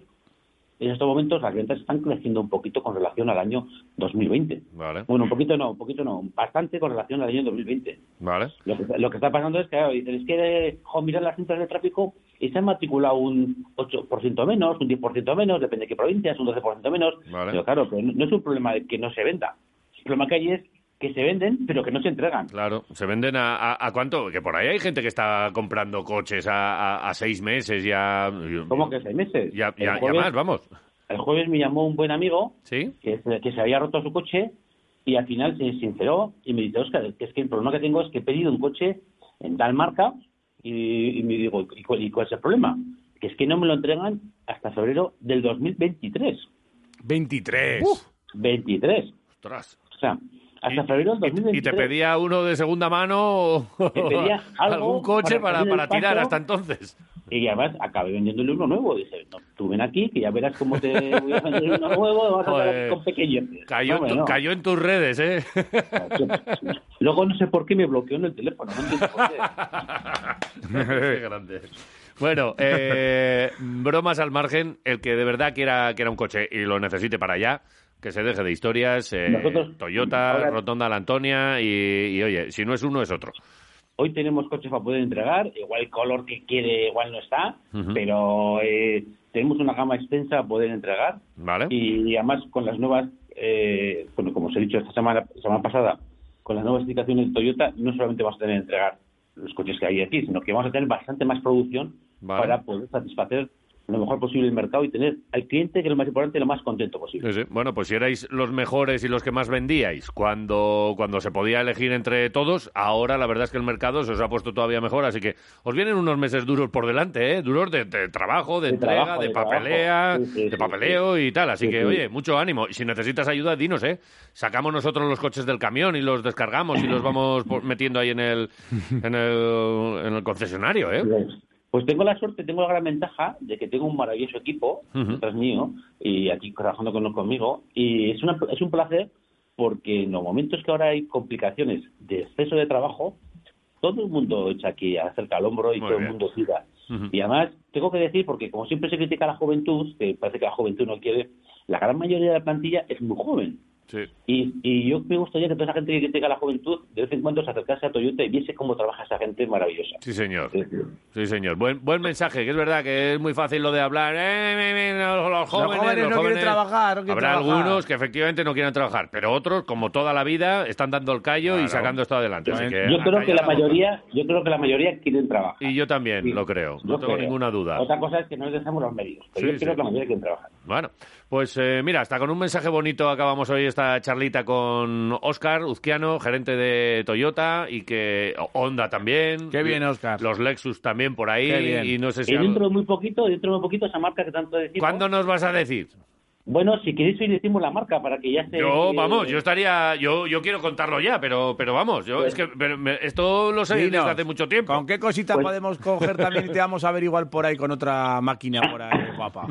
Speaker 1: en estos momentos las ventas están creciendo un poquito con relación al año 2020.
Speaker 2: Vale.
Speaker 1: Bueno, un poquito no, un poquito no, bastante con relación al año 2020.
Speaker 2: Vale.
Speaker 1: Lo que, lo que está pasando es que, claro, dicen, es que, jo, mira las cintas de tráfico y se han matriculado un 8% menos, un 10% menos, depende de qué provincias, un 12% menos.
Speaker 2: Vale.
Speaker 1: Pero claro, pero no, no es un problema de que no se venda. El problema que hay es que se venden, pero que no se entregan.
Speaker 2: Claro, se venden a, a- a cuánto, que por ahí hay gente que está comprando coches a, a- a seis meses ya. eh,
Speaker 1: ¿Cómo que seis meses?
Speaker 2: Ya,
Speaker 1: El
Speaker 2: ya, ya
Speaker 1: jueves-
Speaker 2: más, vamos.
Speaker 1: El jueves me llamó un buen amigo
Speaker 2: ¿Sí?
Speaker 1: que, se- que se había roto su coche y al final se sinceró y me dice, Oscar, que es que el problema que tengo es que he pedido un coche en tal marca y, y me digo, ¿y cuál, y cuál es el problema? Que es que no me lo entregan hasta febrero del 2023.
Speaker 3: ¡23!
Speaker 1: 23.
Speaker 2: Ostras.
Speaker 1: O sea, hasta febrero del 2023.
Speaker 2: Y te pedía uno de segunda mano o
Speaker 1: Te pedía algo
Speaker 2: algún coche para,
Speaker 1: para hacer el
Speaker 2: para tirar
Speaker 1: paso.
Speaker 2: hasta entonces.
Speaker 1: Y además acabé vendiéndole uno nuevo. Dije, no, tú ven aquí que ya verás cómo te Eh, voy a vender uno nuevo, vas a ver
Speaker 2: Joder.
Speaker 1: con pequeño.
Speaker 2: Cayó, en
Speaker 1: Hombre,
Speaker 2: tu-
Speaker 1: no.
Speaker 2: cayó en tus redes, ¿eh?
Speaker 1: Luego no sé por qué me bloqueó en el teléfono. no entiendo por qué.
Speaker 2: Qué grande. Bueno, eh, bromas al margen, el que de verdad quiera, quiera un coche y lo necesite para allá, que se deje de historias, eh,
Speaker 1: Nosotros-
Speaker 2: Toyota,
Speaker 1: ahora-
Speaker 2: Rotonda La Antonia y, y, oye, si no es uno es otro.
Speaker 1: Hoy tenemos coches para poder entregar, igual el color que quiere igual no está,
Speaker 2: Ujú.
Speaker 1: pero eh, tenemos una gama extensa a poder entregar.
Speaker 2: Vale.
Speaker 1: Y, y además con las nuevas, eh, bueno, como os he dicho esta semana, semana pasada, con las nuevas indicaciones de Toyota, no solamente vamos a tener que entregar los coches que hay aquí, sino que vamos a tener bastante más producción
Speaker 2: Vale.
Speaker 1: para poder satisfacer lo mejor posible el mercado y tener al cliente, que es lo más importante, lo más contento posible.
Speaker 2: Sí, sí. Bueno, pues si erais los mejores y los que más vendíais cuando, cuando se podía elegir entre todos, ahora la verdad es que el mercado se os ha puesto todavía mejor, así que os vienen unos meses duros por delante, ¿eh? Duros de, de trabajo, de,
Speaker 1: De
Speaker 2: entrega,
Speaker 1: trabajo,
Speaker 2: de,
Speaker 1: de
Speaker 2: papelea,
Speaker 1: trabajo. Sí, sí,
Speaker 2: de
Speaker 1: sí,
Speaker 2: papeleo
Speaker 1: sí.
Speaker 2: y tal, así
Speaker 1: Sí,
Speaker 2: que
Speaker 1: sí.
Speaker 2: oye, mucho ánimo. Y si necesitas ayuda, dinos, ¿eh? Sacamos nosotros los coches del camión y los descargamos y los vamos por- metiendo ahí en el, en el, en el concesionario, ¿eh?
Speaker 1: Pues tengo la suerte, tengo la gran ventaja de que tengo un maravilloso equipo detrás mío y aquí trabajando con, conmigo. Y es, una, es un placer porque en los momentos que ahora hay complicaciones de exceso de trabajo, todo el mundo echa aquí acerca al hombro y
Speaker 5: Muy
Speaker 1: todo
Speaker 5: bien.
Speaker 1: el mundo tira. Y además, tengo que decir, porque como siempre se critica a la juventud, que parece que la juventud no quiere, la gran mayoría de la plantilla es muy joven.
Speaker 2: Sí.
Speaker 1: Y, y yo me gustaría que toda esa gente que critica a la juventud de vez en cuando se acercase a Toyota y viese cómo trabaja esa gente maravillosa.
Speaker 2: Sí, señor. Sí, señor. Buen, buen mensaje, que es verdad que es muy fácil lo de hablar. "Eh, me, me, no, los jóvenes,
Speaker 3: jóvenes
Speaker 2: los
Speaker 3: no quieren
Speaker 2: jóvenes".
Speaker 3: trabajar, no quieren
Speaker 2: Habrá
Speaker 3: trabajar.
Speaker 2: algunos que efectivamente no quieren trabajar, pero otros, como toda la vida, están dando el callo y sacando esto adelante. Así que,
Speaker 1: yo creo
Speaker 2: a
Speaker 1: que
Speaker 2: callar
Speaker 1: la
Speaker 2: a
Speaker 1: mayoría, yo creo que la mayoría quieren trabajar.
Speaker 2: Y yo también lo creo, no
Speaker 1: Yo
Speaker 2: tengo
Speaker 1: creo.
Speaker 2: ninguna duda.
Speaker 1: Otra cosa es que no les dejemos los medios, pero
Speaker 2: Sí,
Speaker 1: yo creo
Speaker 2: sí.
Speaker 1: que la mayoría quieren trabajar.
Speaker 2: Bueno, pues eh, mira, hasta con un mensaje bonito acabamos hoy esta charlita con Óscar Uzquiano, gerente de Toyota y que Honda también. Qué bien,
Speaker 3: Óscar.
Speaker 2: Los Lexus también por ahí
Speaker 1: Qué bien.
Speaker 2: y no sé si...
Speaker 1: Y
Speaker 2: al-
Speaker 1: dentro de muy poquito, dentro de muy poquito esa marca que tanto decimos.
Speaker 2: ¿Cuándo nos vas a decir?
Speaker 1: Bueno, si queréis hoy decimos la marca para que ya se
Speaker 2: Yo, vamos, yo estaría, yo, yo quiero contarlo ya, pero, pero vamos, yo
Speaker 1: Pues
Speaker 2: es que pero me- esto lo sé
Speaker 3: Dinos,
Speaker 2: desde hace mucho tiempo.
Speaker 3: ¿Con qué cosita
Speaker 2: Pues-
Speaker 3: podemos coger también y te vamos a ver igual por ahí con otra máquina por ahí, guapa?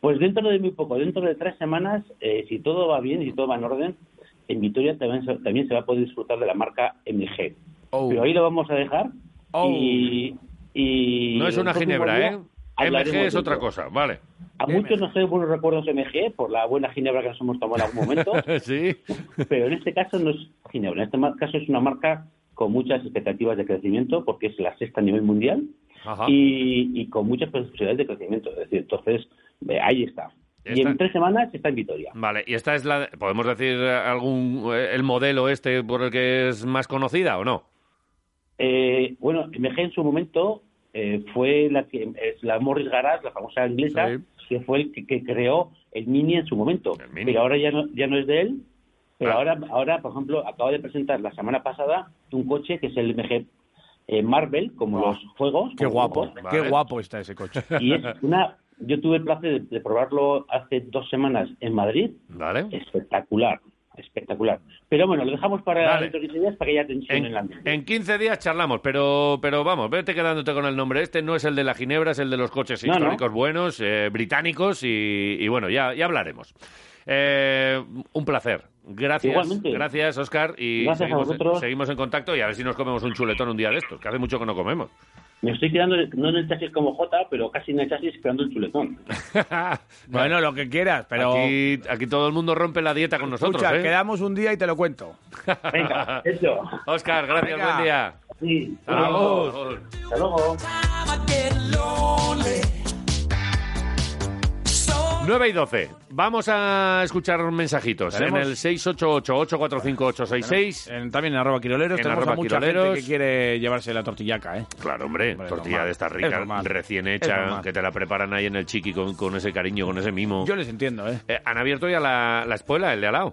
Speaker 1: Pues dentro de muy poco, dentro de tres semanas, eh, si todo va bien, si todo va en orden, en Vitoria también se, también se va a poder disfrutar de la marca MG. Pero ahí lo vamos a dejar.
Speaker 2: Oh.
Speaker 1: Y, y
Speaker 2: No es una
Speaker 1: el próximo
Speaker 2: ginebra,
Speaker 1: día
Speaker 2: ¿eh?
Speaker 1: hablaremos
Speaker 2: MG es
Speaker 1: de
Speaker 2: otra
Speaker 1: ello.
Speaker 2: cosa, vale.
Speaker 1: A muchos nos traen buenos recuerdos de MG por la buena ginebra que nos hemos tomado en algún momento.
Speaker 2: sí.
Speaker 1: Pero en este caso no es ginebra. En este mar- caso es una marca con muchas expectativas de crecimiento porque es la sexta a nivel mundial
Speaker 2: Ajá.
Speaker 1: y, y con muchas posibilidades de crecimiento. Es decir, entonces eh, ahí está. Y
Speaker 2: Está-
Speaker 1: en tres semanas está en Vitoria.
Speaker 2: Vale, y esta es la, podemos decir eh, algún eh, el modelo este por el que es más conocida o no.
Speaker 1: Eh, bueno, MG en su momento eh, fue la que es la Morris Garage, la famosa inglesa, que fue el que, que creó el Mini en su momento. Pero ahora ya no, ya no es de él.
Speaker 3: Ah.
Speaker 1: Pero ahora, ahora, por ejemplo, acabo de presentar la semana pasada un coche que es el MG eh, Marvel, como los juegos.
Speaker 3: Ah. Qué
Speaker 1: como
Speaker 3: guapo,
Speaker 1: juegos.
Speaker 3: qué guapo está ese coche.
Speaker 1: Y es una, yo tuve el placer de, de probarlo hace dos semanas en Madrid. Espectacular, espectacular. Pero bueno, lo dejamos para
Speaker 2: Vale.
Speaker 1: dentro de 15 días para que haya tensión en, la
Speaker 2: En 15 días charlamos, pero pero vamos, vete quedándote con el nombre. Este no es el de la Ginebra, es el de los coches
Speaker 1: No, no.
Speaker 2: históricos buenos, eh, británicos y, y bueno, ya, ya hablaremos. Eh, un placer. Gracias,
Speaker 1: Igualmente.
Speaker 2: gracias, Oscar. Y
Speaker 1: Gracias a
Speaker 2: seguimos,
Speaker 1: vosotros.
Speaker 2: seguimos en contacto y a ver si nos comemos un chuletón un día de estos, que hace mucho que no comemos.
Speaker 1: Me estoy quedando, no en el chasis como J, pero casi en el chasis esperando el chuletón.
Speaker 3: Bueno, lo que quieras, pero...
Speaker 2: Aquí, aquí todo el mundo rompe la dieta con nosotros.
Speaker 3: Escucha,
Speaker 2: ¿eh?
Speaker 3: quedamos un día y te lo cuento.
Speaker 1: Venga, eso.
Speaker 2: Oscar, gracias,
Speaker 3: Venga.
Speaker 2: buen día.
Speaker 1: Sí.
Speaker 2: Hasta luego.
Speaker 1: Hasta luego.
Speaker 2: 9 y 12. Vamos a escuchar mensajitos
Speaker 3: Tenemos-
Speaker 2: en el 688-845-866.
Speaker 3: En- también en arroba quiroleros
Speaker 2: En
Speaker 3: tenemos
Speaker 2: arroba
Speaker 3: a mucha
Speaker 2: quiroleros.
Speaker 3: gente que quiere llevarse la tortillaca, ¿eh?
Speaker 2: Claro, hombre, tortilla
Speaker 3: normal.
Speaker 2: de esta
Speaker 3: Es
Speaker 2: rica,
Speaker 3: normal.
Speaker 2: recién
Speaker 3: Es
Speaker 2: hecha,
Speaker 3: normal.
Speaker 2: que te la preparan ahí en el chiqui con, con ese cariño, con ese mimo.
Speaker 3: Yo les entiendo, ¿eh?
Speaker 2: Eh, han abierto ya la, la espuela, el de al lado.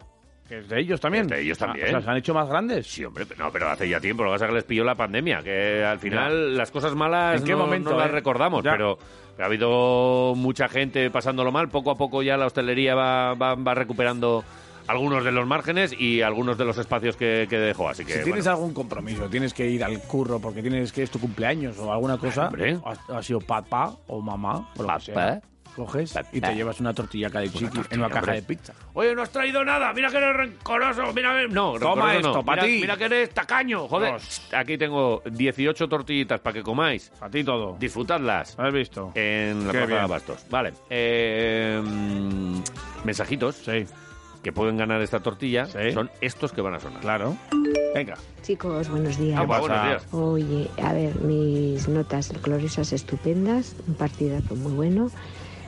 Speaker 3: Que es de ellos también. Ah,
Speaker 2: De ellos también.
Speaker 3: O sea, ¿se han hecho más grandes?
Speaker 2: Sí, hombre, pero- no, pero hace ya tiempo, lo que pasa es que les pilló la pandemia, que al final las cosas malas
Speaker 3: ¿En qué
Speaker 2: no,
Speaker 3: momento,
Speaker 2: no las
Speaker 3: eh?
Speaker 2: recordamos,
Speaker 3: Ya.
Speaker 2: pero ha habido mucha gente pasándolo mal, poco a poco ya la hostelería va, va- va recuperando algunos de los márgenes y algunos de los espacios que, que dejó, así que...
Speaker 3: si tienes algún compromiso, tienes que ir al curro porque tienes que es tu cumpleaños o alguna cosa,
Speaker 2: Hombre.
Speaker 3: ha, ha sido papá o mamá o lo
Speaker 2: Papá.
Speaker 3: que sea, coges y te llevas una tortillaca de chiqui en una caja
Speaker 2: hombre.
Speaker 3: de pizza.
Speaker 2: bueno. Oye, no has traído nada, mira que eres rencoroso, mira... que- No,
Speaker 3: Toma
Speaker 2: rencoroso
Speaker 3: esto,
Speaker 2: no.
Speaker 3: pa'
Speaker 2: Mira-
Speaker 3: ti.
Speaker 2: Mira que eres tacaño, joder. Aquí tengo 18 tortillitas para que comáis.
Speaker 3: A ti todo.
Speaker 2: Disfrutadlas.
Speaker 3: ¿Has visto?
Speaker 2: En la
Speaker 3: Qué
Speaker 2: plaza de
Speaker 3: bien.
Speaker 2: Abastos. Vale. eh, mm, mensajitos. Que pueden ganar esta tortilla son estos que van a sonar.
Speaker 3: Claro. Venga.
Speaker 5: Chicos, buenos días.
Speaker 3: ¿Qué pasa? Buenos días.
Speaker 5: Oye, a ver, mis notas gloriosas estupendas, un partidazo muy bueno,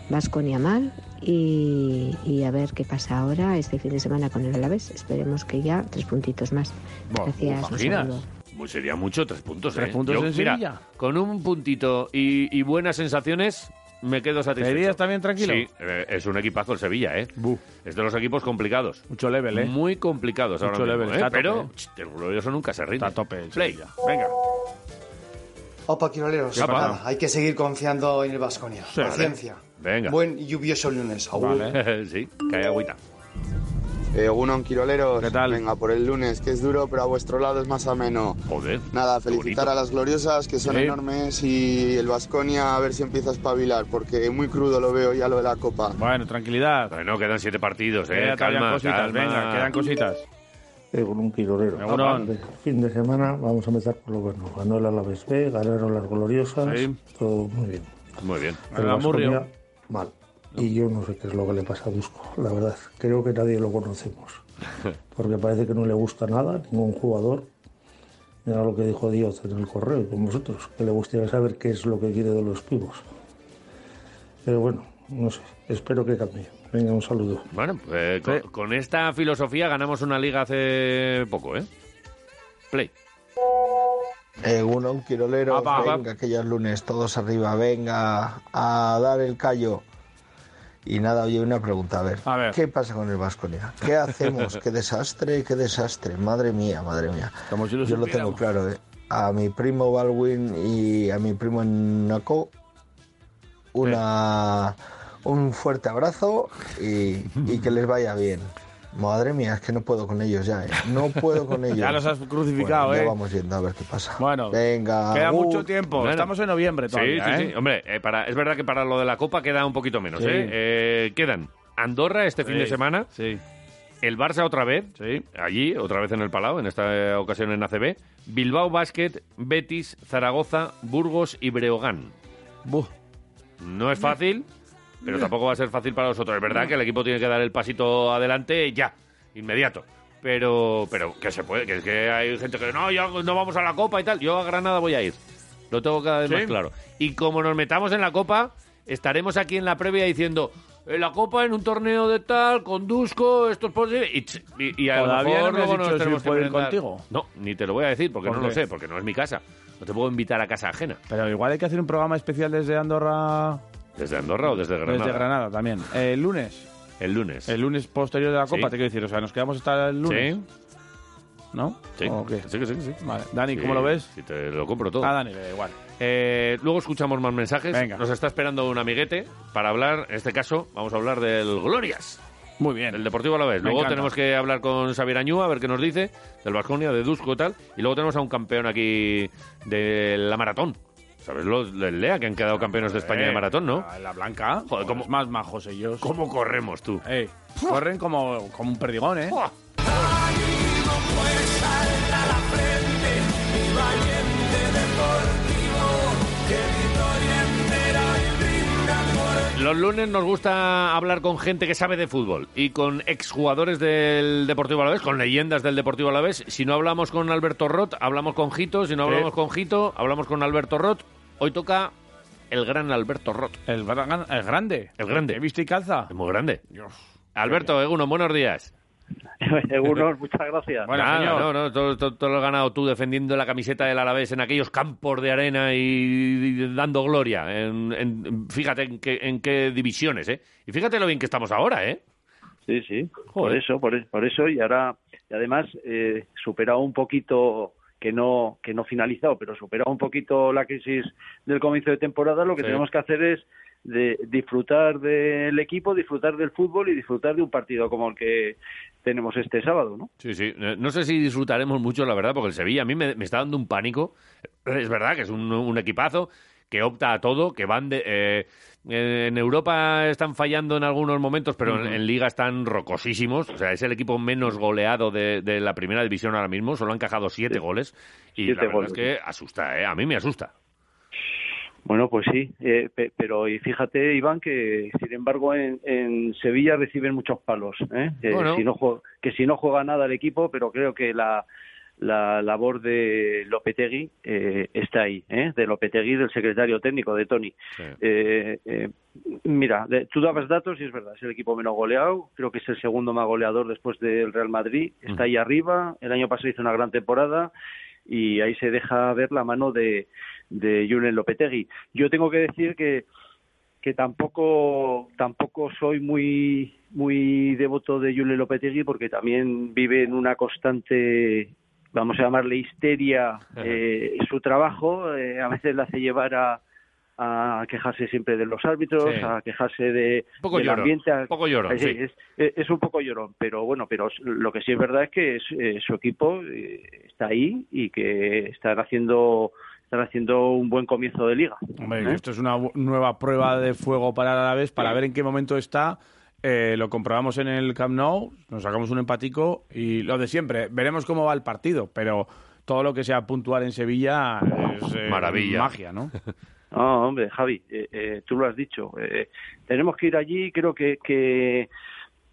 Speaker 5: Vasconia mal y, y a ver qué pasa ahora este fin de semana con el Alavés. Esperemos que ya tres puntitos más.
Speaker 2: Buah,
Speaker 5: Gracias. un
Speaker 2: imaginas?
Speaker 5: saludo.
Speaker 2: Pues sería mucho, tres puntos.
Speaker 3: Tres
Speaker 2: ¿eh?
Speaker 3: puntos en
Speaker 2: mira,
Speaker 3: Sevilla.
Speaker 2: Con un puntito y, y buenas sensaciones, me quedo satisfecho.
Speaker 3: ¿Serías también tranquilo?
Speaker 2: Sí, eh, es un equipazo el Sevilla, ¿eh? Es de los equipos complicados. Mucho level,
Speaker 3: ¿eh?
Speaker 2: Muy complicados ahora
Speaker 3: Mucho
Speaker 2: mismo,
Speaker 3: level,
Speaker 2: ¿eh?
Speaker 3: está a tope,
Speaker 2: Pero
Speaker 3: ¿eh?
Speaker 2: ch, el glorioso nunca se rinde. Está
Speaker 3: tope
Speaker 2: Play.
Speaker 3: Venga.
Speaker 6: Opa, quiroleros.
Speaker 2: ¿Qué ha pasado?
Speaker 6: Nada, hay que seguir confiando en el Vasconia.
Speaker 2: Sí. Vale.
Speaker 6: Paciencia.
Speaker 2: Venga.
Speaker 6: Buen y lluvioso lunes. Agur.
Speaker 2: Vale. sí, cae agüita.
Speaker 7: Eh, Egunon, Quiroleros. Venga, por el lunes, que es duro, pero a vuestro lado es más ameno.
Speaker 2: Joder.
Speaker 7: Nada, felicitar
Speaker 2: bonito.
Speaker 7: a las gloriosas, que son
Speaker 2: Sí.
Speaker 7: enormes, y el Vasconia a ver si empieza a espabilar, porque muy crudo lo veo ya lo de la Copa.
Speaker 3: Bueno, tranquilidad.
Speaker 2: Bueno, quedan siete partidos, ¿eh?
Speaker 3: Queda todavía
Speaker 2: calma,
Speaker 3: cositas,
Speaker 2: calma.
Speaker 3: venga, quedan cositas.
Speaker 24: Eh, con un quirolero.
Speaker 3: Egunon.
Speaker 24: Fin de semana, vamos a empezar por lo bueno. Ganó el Alavés B, ganaron las gloriosas,
Speaker 2: Sí.
Speaker 24: todo muy bien.
Speaker 2: Muy bien.
Speaker 24: El Baskonia, mal. Y yo no sé qué es lo que le pasa a Dusko, la verdad. Creo que nadie lo conocemos, porque parece que no le gusta nada, ningún jugador. Mira lo que dijo Dios en el correo con vosotros, que le gustaría saber qué es lo que quiere de los pibos. Pero bueno, no sé, espero que cambie. Venga, un saludo.
Speaker 2: Bueno, eh, con, con esta filosofía ganamos una liga hace poco, ¿eh? Play.
Speaker 25: Eh, Egunon, Quiroleros,
Speaker 2: Apa, apa.
Speaker 25: venga, que ya es lunes, todos arriba, venga a dar el callo. Y nada, oye, una pregunta, a ver, ¿qué pasa con el Vasconia? ¿Qué hacemos? qué desastre, qué desastre, madre mía, madre mía.
Speaker 3: lo
Speaker 25: Yo lo
Speaker 3: supiéramos.
Speaker 25: tengo claro, ¿eh? a mi primo Balwin y a mi primo Naco, una un fuerte abrazo y, y que les vaya bien. Madre mía, es que no puedo con ellos ya, ¿eh? No puedo con ellos.
Speaker 3: Ya los has crucificado,
Speaker 25: Bueno, ya
Speaker 3: ¿eh?
Speaker 25: vamos yendo a ver qué pasa.
Speaker 3: Bueno,
Speaker 25: Venga.
Speaker 3: Queda
Speaker 25: agur.
Speaker 3: mucho tiempo.
Speaker 2: Bueno.
Speaker 3: Estamos en noviembre todavía,
Speaker 2: sí, sí,
Speaker 3: ¿eh?
Speaker 2: sí. Hombre, eh, para, es verdad que para lo de la Copa queda un poquito menos,
Speaker 3: Sí.
Speaker 2: ¿eh? Eh, Quedan Andorra este fin
Speaker 3: Sí,
Speaker 2: de semana. El Barça otra vez. Allí, otra vez en el Palau, en esta ocasión en ACB. Bilbao Basket, Betis, Zaragoza, Burgos y Breogán. No es fácil, pero tampoco va a ser fácil para nosotros. Es verdad que el equipo tiene que dar el pasito adelante ya, inmediato. Pero, pero que se puede, que es que hay gente que no, yo no vamos a la Copa y tal. Yo a Granada voy a ir. Lo tengo cada vez
Speaker 3: ¿Sí?
Speaker 2: más claro. Y como nos metamos en la Copa, estaremos aquí en la previa diciendo "Eh, la Copa en un torneo de tal, conduzco, esto es posible. Y, ch- y- y a lo
Speaker 3: Todavía
Speaker 2: mejor
Speaker 3: no me has
Speaker 2: luego nos
Speaker 3: dicho si
Speaker 2: tenemos que
Speaker 3: puedo ir
Speaker 2: enfrentar.
Speaker 3: contigo.
Speaker 2: No, ni te lo voy a decir porque
Speaker 3: ¿Por
Speaker 2: no lo
Speaker 3: qué?
Speaker 2: sé, porque no es mi casa. No te puedo invitar a casa ajena.
Speaker 3: Pero igual hay que hacer un programa especial desde Andorra.
Speaker 2: ¿Desde Andorra o desde Granada?
Speaker 3: Desde Granada también. Eh, El lunes.
Speaker 2: El lunes.
Speaker 3: El lunes posterior de la Copa,
Speaker 2: Sí.
Speaker 3: te quiero decir. O sea, nos quedamos hasta el lunes. ¿No?
Speaker 2: Sí.
Speaker 3: ¿O qué?
Speaker 2: sí, que sí, que sí.
Speaker 3: Vale. Dani,
Speaker 2: Sí,
Speaker 3: ¿cómo lo ves?
Speaker 2: sí, te lo compro todo.
Speaker 3: A Dani le da igual.
Speaker 2: Eh, luego escuchamos más mensajes.
Speaker 3: Venga.
Speaker 2: Nos está esperando un amiguete para hablar. En este caso, vamos a hablar del Glorias.
Speaker 3: Muy bien.
Speaker 2: El Deportivo a la vez.
Speaker 3: Me
Speaker 2: Luego
Speaker 3: encanta.
Speaker 2: tenemos que hablar con Xavier Añúa, a ver qué nos dice, del Vasconia, de Dusko y tal. Y luego tenemos a un campeón aquí de la maratón. ¿Sabes los del Lea que han quedado campeones de España de
Speaker 3: Eh,
Speaker 2: maratón, no?
Speaker 3: La blanca.
Speaker 2: Joder,
Speaker 3: como más majos ellos.
Speaker 2: ¿Cómo corremos tú?
Speaker 3: Ey, corren como, como un perdigón, ¿eh?
Speaker 2: Los lunes nos gusta hablar con gente que sabe de fútbol y con exjugadores del Deportivo Alavés, con leyendas del Deportivo Alavés. Si no hablamos con Alberto Roth, hablamos con Jito. Si no
Speaker 3: Sí.
Speaker 2: hablamos con Jito, hablamos con Alberto Roth. Hoy toca el gran Alberto Roth.
Speaker 3: El, gran- el grande.
Speaker 2: El grande.
Speaker 3: ¿He visto y calza?
Speaker 2: Es muy grande. Alberto, Eguno, buenos días.
Speaker 26: Seguros, muchas gracias.
Speaker 2: Nada, no, no, todo, todo- todo lo has ganado tú defendiendo la camiseta del Alavés en aquellos campos de arena y, y dando gloria. En- en- fíjate en qué, en qué divisiones, ¿eh? Y fíjate lo bien que estamos ahora, ¿eh?
Speaker 26: Sí, sí. Por eso, por, por eso y ahora y además eh, superado un poquito que no que no finalizado, pero superado un poquito la crisis del comienzo de temporada, lo que
Speaker 27: Sí.
Speaker 26: tenemos que hacer es de disfrutar del equipo, disfrutar del fútbol y disfrutar de un partido como el que tenemos este sábado, ¿no?
Speaker 2: Sí, sí. Eh, No sé si disfrutaremos mucho, la verdad, porque el Sevilla a mí me, me está dando un pánico. Es verdad que es un, un equipazo que opta a todo, que van de... eh, eh, en Europa están fallando en algunos momentos, pero en,
Speaker 3: Ujú.
Speaker 2: en Liga están rocosísimos. O sea, es el equipo menos goleado de, de la primera división ahora mismo. Solo han encajado siete goles. Y
Speaker 26: Siete
Speaker 2: la verdad
Speaker 26: goles,
Speaker 2: es que asusta, ¿eh? A mí me asusta.
Speaker 26: Bueno, pues sí, eh, pe- pero y fíjate, Iván, que sin embargo en, en Sevilla reciben muchos palos, ¿eh? Que,
Speaker 2: Bueno.
Speaker 26: si no jue- que si no juega nada el equipo, pero creo que la, la labor de Lopetegui eh, está ahí, ¿eh? de Lopetegui, del secretario técnico de Tony. Eh, eh, mira, de- tú dabas datos y es verdad, es el equipo menos goleado, creo que es el segundo más goleador después del Real Madrid, está ahí arriba, el año pasado hizo una gran temporada y ahí se deja ver la mano de, de Julen Lopetegui. Yo tengo que decir que que tampoco tampoco soy muy muy devoto de Julio Lopetegui porque también vive en una constante vamos a llamarle histeria eh, su trabajo eh, a veces le hace llevar a, a quejarse siempre de los árbitros
Speaker 2: Sí.
Speaker 26: a quejarse de
Speaker 2: Un poco
Speaker 26: del
Speaker 2: llorón,
Speaker 26: ambiente a-
Speaker 2: un poco llorón,
Speaker 26: Eh,
Speaker 2: sí.
Speaker 26: es, eh, es un poco llorón pero bueno pero s- lo que sí es verdad es que es- eh, su equipo eh, está ahí y que están haciendo están haciendo un buen comienzo de liga
Speaker 3: Hombre,
Speaker 26: ¿eh?
Speaker 3: que esto es una bu- nueva prueba de fuego para el Alavés para ver en qué momento está. Eh, lo comprobamos en el Camp Nou, nos sacamos un empatico y lo de siempre. Veremos cómo va el partido, pero todo lo que sea puntual en Sevilla es eh,
Speaker 26: Maravilla.
Speaker 3: magia, ¿no?
Speaker 26: No, hombre, Javi, eh, eh, tú lo has dicho. eh, tenemos que ir allí. Creo que, que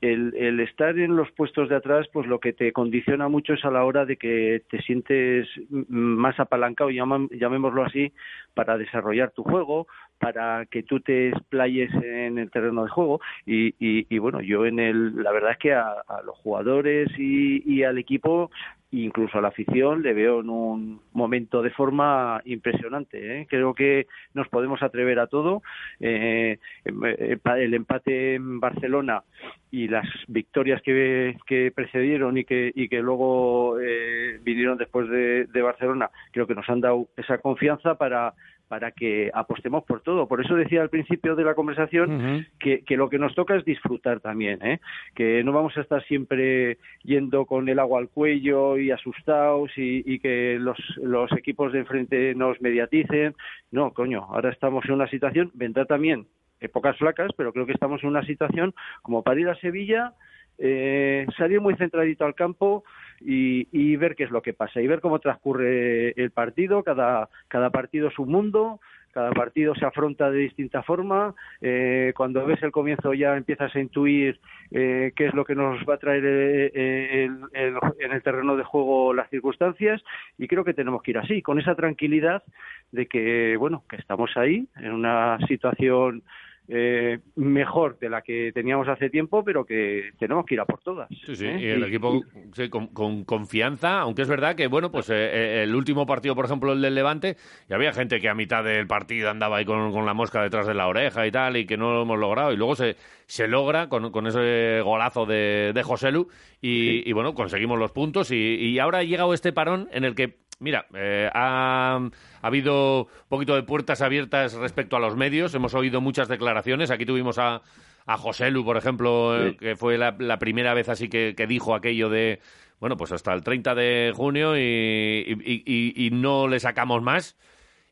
Speaker 26: el, el estar en los puestos de atrás, pues lo que te condiciona mucho es a la hora de que te sientes mm, más apalancado, llama- llamémoslo así, para desarrollar tu juego, para que tú te explayes en el terreno de juego. Y, y- y bueno, yo en el, la verdad es que a, a los jugadores y, y al equipo incluso a la afición le veo en un momento de forma impresionante. ¿eh? Creo que nos podemos atrever a todo. Eh, eh, el empate en Barcelona y las victorias que, que precedieron y que, y que luego eh, vinieron después de, de Barcelona, creo que nos han dado esa confianza para para que apostemos por todo. Por eso decía al principio de la conversación que, que lo que nos toca es disfrutar también, ¿eh? que no vamos a estar siempre yendo con el agua al cuello y asustados y, y que los, los equipos de enfrente nos mediaticen. No, coño, ahora estamos en una situación, vendrá también épocas flacas, pero creo que estamos en una situación como para ir a Sevilla, eh, salir muy centradito al campo y, y ver qué es lo que pasa y ver cómo transcurre el partido. Cada, cada partido es un mundo, cada partido se afronta de distinta forma. eh, cuando ves el comienzo ya empiezas a intuir eh, qué es lo que nos va a traer eh, eh, el- el- en el terreno de juego las circunstancias y creo que tenemos que ir así, con esa tranquilidad de que, bueno, que estamos ahí en una situación eh, mejor de la que teníamos hace tiempo, pero que tenemos que ir a por todas.
Speaker 2: Sí, sí,
Speaker 26: ¿eh?
Speaker 2: y el equipo sí, con, con confianza, aunque es verdad que, bueno, pues eh, eh, el último partido, por ejemplo, el del Levante, y había gente que a mitad del partido andaba ahí con, con la mosca detrás de la oreja y tal, y que no lo hemos logrado, y luego se, se logra con, con ese golazo de, de Joselu, y, y, bueno, conseguimos los puntos, y, y ahora ha llegado este parón en el que... Mira, eh, ha, ha habido un poquito de puertas abiertas respecto a los medios. Hemos oído muchas declaraciones. Aquí tuvimos a, a José Lu, por ejemplo, eh, que fue la, la primera vez así que, que dijo aquello de, bueno, pues hasta el 30 de junio y, y- y- y no le sacamos más.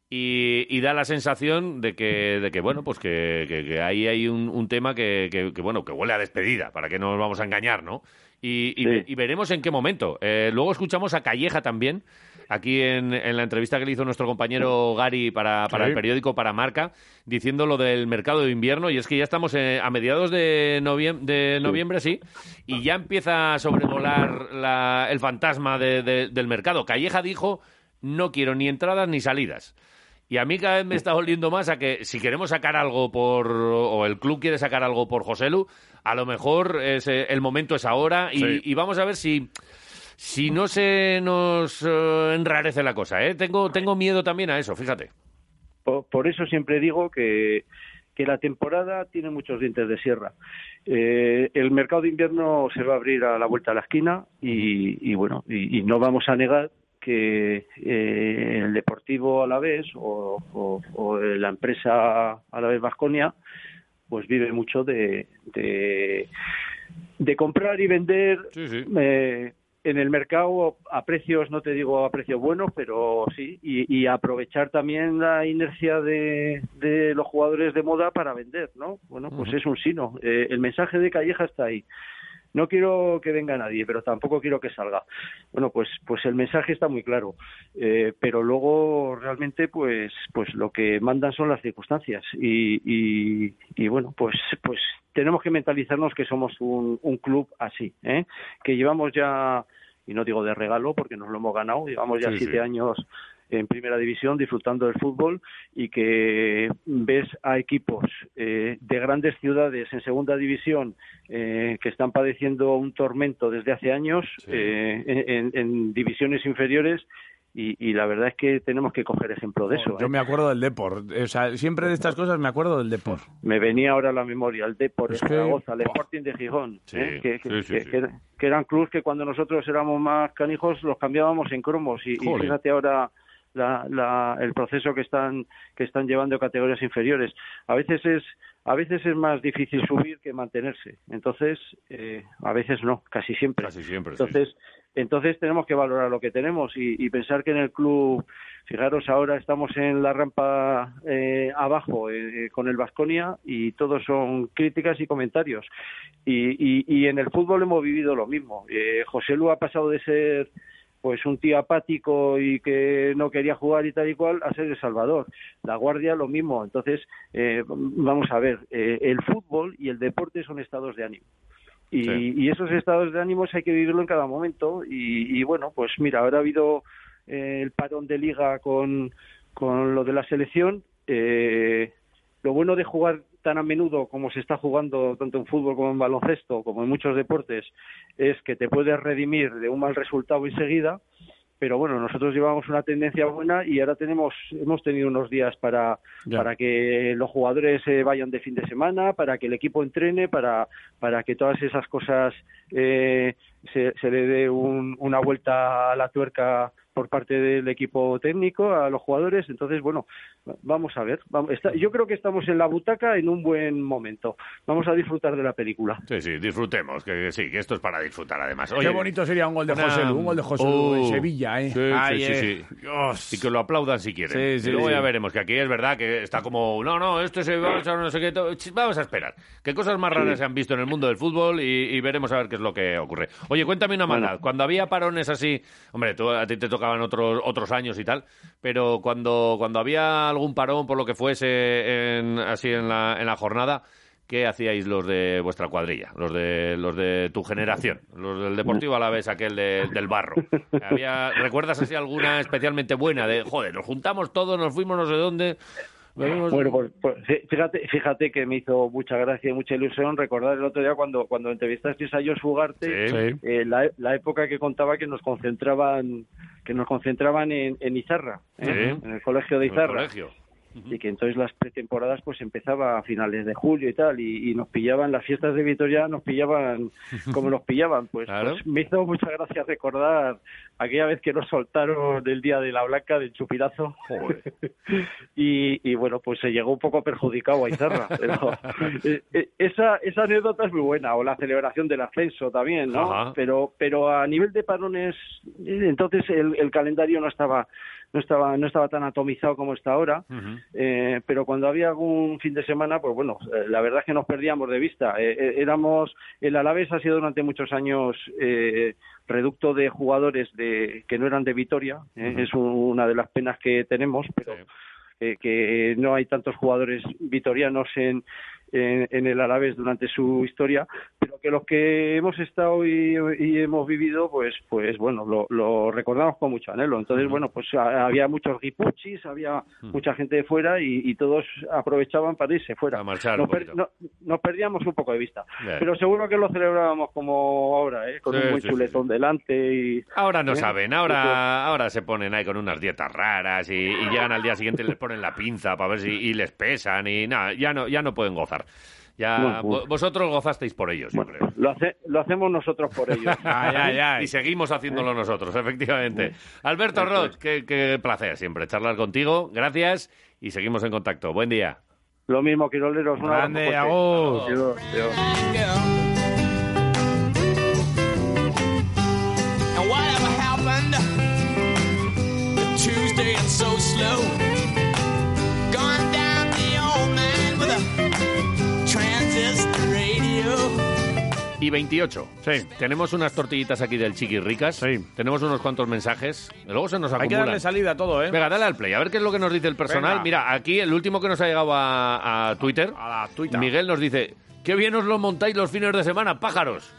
Speaker 2: Y, y da la sensación de que, de que bueno, pues que, que- que ahí hay un, un tema que, que- que, bueno, que huele a despedida, para que no nos vamos a engañar, ¿no? Y, y- y veremos en qué momento. Eh, luego escuchamos a Calleja también, aquí en, en la entrevista que le hizo nuestro compañero Gary para, para
Speaker 3: Sí.
Speaker 2: el periódico periódico para Marca diciendo lo del mercado de invierno y es que ya estamos eh, a mediados de, noviem- de noviembre, sí, y ya empieza a sobrevolar la- el fantasma de- de- del mercado. Calleja dijo, no quiero ni entradas ni salidas. Y a mí cada vez me está oliendo más a que si queremos sacar algo por, o el club quiere sacar algo por Joselu, a lo mejor es, eh, el momento es ahora y,
Speaker 3: Sí.
Speaker 2: y vamos a ver si... Si no se nos eh, enrarece la cosa, ¿eh? Tengo, tengo miedo también a eso, fíjate.
Speaker 26: Por, por eso siempre digo que, que la temporada tiene muchos dientes de sierra. Eh, el mercado de invierno se va a abrir a la vuelta de la esquina y, y bueno, y, y no vamos a negar que eh, el Deportivo Alavés o, o, o la empresa Alavés Vasconia pues vive mucho de, de, de comprar y vender eh, en el mercado a precios, no te digo a precios buenos, pero sí, y, y aprovechar también la inercia de, de los jugadores de moda para vender, ¿no? Bueno, pues
Speaker 8: Ujú.
Speaker 26: es un sino. Eh, el mensaje de Calleja está ahí. No quiero que venga nadie, pero tampoco quiero que salga. Bueno, pues, pues el mensaje está muy claro, Eh, pero luego realmente, pues, pues lo que mandan son las circunstancias y, y- y, bueno, pues, pues tenemos que mentalizarnos que somos un, un club así, ¿eh? que llevamos ya y no digo de regalo porque nos lo hemos ganado, llevamos ya
Speaker 8: Sí,
Speaker 26: siete
Speaker 8: sí.
Speaker 26: años en primera división disfrutando del fútbol y que ves a equipos eh, de grandes ciudades en segunda división eh, que están padeciendo un tormento desde hace años eh, en, en- en divisiones inferiores y, y la verdad es que tenemos que coger ejemplo de eso.
Speaker 3: Yo
Speaker 26: ¿eh?
Speaker 3: me acuerdo del Depor. O sea, siempre de estas cosas me acuerdo del Depor.
Speaker 26: Me venía ahora a la memoria el Depor,
Speaker 3: Es
Speaker 26: el
Speaker 3: que-
Speaker 26: Zaragoza, el Sporting de Gijón,
Speaker 3: Sí,
Speaker 26: ¿eh? que, que-
Speaker 3: sí, sí,
Speaker 26: que-
Speaker 3: sí.
Speaker 26: que- que eran clubes que cuando nosotros éramos más canijos los cambiábamos en cromos y, y
Speaker 8: Jolín.
Speaker 26: fíjate ahora la- la- el proceso que están que están llevando categorías inferiores. A veces es a veces es más difícil subir que mantenerse. Entonces eh, a veces no, casi siempre.
Speaker 2: Casi siempre. sí.
Speaker 26: Entonces, entonces tenemos que valorar lo que tenemos y, y pensar que en el club, fijaros, ahora estamos en la rampa eh, abajo eh, eh, con el Vasconia y todos son críticas y comentarios. Y, y- y en el fútbol hemos vivido lo mismo. Eh, José Lu ha pasado de ser pues un tío apático y que no quería jugar y tal y cual a ser el Salvador. La Guardia lo mismo. Entonces, eh, vamos a ver, eh, el fútbol y el deporte son estados de ánimo. Y,
Speaker 8: Sí.
Speaker 26: y esos estados de ánimos hay que vivirlo en cada momento. Y, y bueno, pues mira, ahora ha habido eh, el parón de liga con, con lo de la selección. Eh, lo bueno de jugar tan a menudo como se está jugando tanto en fútbol como en baloncesto, como en muchos deportes, es que te puedes redimir de un mal resultado enseguida. Pero bueno, nosotros llevamos una tendencia buena y ahora tenemos hemos tenido unos días para,
Speaker 3: Ya.
Speaker 26: para que los jugadores se vayan de fin de semana, para que el equipo entrene, para, para que todas esas cosas eh, se, se le dé un- una vuelta a la tuerca por parte del equipo técnico, a los jugadores. Entonces, bueno, vamos a ver. Vamos- está- yo creo que estamos en la butaca en un buen momento. Vamos a disfrutar de la película.
Speaker 2: Sí, sí, disfrutemos, que, que sí, que esto es para disfrutar además. Oye,
Speaker 3: Qué bonito sería un gol de
Speaker 2: una-
Speaker 3: José Lu, un gol de José Lu en
Speaker 2: Oh,
Speaker 3: Sevilla, ¿eh?
Speaker 2: Sí,
Speaker 3: Ay,
Speaker 2: sí, sí,
Speaker 3: eh.
Speaker 2: sí. Y que lo aplaudan si quieren.
Speaker 3: Sí, sí,
Speaker 2: y luego
Speaker 3: sí.
Speaker 2: ya veremos, que aquí es verdad que está como, no, no, esto se va a echar no sé qué, to- ch- vamos a esperar. ¿Qué cosas más raras se han visto en el mundo del fútbol? Y, y veremos a ver qué es lo que ocurre. Oye, cuéntame una maldad. Cuando había parones así, hombre, tú- a ti te tocaban otros, otros años y tal, pero cuando, cuando había algún parón por lo que fuese en- así en la, en la jornada... ¿Qué hacíais los de vuestra cuadrilla? Los de los de tu generación, los del Deportivo Alavés, aquel de- del barro. Había- ¿Recuerdas así alguna especialmente buena de, joder, nos juntamos todos, nos fuimos no sé dónde? bebimos-
Speaker 26: Bueno, pues, pues, fí- fíjate, fíjate que me hizo mucha gracia y mucha ilusión recordar el otro día cuando, cuando entrevistasteis a Josh Ugarte,
Speaker 8: Sí. Sí.
Speaker 26: eh, la, e- la época que contaba que nos concentraban que nos concentraban en, en Izarra, ¿eh?
Speaker 8: Sí.
Speaker 26: en el colegio de
Speaker 8: En el
Speaker 26: Izarra.
Speaker 8: colegio.
Speaker 26: Y que entonces las pretemporadas pues empezaba a finales de julio y tal, y, y nos pillaban, las fiestas de Vitoria nos pillaban como nos pillaban, pues,
Speaker 2: Claro.
Speaker 26: pues me hizo mucha gracia recordar aquella vez que nos soltaron el día de la blanca del chupirazo. y, y bueno, pues se llegó un poco perjudicado a Izarra. pero, eh, eh, esa, esa anécdota es muy buena, o la celebración del ascenso también, ¿no?
Speaker 8: Ajá.
Speaker 26: Pero, pero a nivel de parones, eh, entonces el, el calendario no estaba, no estaba, no estaba tan atomizado como está ahora. Eh, pero cuando había algún fin de semana, pues bueno, eh, la verdad es que nos perdíamos de vista. Eh, eh, éramos, el Alavés ha sido durante muchos años eh, reducto de jugadores de, que no eran de Vitoria. eh,
Speaker 8: Ujú.
Speaker 26: Es un- una de las penas que tenemos, pero eh, que no hay tantos jugadores vitorianos en, en, en el Alavés durante su historia, pero que los que hemos estado y, y hemos vivido, pues, pues bueno, lo, lo recordamos con mucho anhelo. Entonces, bueno, pues a- había muchos guipuchis, había
Speaker 2: Mm.
Speaker 26: mucha gente de fuera y, y todos aprovechaban para irse fuera.
Speaker 2: un
Speaker 26: nos, per-
Speaker 2: poquito.
Speaker 26: no- nos perdíamos un poco de vista,
Speaker 2: Ya.
Speaker 26: pero seguro que lo celebrábamos como ahora, ¿eh? con
Speaker 2: Sí,
Speaker 26: un buen
Speaker 2: sí, sí,
Speaker 26: chuletón delante. Y,
Speaker 2: Ahora no
Speaker 26: ¿eh?
Speaker 2: saben, ahora, ahora se ponen ahí con unas dietas raras y, y llegan al día siguiente y les ponen la pinza para ver si y les pesan y nada, ya no, ya no pueden gozar. Ya,
Speaker 26: Bueno, pues. bueno.
Speaker 2: vo- vosotros gozasteis por ellos, yo creo.
Speaker 26: Lo, hace- lo hacemos nosotros por ellos.
Speaker 2: Y seguimos haciéndolo nosotros, efectivamente. Alberto Roth, qué, qué placer siempre charlar contigo. Gracias y seguimos en contacto. Buen día.
Speaker 26: Lo mismo, Quiroleros. Pues un abrazo
Speaker 2: Grande,
Speaker 26: fuerte.
Speaker 2: Agus.
Speaker 26: Adiós, adiós.
Speaker 8: And whatever happened to Tuesday and so slow? Gone down the old man with a transistor radio.
Speaker 2: Y 28. Sí. Tenemos unas tortillitas aquí del Chiquirricas. Sí. Tenemos unos cuantos mensajes. Luego se nos
Speaker 3: Hay que
Speaker 2: acumulan.
Speaker 3: darle salida a todo, ¿eh?
Speaker 2: Venga, dale al play, a ver qué es lo que nos dice el personal.
Speaker 3: Venga.
Speaker 2: Mira, aquí el último que nos ha llegado a, a Twitter. Miguel nos dice, qué bien os lo montáis los fines de semana, pájaros.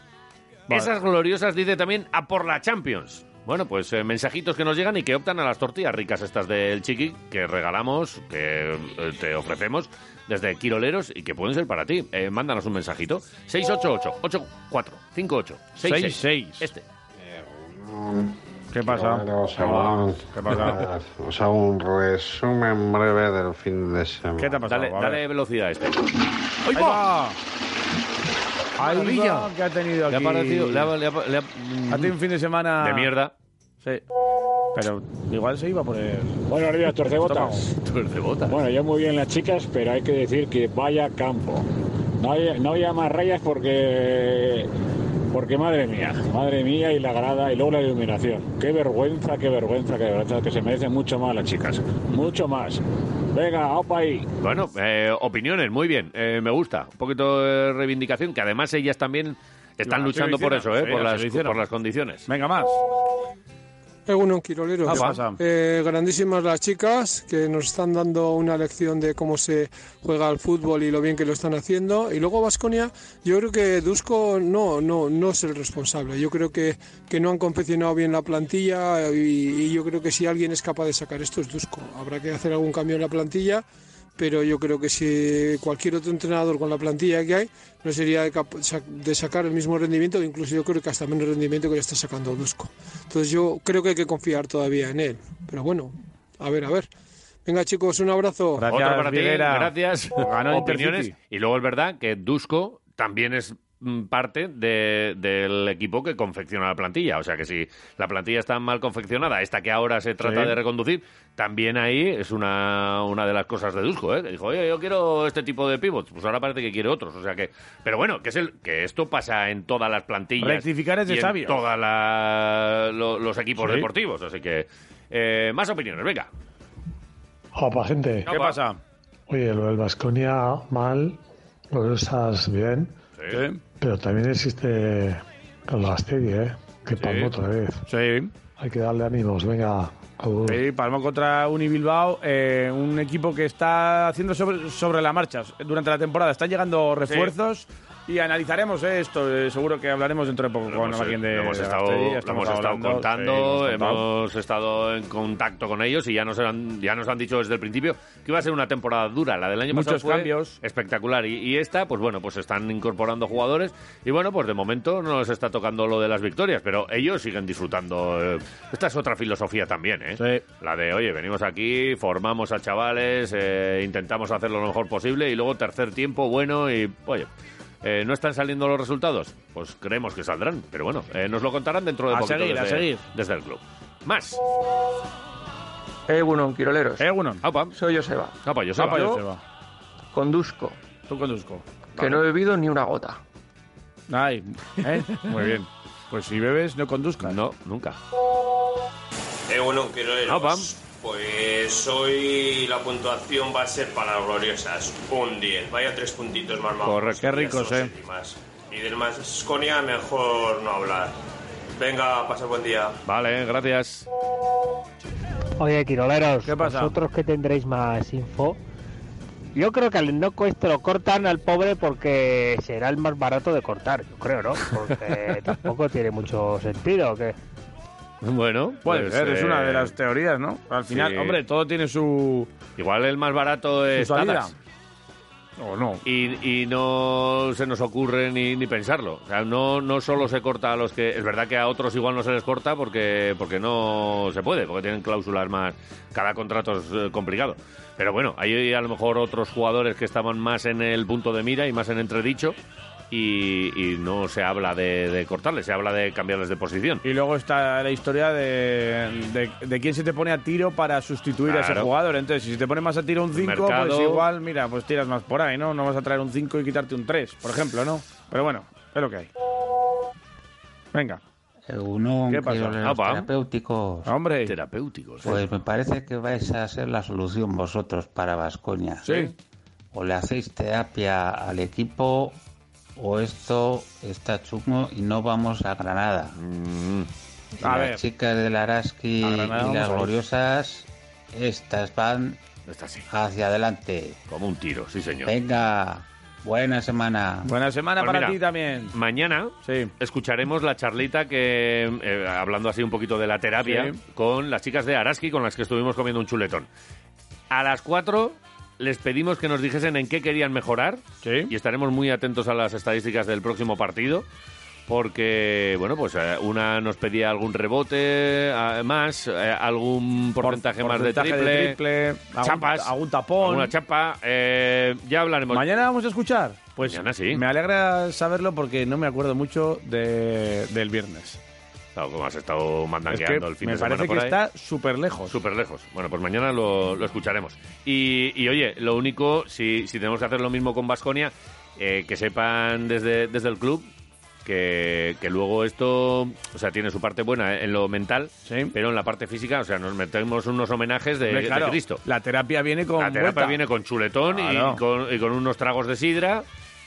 Speaker 2: Esas gloriosas, dice también, a por la Champions. Bueno, pues eh, mensajitos que nos llegan y que optan a las tortillas ricas estas del chiqui que regalamos, que eh, te ofrecemos desde Quiroleros y que pueden ser para ti. Eh, mándanos un mensajito. 688-8458-66.
Speaker 3: 66.
Speaker 2: Este.
Speaker 3: ¿Qué pasa?
Speaker 9: Bueno, os hago,
Speaker 3: ¿Qué pasa?
Speaker 9: os hago un resumen breve del fin de semana.
Speaker 3: ¿Qué te ha pasado?
Speaker 2: Dale,
Speaker 3: A ver.
Speaker 2: dale velocidad a este.
Speaker 3: ¡Ahí va! ¡Ahí
Speaker 2: Maravilla.
Speaker 3: va! que ha tenido
Speaker 2: Le
Speaker 3: aquí?
Speaker 2: ha parecido- le ha- le ha- le ha-
Speaker 3: Ha tenido un fin de semana...
Speaker 2: De mierda.
Speaker 3: Sí. Pero igual se iba por el...
Speaker 10: Buenos días, torcebotas. Bueno, yo muy bien las chicas, pero hay que decir que vaya campo. No hay, no había más rayas porque, porque madre mía, madre mía y la grada y luego la iluminación. Qué vergüenza, qué vergüenza, qué vergüenza, que se merecen mucho más las chicas, mucho más. Venga, opa ahí.
Speaker 2: Bueno, eh, opiniones, muy bien. Eh, me gusta. Un poquito de reivindicación, que además ellas también están
Speaker 3: Lo
Speaker 2: luchando por eso,
Speaker 3: hicieron,
Speaker 2: eh,
Speaker 3: sí,
Speaker 2: por,
Speaker 3: lo
Speaker 2: las,
Speaker 3: hicieron.
Speaker 2: por las condiciones.
Speaker 3: Venga, más.
Speaker 11: Egunon Quiroleros.
Speaker 3: Ah, ¿qué pasa?
Speaker 11: Eh, grandísimas las chicas que nos están dando una lección de cómo se juega al fútbol y lo bien que lo están haciendo. Y luego Vasconia, yo creo que Dusko no, no, no es el responsable. Yo creo que, que no han confeccionado bien la plantilla y, y yo creo que si alguien es capaz de sacar esto es Dusko. Habrá que hacer algún cambio en la plantilla. Pero yo creo que si cualquier otro entrenador con la plantilla que hay no sería capaz de sacar el mismo rendimiento, incluso yo creo que hasta menos rendimiento que le está sacando Dusko. Entonces yo creo que hay que confiar todavía en él. Pero bueno, a ver, a ver. Venga chicos, un abrazo.
Speaker 2: Otro para ti, gracias. Opiniones. Y luego es verdad que Dusko también es mm, parte de- del equipo que confecciona la plantilla. O sea que si la plantilla está mal confeccionada, esta que ahora se trata
Speaker 3: Sí.
Speaker 2: de reconducir, también ahí es una, una de las cosas de Dusko. ¿eh? Que Dijo, oye, yo quiero este tipo de pivots. Pues ahora parece que quiere otros. O sea que, pero bueno, que es el que esto pasa en todas las plantillas.
Speaker 3: Rectificar es de
Speaker 2: y en
Speaker 3: sabios.
Speaker 2: toda la- lo- los equipos
Speaker 3: Sí.
Speaker 2: deportivos. Así que eh, más opiniones. Venga.
Speaker 11: Opa, gente.
Speaker 3: ¿Qué pasa?
Speaker 11: Oye, lo del Vasconia mal, lo de Osas bien,
Speaker 3: Sí.
Speaker 11: pero también existe Calgastegui, ¿eh? Que palmo otra vez.
Speaker 3: Sí.
Speaker 11: Hay que darle ánimos, venga.
Speaker 2: Mm.
Speaker 11: agur.
Speaker 3: Sí, Palmo contra Uni Bilbao, eh, un equipo que está haciendo sobre, sobre la marcha durante la temporada. Están llegando refuerzos y analizaremos eh, esto. Eh, seguro que hablaremos dentro de poco con
Speaker 2: hemos,
Speaker 3: alguien de.
Speaker 2: lo hemos
Speaker 3: de
Speaker 2: estado,
Speaker 3: Gasteiz,
Speaker 2: lo
Speaker 3: estamos
Speaker 2: hemos estado
Speaker 3: hablando, sí, lo
Speaker 2: contando,
Speaker 3: hemos contado.
Speaker 2: hemos estado en contacto con ellos y ya nos han, ya nos han dicho desde el principio que iba a ser una temporada dura. La del año
Speaker 3: Muchos
Speaker 2: pasado fue
Speaker 3: cambios.
Speaker 2: espectacular. Y, y esta, pues bueno, pues están incorporando jugadores. Y bueno, pues de momento no les está tocando lo de las victorias, pero ellos siguen disfrutando. eh. Esta es otra filosofía también, ¿eh? La de, oye, venimos aquí, formamos a chavales, eh, intentamos hacer lo mejor posible y luego tercer tiempo bueno y, oye... eh, ¿No están saliendo los resultados? Pues creemos que saldrán, pero bueno, eh, nos lo contarán dentro de
Speaker 3: A
Speaker 2: poquito
Speaker 3: seguir, a
Speaker 2: desde,
Speaker 3: seguir.
Speaker 2: desde el club. Más.
Speaker 12: Egunon, Quiroleros.
Speaker 14: Eh,
Speaker 3: ¿Eh, Egunon.
Speaker 12: Soy Joseba.
Speaker 2: Apa, Joseba. Apa, Joseba.
Speaker 12: Conduzco,
Speaker 3: Tú conduzco.
Speaker 12: que no he bebido ni una gota.
Speaker 3: Ay, ¿eh? muy bien. Pues si bebes, no conduzcas.
Speaker 2: No, nunca.
Speaker 14: Egunon Quiroleros. Pues hoy la puntuación va a ser para las gloriosas. Un 10. Vaya tres puntitos más más.
Speaker 3: Correcto. Qué ricos, eh.
Speaker 14: Y del Masconia mejor no hablar. Venga, pasa buen día.
Speaker 2: Vale, gracias.
Speaker 12: Oye, Quiroleros,
Speaker 14: ¿Qué pasa?
Speaker 12: vosotros que tendréis más info. Yo creo que al Noco este lo cortan al pobre porque será el más barato de cortar, yo creo, ¿no? Porque tampoco tiene mucho sentido, ¿o qué?
Speaker 2: Bueno,
Speaker 3: Puede
Speaker 2: pues,
Speaker 3: ser, es
Speaker 2: eh,
Speaker 3: una de las teorías, ¿no? Al final,
Speaker 2: sí.
Speaker 3: hombre, todo tiene su. eh,
Speaker 2: Igual el más barato es
Speaker 3: salida.
Speaker 2: Tadas.
Speaker 3: O no.
Speaker 2: Y, y no se nos ocurre ni, ni pensarlo. O sea, no, no solo se corta a los que... Es verdad que a otros igual no se les corta porque, porque no se puede, porque tienen cláusulas más... Cada contrato es eh, complicado. Pero bueno, hay a lo mejor otros jugadores que estaban más en el punto de mira y más en entredicho y, y no se habla de, de cortarles, se habla de cambiarles de posición.
Speaker 3: Y luego está la historia de, de, de quién se te pone a tiro para sustituir a ese
Speaker 2: Claro.
Speaker 3: jugador. Entonces, si se te pone más a tiro un 5, pues
Speaker 2: mercado.
Speaker 3: igual, mira, pues tiras más por ahí, ¿no? No vas a traer un 5 y quitarte un 3, por ejemplo, ¿no? Pero bueno, es lo que hay. Venga.
Speaker 14: Egunon,
Speaker 3: ¿Qué pasa?
Speaker 14: quiroleros
Speaker 3: Ah, va.
Speaker 14: terapéuticos.
Speaker 3: Hombre.
Speaker 2: Terapéuticos.
Speaker 14: Pues me parece que vais a ser la solución vosotros para Vascoña.
Speaker 3: Sí.
Speaker 14: O le hacéis terapia al equipo o esto está chungo y no vamos a Granada. Y
Speaker 3: Mm. A
Speaker 14: las
Speaker 3: ver.
Speaker 14: chicas del Araski
Speaker 3: A
Speaker 14: y
Speaker 3: Granada vamos
Speaker 14: las
Speaker 3: a ir.
Speaker 14: gloriosas, estas van hacia adelante.
Speaker 2: Como un tiro, sí señor.
Speaker 14: Venga,
Speaker 18: Buena semana.
Speaker 3: Buena semana
Speaker 2: Pues
Speaker 3: para
Speaker 2: mira,
Speaker 3: ti también.
Speaker 2: Mañana escucharemos la charlita que, eh, hablando así un poquito de la terapia,
Speaker 3: Sí.
Speaker 2: con las chicas de Araski con las que estuvimos comiendo un chuletón. A las 4 les pedimos que nos dijesen en qué querían mejorar y estaremos muy atentos a las estadísticas del próximo partido. Porque, bueno, pues eh, una nos pedía algún rebote eh, más, eh, algún porcentaje,
Speaker 3: porcentaje
Speaker 2: más
Speaker 3: de triple, algún-
Speaker 2: chapas,
Speaker 3: algún tapón.
Speaker 2: alguna chapa, eh, ya hablaremos.
Speaker 3: Mañana vamos a escuchar. Pues
Speaker 2: Mañana sí.
Speaker 3: me alegra saberlo porque no me acuerdo mucho de- del viernes.
Speaker 2: Claro, como has estado mandangueando
Speaker 3: Es que
Speaker 2: el fin
Speaker 3: me
Speaker 2: de semana
Speaker 3: parece
Speaker 2: por
Speaker 3: que
Speaker 2: ahí.
Speaker 3: está súper lejos.
Speaker 2: Súper lejos. Bueno, pues mañana lo, lo escucharemos. Y, y, oye, lo único, si, si tenemos que hacer lo mismo con Vasconia, que sepan desde, desde el club que, que luego esto, o sea, tiene su parte buena eh, en lo mental, pero en la parte física, o sea, nos metemos unos homenajes de,
Speaker 3: Hombre,
Speaker 2: de
Speaker 3: claro,
Speaker 2: Cristo.
Speaker 3: La terapia viene con
Speaker 2: La terapia
Speaker 3: vuelta.
Speaker 2: viene con chuletón y
Speaker 3: Claro.
Speaker 2: con- y, con, unos tragos de sidra.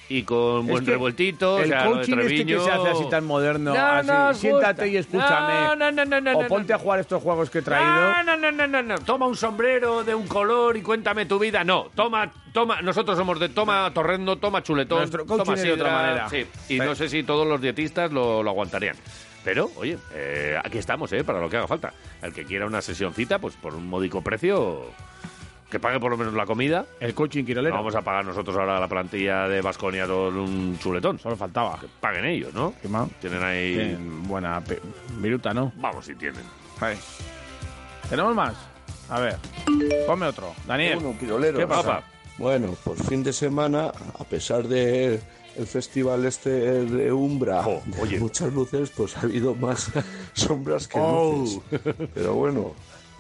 Speaker 2: Y con
Speaker 3: Es
Speaker 2: buen
Speaker 3: que
Speaker 2: revueltito,
Speaker 3: el
Speaker 2: o sea, lo de
Speaker 3: coaching este que
Speaker 2: Treviño-
Speaker 3: se hace así tan moderno,
Speaker 2: No,
Speaker 3: así,
Speaker 2: no os
Speaker 3: siéntate
Speaker 2: gusta.
Speaker 3: y escúchame,
Speaker 2: No, no, no, no, no,
Speaker 3: o
Speaker 2: no.
Speaker 3: ponte a jugar estos juegos que he traído.
Speaker 2: No, no, no, no, no, no. Toma un sombrero de un color y cuéntame tu vida. No, toma, toma. Nosotros somos de toma torrendo, toma chuletón,
Speaker 3: Nuestro coaching
Speaker 2: toma
Speaker 3: es de otra
Speaker 2: sidra.
Speaker 3: manera.
Speaker 2: Sí. Y no sé si todos los dietistas lo, lo aguantarían. Pero, oye, eh, aquí estamos, ¿eh? Para lo que haga falta. El que quiera una sesioncita, pues por un módico precio, que pague por lo menos la comida.
Speaker 3: El coaching quirolero.
Speaker 2: No vamos a pagar nosotros ahora la plantilla de Vasconia un chuletón. Solo faltaba. Que paguen ellos, ¿no? Tienen ahí...
Speaker 3: Tienen buena pe- viruta, ¿no?
Speaker 2: Vamos, si tienen.
Speaker 3: Ahí. ¿Tenemos más? A ver, ponme otro. Daniel,
Speaker 13: Bueno, piroleros.
Speaker 3: ¿qué pasa?
Speaker 13: Bueno, por fin de semana, a pesar de el festival este de Umbra,
Speaker 3: Oh,
Speaker 13: de muchas luces, pues ha habido más sombras que
Speaker 15: Oh.
Speaker 13: luces. Pero bueno,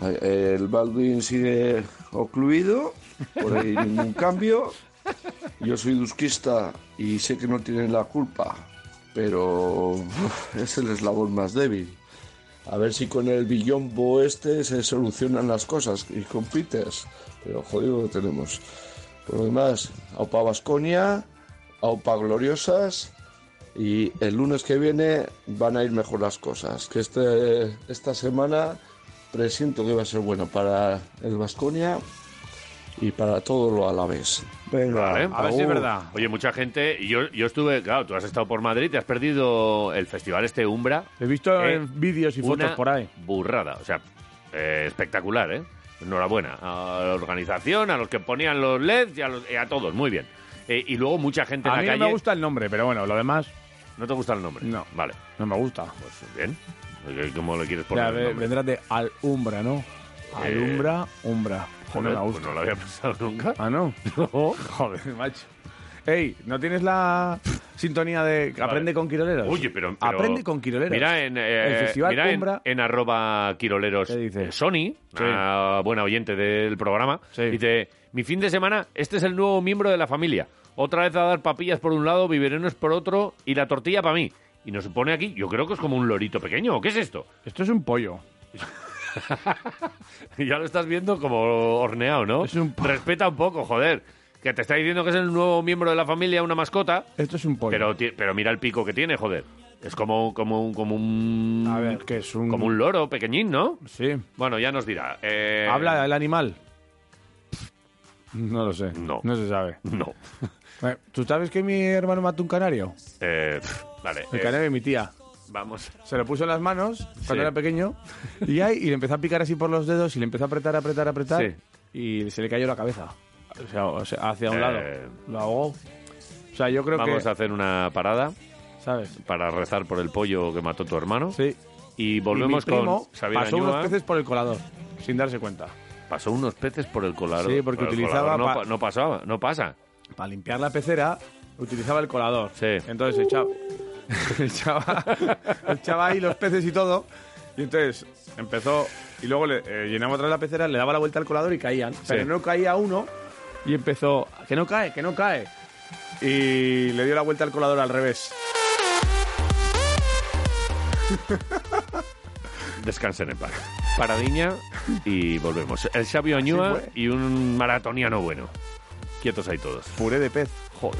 Speaker 13: eh, el Baldwin sigue ocluido, por ahí ningún cambio. Yo soy dusquista y sé que no tienen la culpa, pero es el eslabón más débil. A ver si con el billombo este se solucionan las cosas y compites. Pero jodido lo tenemos. Por lo demás, Aupa Vasconia, Aupa Gloriosas. Y el lunes que viene van a ir mejor las cosas. Que este, esta semana presiento que va a ser buena para el Vasconia y para todo lo a la vez. Venga,
Speaker 2: Vale.
Speaker 13: agur.
Speaker 2: Ah, oh. Oye, mucha gente. y Yo, yo estuve, claro, tú has estado por Madrid, te has perdido el festival este Umbra. Eh,
Speaker 3: He visto en vídeos y fotos por ahí.
Speaker 2: Burrada, o sea, eh, espectacular, ¿eh? Enhorabuena a la organización, a los que ponían los LEDs y a, los- y a todos, muy bien. Eh, y luego mucha gente
Speaker 3: A
Speaker 2: en
Speaker 3: mí
Speaker 2: la
Speaker 3: no
Speaker 2: calle.
Speaker 3: me gusta el nombre, pero bueno, lo demás...
Speaker 2: ¿No te gusta el nombre?
Speaker 3: No.
Speaker 2: Vale.
Speaker 3: No me gusta.
Speaker 2: Pues bien. Eh, ¿Cómo le quieres poner?
Speaker 3: Ya,
Speaker 2: el
Speaker 3: ve-
Speaker 2: nombre?
Speaker 3: vendrá de Alumbra, ¿no? Alumbra, Umbra. Joder,
Speaker 2: Joder,
Speaker 3: me gusta.
Speaker 2: pues no lo había pensado nunca.
Speaker 3: Ah, ¿no? Joder, macho. Ey, ¿no tienes la sintonía de Aprende con Quiroleros?
Speaker 2: Oye, pero, pero-
Speaker 3: Aprende con Quiroleros.
Speaker 2: Mira en, eh,
Speaker 3: El Festival
Speaker 2: mira en-
Speaker 3: Umbra.
Speaker 2: en arroba quiroleros eh, Sony, una buena oyente del programa, dice, mi fin de semana, este es el nuevo miembro de la familia. Otra vez a dar papillas por un lado, biberones por otro y la tortilla para mí. Y nos pone aquí, yo creo que es como un lorito pequeño, ¿o ¿qué es esto?
Speaker 3: Esto es un pollo.
Speaker 2: ya lo estás viendo como horneado, ¿no? Respeta un poco, joder. Que te está diciendo que es el nuevo miembro de la familia, una mascota.
Speaker 3: Esto es un pollo.
Speaker 2: Pero, ti- pero mira el pico que tiene, joder. Es como, como, un- como un...
Speaker 3: A ver, que es un...
Speaker 2: Como un loro pequeñín, ¿no?
Speaker 3: Sí.
Speaker 2: Bueno, ya nos dirá. Eh,
Speaker 3: ¿Habla el animal? No lo sé. No. No se sabe.
Speaker 2: No.
Speaker 3: Eh, ¿Tú sabes que mi hermano mató un canario?
Speaker 2: eh, pf, vale.
Speaker 3: El
Speaker 2: eh,
Speaker 3: canario de mi tía.
Speaker 2: Vamos.
Speaker 3: Se lo puso en las manos
Speaker 2: Sí.
Speaker 3: cuando era pequeño y, ahí, y le empezó a picar así por los dedos y le empezó a apretar, apretar, apretar y se le cayó la cabeza. O sea, o sea, hacia un
Speaker 2: Eh.
Speaker 3: lado. Lo ahogó. O sea, yo creo
Speaker 2: Vamos
Speaker 3: que...
Speaker 2: a hacer una parada.
Speaker 3: ¿Sabes?
Speaker 2: Para rezar por el pollo que mató tu hermano.
Speaker 3: Sí.
Speaker 2: Y volvemos
Speaker 3: y mi primo
Speaker 2: con Xavier
Speaker 3: pasó
Speaker 2: Añúa.
Speaker 3: unos peces por el colador, sin darse cuenta.
Speaker 2: Pasó unos peces por el colador.
Speaker 3: Sí, porque
Speaker 2: por el
Speaker 3: utilizaba
Speaker 2: colador. No
Speaker 3: pa-
Speaker 2: pa- No, pasaba, no pasa.
Speaker 3: Para limpiar la pecera utilizaba el colador.
Speaker 2: Sí.
Speaker 3: Entonces echaba, echaba, echaba ahí los peces y todo. Y entonces empezó... Y luego le, eh, llenaba otra vez la pecera, le daba la vuelta al colador y caían. Pero no caía uno y empezó... Que no cae, que no cae. Y le dio la vuelta al colador al revés.
Speaker 2: Descansen en paz. Paradiña y volvemos. El Xavier Añúa
Speaker 3: fue.
Speaker 2: y un maratoniano bueno. Quietos ahí todos.
Speaker 3: Puré de pez.
Speaker 2: Joder.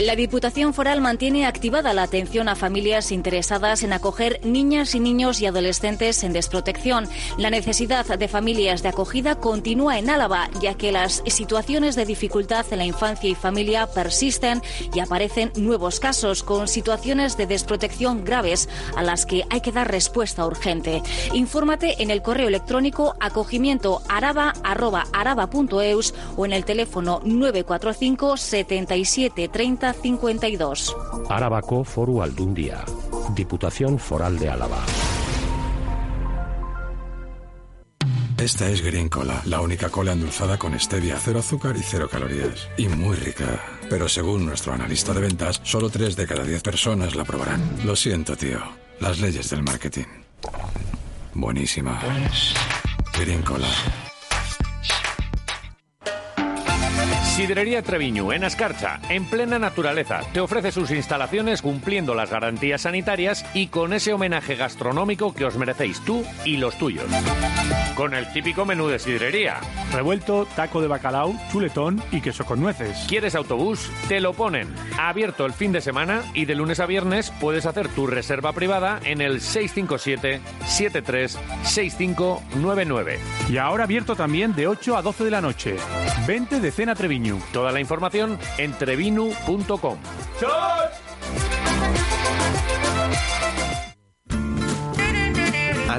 Speaker 18: La Diputación Foral mantiene activada la atención a familias interesadas en acoger niñas y niños y adolescentes en desprotección. La necesidad de familias de acogida continúa en Álava, ya que las situaciones de dificultad en la infancia y familia persisten y aparecen nuevos casos con situaciones de desprotección graves a las que hay que dar respuesta urgente. Infórmate en el correo electrónico acogimiento araba.araba.eus o en el teléfono 945 77 30 52.
Speaker 15: Arabako Foru Aldundia, Diputación Foral de Álava.
Speaker 16: Esta es Green Cola, la única cola endulzada con stevia, cero azúcar y cero calorías. Y muy rica. Pero según nuestro analista de ventas, solo 3 de cada 10 personas la probarán. Lo siento, tío. Las leyes del marketing. Buenísima. Green Cola.
Speaker 2: Sidrería Treviñu, en Ascarcha, en plena naturaleza, te ofrece sus instalaciones cumpliendo las garantías sanitarias y con ese homenaje gastronómico que os merecéis tú y los tuyos. Con el típico menú de sidrería.
Speaker 28: Revuelto, taco de bacalao, chuletón y queso con nueces.
Speaker 2: ¿Quieres autobús? Te lo ponen. Abierto el fin de semana y de lunes a viernes puedes hacer tu reserva privada en el 657-736599.
Speaker 28: Y ahora abierto también de 8 a 12 de la noche. 20 de cena Treviñu.
Speaker 2: Toda la información en trevinu.com.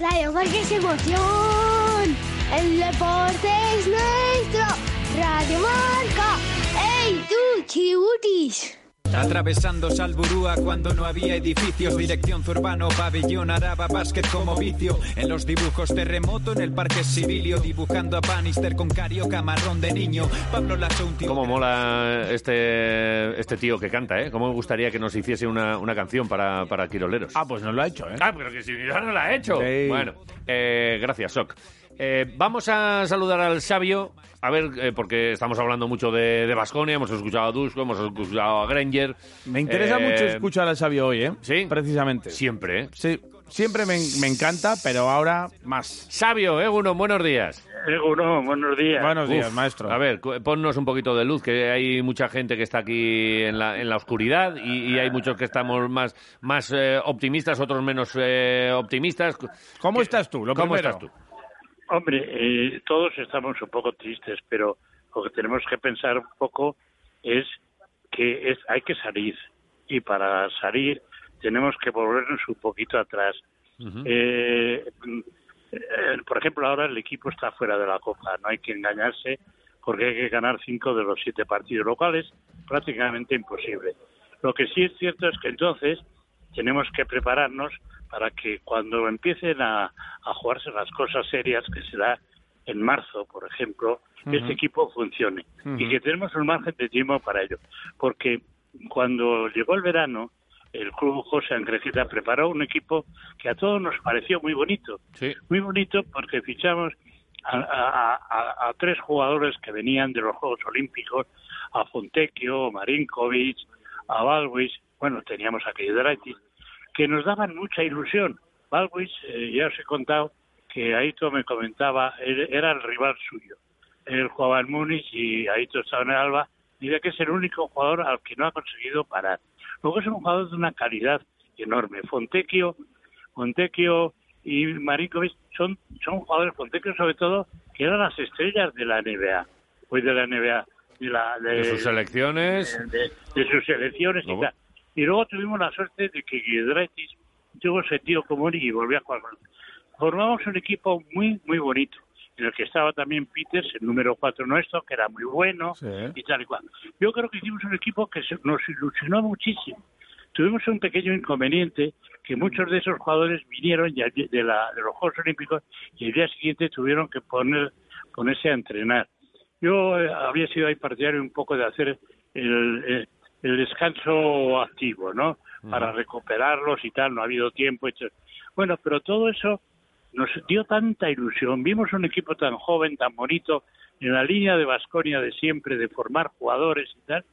Speaker 27: Radio Marca es emoción. El deporte es nuestro. Radio Marca. ¡Ey, tú, chibutis!
Speaker 4: Atravesando Salburúa cuando no había edificios, dirección Zurbano, pabellón Araba, básquet como vicio. En los dibujos terremoto en el parque Sibilio, dibujando a Bannister con carioca marrón de niño. Pablo Lasso, un tío
Speaker 2: Cómo mola este, este tío que canta, ¿eh? Cómo me gustaría que nos hiciese una, una canción para, para Quiroleros. Ah,
Speaker 3: pues no lo ha hecho, ¿eh?
Speaker 2: Ah, pero que si ya no la ha hecho.
Speaker 3: Sí.
Speaker 2: Bueno, eh, gracias, Sok. Eh, vamos a saludar al sabio, a ver, eh, porque estamos hablando mucho de Vasconia, hemos escuchado a Dusko, hemos escuchado a Granger. Eh,
Speaker 3: Me interesa mucho escuchar al sabio hoy, ¿eh? Sí. Precisamente.
Speaker 2: Siempre, ¿eh?
Speaker 3: Sí. Siempre me, me encanta, pero ahora más.
Speaker 2: Sabio, Egunon, buenos días.
Speaker 29: Egunon, buenos días.
Speaker 3: Buenos días,
Speaker 2: Uf,
Speaker 3: maestro.
Speaker 2: A ver, cu- ponnos un poquito de luz, que hay mucha gente que está aquí en la, en la oscuridad y, y hay muchos que estamos más, más eh, optimistas, otros menos eh, optimistas.
Speaker 3: ¿Cómo estás tú? Lo
Speaker 2: ¿Cómo
Speaker 3: primero.
Speaker 2: estás tú?
Speaker 29: Hombre, eh, todos estamos un poco tristes, pero lo que tenemos que pensar un poco es que es, hay que salir y para salir tenemos que volvernos un poquito atrás. Eh, mm, eh, por ejemplo, ahora el equipo está fuera de la Copa, no hay que engañarse porque hay que ganar cinco de los siete partidos, lo cual es prácticamente imposible. Lo que sí es cierto es que entonces tenemos que prepararnos para que cuando empiecen a, a jugarse las cosas serias, que será en marzo, por ejemplo,
Speaker 30: Ujú.
Speaker 29: este equipo funcione y
Speaker 30: Ujú.
Speaker 29: que tenemos un margen de tiempo para ello. Porque cuando llegó el verano, el club José Angrejeta preparó un equipo que a todos nos pareció muy bonito. Muy bonito porque fichamos a, a- a- a tres jugadores que venían de los Juegos Olímpicos, a Fontecchio, Marinkovic, a Balwis, bueno, teníamos a Keidraitis, que nos daban mucha ilusión. Balwis, eh, ya os he contado que Aito me comentaba, él era el rival suyo. Él jugaba en Múnich y Aito estaba en el Alba. Diría que es el único jugador al que no ha conseguido parar. Luego es un jugador de una calidad enorme. Fontecchio, Fontecchio y Marinkovic son, son jugadores, Fontecchio sobre todo, que eran las estrellas de la NBA. Hoy pues de la NBA. De, la, de,
Speaker 2: De sus selecciones.
Speaker 29: de, Eh, de sus selecciones y tal. Y luego tuvimos la suerte de que Guidraitis tuvo sentido común y volvió a jugar con nosotros. Formamos un equipo muy, muy bonito, en el que estaba también Peters, el número 4 nuestro, que era muy bueno y tal y cual. Yo creo que hicimos un equipo que se- nos ilusionó muchísimo. Tuvimos un pequeño inconveniente que muchos de esos jugadores vinieron ya de, la- de los Juegos Olímpicos y el día siguiente tuvieron que poner, ponerse a entrenar. Yo eh, habría sido ahí partidario un poco de hacer el, eh, el descanso activo, ¿no? Para recuperarlos y tal, no ha habido tiempo. etc. Bueno, pero todo eso nos dio tanta ilusión. Vimos un equipo tan joven, tan bonito, en la línea de Vasconia de siempre, de formar jugadores y tal,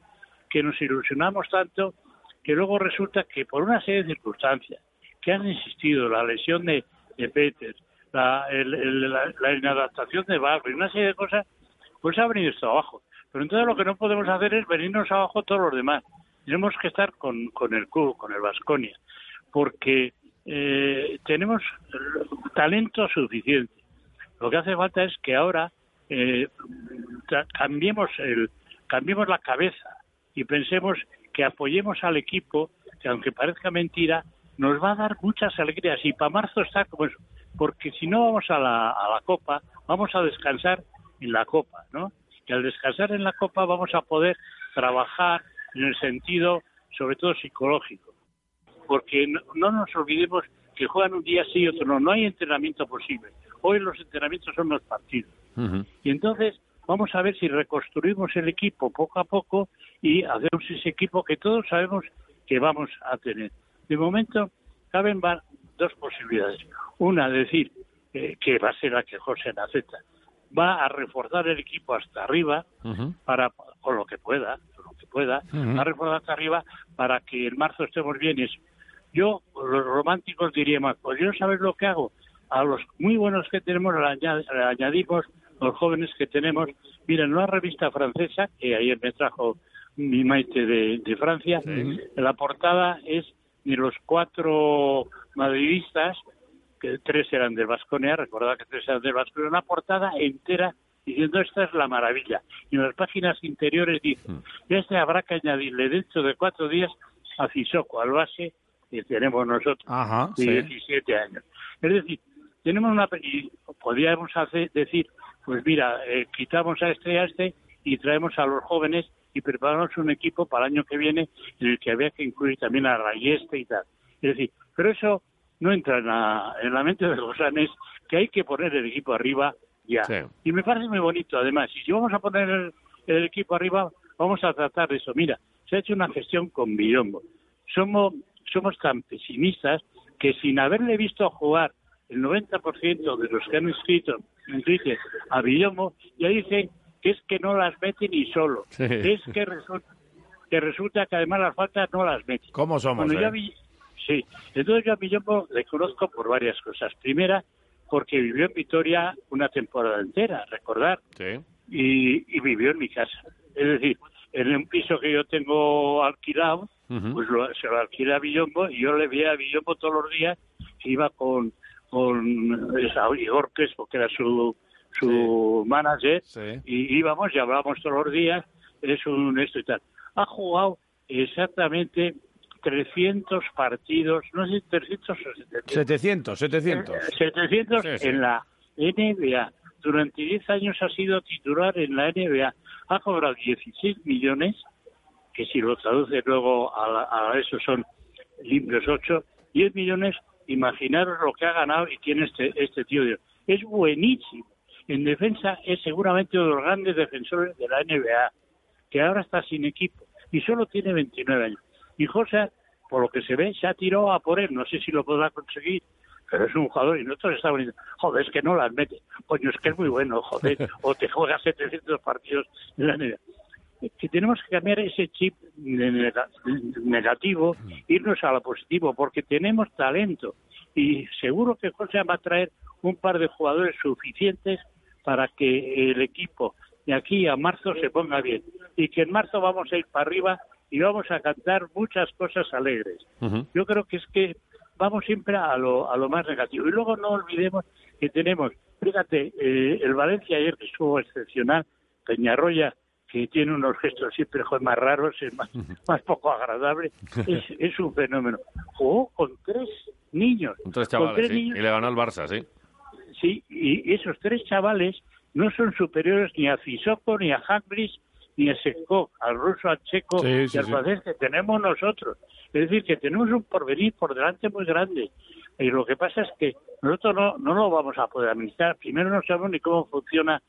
Speaker 29: que nos ilusionamos tanto que luego resulta que por una serie de circunstancias que han existido, la lesión de, de Peters, la, el- el- la- la inadaptación de Barry, una serie de cosas, pues ha venido esto abajo. Pero entonces lo que no podemos hacer es venirnos abajo todos los demás. Tenemos que estar con, con el club, con el Vasconia, porque eh, tenemos talento suficiente. Lo que hace falta es que ahora eh, tra- cambiemos, el, cambiemos la cabeza y pensemos que apoyemos al equipo, que aunque parezca mentira, nos va a dar muchas alegrías. Y para marzo está como eso, porque si no vamos a la, a la Copa, vamos a descansar en la Copa, ¿no? Y al descansar en la Copa vamos a poder trabajar en el sentido, sobre todo psicológico. Porque no, no nos olvidemos que juegan un día sí y otro no. No hay entrenamiento posible. Hoy los entrenamientos son los partidos. Y entonces vamos a ver si reconstruimos el equipo poco a poco y hacemos ese equipo que todos sabemos que vamos a tener. De momento, caben va- dos posibilidades. Una, decir eh, que va a ser la que José Naceta va a reforzar el equipo hasta arriba para con lo que pueda, con lo que pueda,
Speaker 1: Ujú.
Speaker 29: va a reforzar hasta arriba para que en marzo estemos bienes. Yo, los románticos diríamos, pues yo sabes lo que hago, a los muy buenos que tenemos le, añade- le añadimos los jóvenes que tenemos. Mira, en una revista francesa, que ayer me trajo mi maite de, de Francia, la portada es de los cuatro madridistas, que tres eran del Vasconia, recordad que tres eran del Vasconia, una portada entera diciendo esta es la maravilla. Y en las páginas interiores dice, ya este habrá que añadirle dentro de cuatro días a Fisoko, al base que tenemos nosotros
Speaker 3: Ajá,
Speaker 29: de
Speaker 3: sí.
Speaker 29: 17 años. Es decir, tenemos una pe- y podríamos hacer, decir, pues mira, eh, quitamos a este y a este y traemos a los jóvenes y preparamos un equipo para el año que viene en el que había que incluir también a Rayeste y tal. Es decir, pero eso no entra en la, en la mente de los sanes que hay que poner el equipo arriba ya.
Speaker 2: Sí.
Speaker 29: Y me parece muy bonito, además. Y si vamos a poner el, el equipo arriba, vamos a tratar de eso. Mira, se ha hecho una gestión con Billombo. Somos, somos tan pesimistas que sin haberle visto jugar el 90% de los que han escrito en Twitter a Billombo, ya dicen que es que no las mete ni solo.
Speaker 3: Sí.
Speaker 29: Es que resulta, que resulta que además las faltas no las mete.
Speaker 3: ¿Cómo somos?
Speaker 29: Bueno,
Speaker 3: eh?
Speaker 29: yo a Vill- sí, entonces yo a Villombo le conozco por varias cosas. Primera, porque vivió en Vitoria una temporada entera, recordar, y, y vivió en mi casa. Es decir, en un piso que yo tengo alquilado, pues lo- se lo alquilé a Villombo y yo le veía a Villombo todos los días, iba con, con esa Orques, porque era su, su manager, y íbamos y hablábamos todos los días, es un esto y tal. Ha jugado exactamente 300 partidos, no sé, 300 o 700.
Speaker 3: 700, 700.
Speaker 29: 700
Speaker 3: Sí, sí.
Speaker 29: Eh, en la NBA. Durante 10 años ha sido titular en la NBA. Ha cobrado 16 millones, que si lo traduce luego a, la- a eso son limpios 8. 10 millones, imaginaros lo que ha ganado y tiene este, este tío. Es buenísimo. En defensa es seguramente uno de los grandes defensores de la NBA, que ahora está sin equipo y solo tiene 29 años. Y José, por lo que se ve, se ha tirado a por él. No sé si lo podrá conseguir, pero es un jugador y nosotros estamos diciendo, joder, es que no las mete, coño, es que es muy bueno, joder, o te juegas 700 partidos en la NBA. Que tenemos que cambiar ese chip de nega- negativo, irnos a lo positivo, porque tenemos talento y seguro que José va a traer un par de jugadores suficientes para que el equipo de aquí a marzo se ponga bien y que en marzo vamos a ir para arriba y vamos a cantar muchas cosas alegres. Yo creo que es que vamos siempre a lo, a lo más negativo. Y luego no olvidemos que tenemos, fíjate, eh, el Valencia ayer que estuvo excepcional, Peñarroya, que tiene unos gestos siempre joder, más raros, es más, más poco agradable, es, es un fenómeno. Jugó con tres niños.
Speaker 2: Con tres
Speaker 29: con
Speaker 2: chavales,
Speaker 29: tres
Speaker 2: sí.
Speaker 29: niños,
Speaker 2: Y le ganó al Barça, sí.
Speaker 29: sí, y esos tres chavales no son superiores ni a Fisoko, ni a Hagris, ni a Sekko, al ruso, al checo
Speaker 5: Sí, sí,
Speaker 29: y al
Speaker 5: sí.
Speaker 29: francés que tenemos nosotros. Es decir, que tenemos un porvenir por delante muy grande. Y lo que pasa es que nosotros no, no lo vamos a poder administrar. Primero no sabemos ni cómo funciona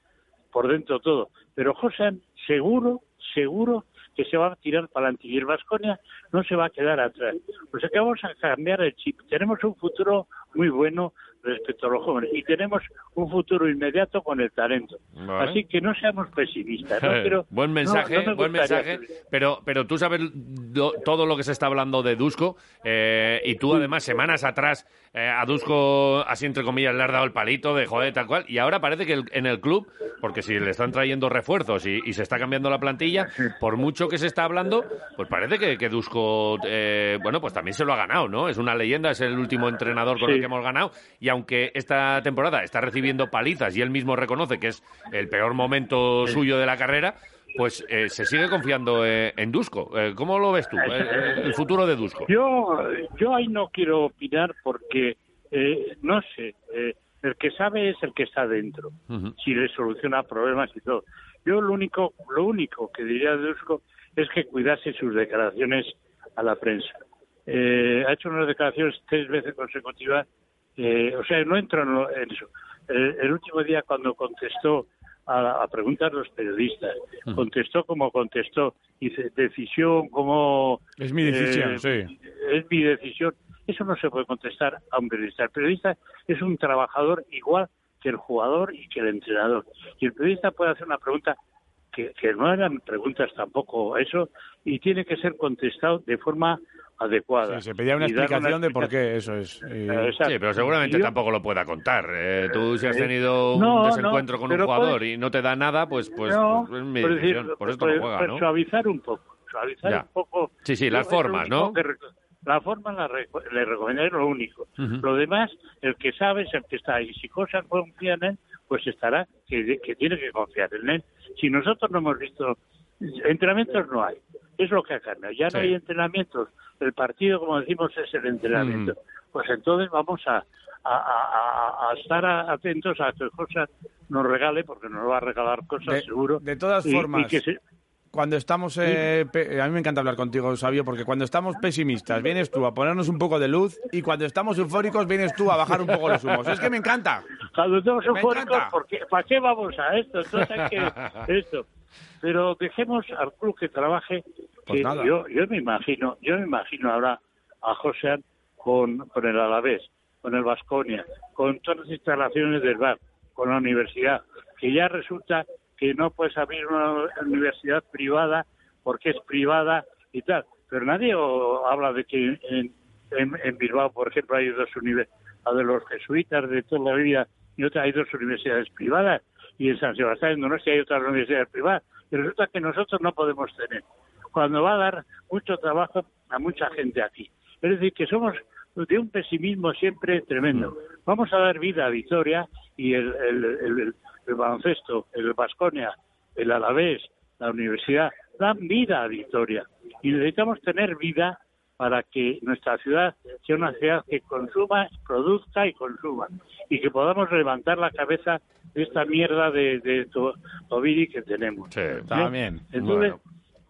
Speaker 29: por dentro todo. Pero José, seguro, seguro que se va a tirar para adelante y el Vasconia no se va a quedar atrás. O sea que vamos a cambiar el chip. Tenemos un futuro muy bueno respecto a los jóvenes y tenemos un futuro inmediato con el talento.
Speaker 2: Vale.
Speaker 29: Así que no seamos pesimistas. No quiero-
Speaker 2: buen
Speaker 29: no-
Speaker 2: mensaje,
Speaker 29: no me
Speaker 2: buen
Speaker 29: gustaría
Speaker 2: mensaje.
Speaker 29: que-
Speaker 2: Pero, pero tú sabes do- todo lo que se está hablando de Dusko eh, y tú además semanas atrás eh, a Dusko, así entre comillas, le has dado el palito de joder tal cual y ahora parece que el- en el club, porque si le están trayendo refuerzos y, y se está cambiando la plantilla, por mucho que se está hablando, pues parece que, que Dusko, eh, bueno, pues también se lo ha ganado, ¿no? Es una leyenda, es el último entrenador con el
Speaker 29: Sí.
Speaker 2: que hemos ganado y aunque esta temporada está recibiendo palizas y él mismo reconoce que es el peor momento suyo de la carrera, pues eh, se sigue confiando eh, en Dusko. Eh, ¿Cómo lo ves tú? eh, eh, el futuro de Dusko.
Speaker 29: Yo, yo ahí no quiero opinar porque eh, no sé. eh, el que sabe es el que está dentro. Si le soluciona problemas y todo. Yo lo único, lo único que diría de Dusko es que cuidase sus declaraciones a la prensa. Eh, ha hecho unas declaraciones tres veces consecutivas. eh, o sea, no entro en, lo- en eso. Eh, el último día cuando contestó a, a preguntas de los periodistas,
Speaker 1: Ujú.
Speaker 29: contestó como contestó, dice decisión como
Speaker 3: Es mi decisión,
Speaker 29: eh,
Speaker 3: sí.
Speaker 29: es mi decisión. Eso no se puede contestar a un periodista. El periodista es un trabajador igual que el jugador y que el entrenador. Y el periodista puede hacer una pregunta que, que no eran preguntas tampoco eso y tiene que ser contestado de forma adecuada.
Speaker 3: Se pedía una
Speaker 29: Y dar
Speaker 3: explicación de por
Speaker 29: explicación.
Speaker 3: qué eso es. y-
Speaker 2: Sí, pero seguramente tampoco lo pueda contar. Eh, tú si has
Speaker 29: Eh,
Speaker 2: tenido un
Speaker 29: no, no,
Speaker 2: desencuentro con un
Speaker 29: pero
Speaker 2: jugador
Speaker 29: puede-
Speaker 2: y no te da nada, pues, pues,
Speaker 29: No,
Speaker 2: pues es mi
Speaker 29: pero
Speaker 2: decisión.
Speaker 29: decir,
Speaker 2: Por esto
Speaker 29: pues-
Speaker 2: no juega,
Speaker 29: pues
Speaker 2: ¿no?
Speaker 29: Suavizar un poco, suavizar
Speaker 2: Ya.
Speaker 29: un poco.
Speaker 2: Sí, sí, las
Speaker 29: Yo es lo
Speaker 2: formas,
Speaker 29: único
Speaker 2: ¿no?
Speaker 29: que re- La forma la reco- le recomendaré lo único.
Speaker 2: Ujú.
Speaker 29: Lo demás, el que sabe es el que está. Y si cosas confía en él, pues estará, que, que tiene que confiar en él. Si nosotros no hemos visto, entrenamientos no hay. Es lo que ha cambiado. Ya
Speaker 1: Sí.
Speaker 29: no hay entrenamientos. El partido, como decimos, es el
Speaker 3: Mm.
Speaker 29: entrenamiento. Pues entonces vamos a, a- a- a- a estar a- atentos a que cosas nos regale, porque nos va a regalar cosas,
Speaker 3: De-
Speaker 29: seguro.
Speaker 3: de todas
Speaker 29: Y- y
Speaker 3: formas,
Speaker 29: que se-
Speaker 3: Cuando estamos. eh, pe- a mí me encanta hablar contigo, Sabio, porque cuando estamos pesimistas vienes tú a ponernos un poco de luz y cuando estamos eufóricos vienes tú a bajar un poco los humos. Es que me encanta.
Speaker 29: Cuando estamos
Speaker 3: Me
Speaker 29: eufóricos,
Speaker 3: encanta.
Speaker 29: ¿por qué- ¿para qué vamos a esto? Entonces hay que esto. Pero dejemos al club que trabaje.
Speaker 3: Pues
Speaker 29: que
Speaker 3: nada.
Speaker 29: yo, yo me imagino, yo me imagino ahora a José con, con el Alavés, con el Vasconia, con todas las instalaciones del bar, con la universidad, que ya resulta que no puedes abrir una universidad privada porque es privada y tal. Pero nadie o- habla de que en, en, en Bilbao, por ejemplo, hay dos universidades, la de los jesuitas de toda la vida y otra hay dos universidades privadas. Y en San Sebastián, en Donostia, hay otras universidades privadas. Y resulta que nosotros no podemos tener. Cuando va a dar mucho trabajo a mucha gente aquí. Es decir, que somos de un pesimismo siempre tremendo. Vamos a dar vida a Vitoria y el, el, el, el- el baloncesto, el Vasconia, el Alavés, la universidad, dan vida a Vitoria. Y necesitamos tener vida para que nuestra ciudad sea una ciudad que consuma, produzca y consuma. Y que podamos levantar la cabeza de esta mierda de, de to- Ovidi que tenemos. ¿Bien?
Speaker 3: también.
Speaker 29: Entonces,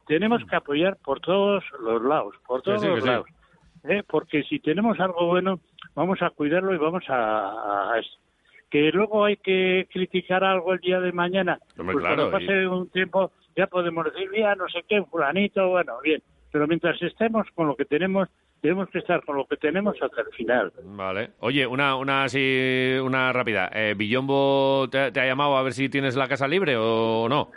Speaker 29: tenemos que apoyar por todos los lados, por
Speaker 2: Que
Speaker 29: todos
Speaker 2: sí, que
Speaker 29: los
Speaker 2: sí.
Speaker 29: lados. ¿eh? Porque si tenemos algo bueno, vamos a cuidarlo y vamos a, a esto. Que luego hay que criticar algo el día de mañana.
Speaker 2: Hombre,
Speaker 29: pues
Speaker 2: claro,
Speaker 29: cuando pase
Speaker 2: y-
Speaker 29: un tiempo ya podemos decir, mira, no sé qué, fulanito, bueno, bien. Pero mientras estemos con lo que tenemos, tenemos que estar con lo que tenemos hasta el final.
Speaker 2: Vale. Oye, una, una así, una rápida. Eh, ¿Villombo te, te ha llamado a ver si tienes la casa libre o no?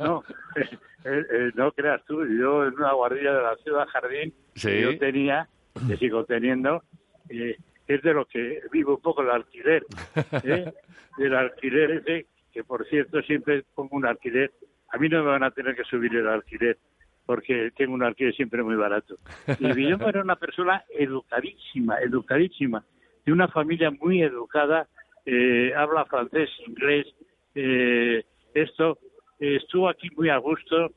Speaker 29: no, eh, eh, no creas tú, yo en una guardilla de la ciudad jardín
Speaker 2: Sí.
Speaker 29: que yo tenía, que sigo teniendo, eh, es de lo que vivo un poco el alquiler, ¿eh? del alquiler ese, que por cierto siempre pongo un alquiler, a mí no me van a tener que subir el alquiler, porque tengo un alquiler siempre muy barato. Y Guillermo era una persona educadísima, educadísima, de una familia muy educada, eh, habla francés, inglés, eh, esto, eh, estuvo aquí muy a gusto.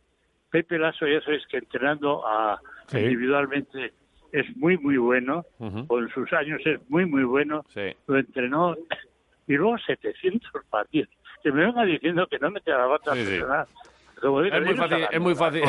Speaker 29: Pepe Lasso, ya sabes que entrenando a,
Speaker 2: Sí.
Speaker 29: individualmente es muy, muy bueno,
Speaker 2: Ujú.
Speaker 29: con sus años es muy, muy bueno,
Speaker 2: Sí.
Speaker 29: lo entrenó y luego 700 partidos. Que me venga diciendo que no me te la bata
Speaker 2: Sí, sí.
Speaker 29: personal. Como digo,
Speaker 2: Es muy
Speaker 29: yo no
Speaker 2: fácil,
Speaker 29: estaba-
Speaker 2: es muy fácil.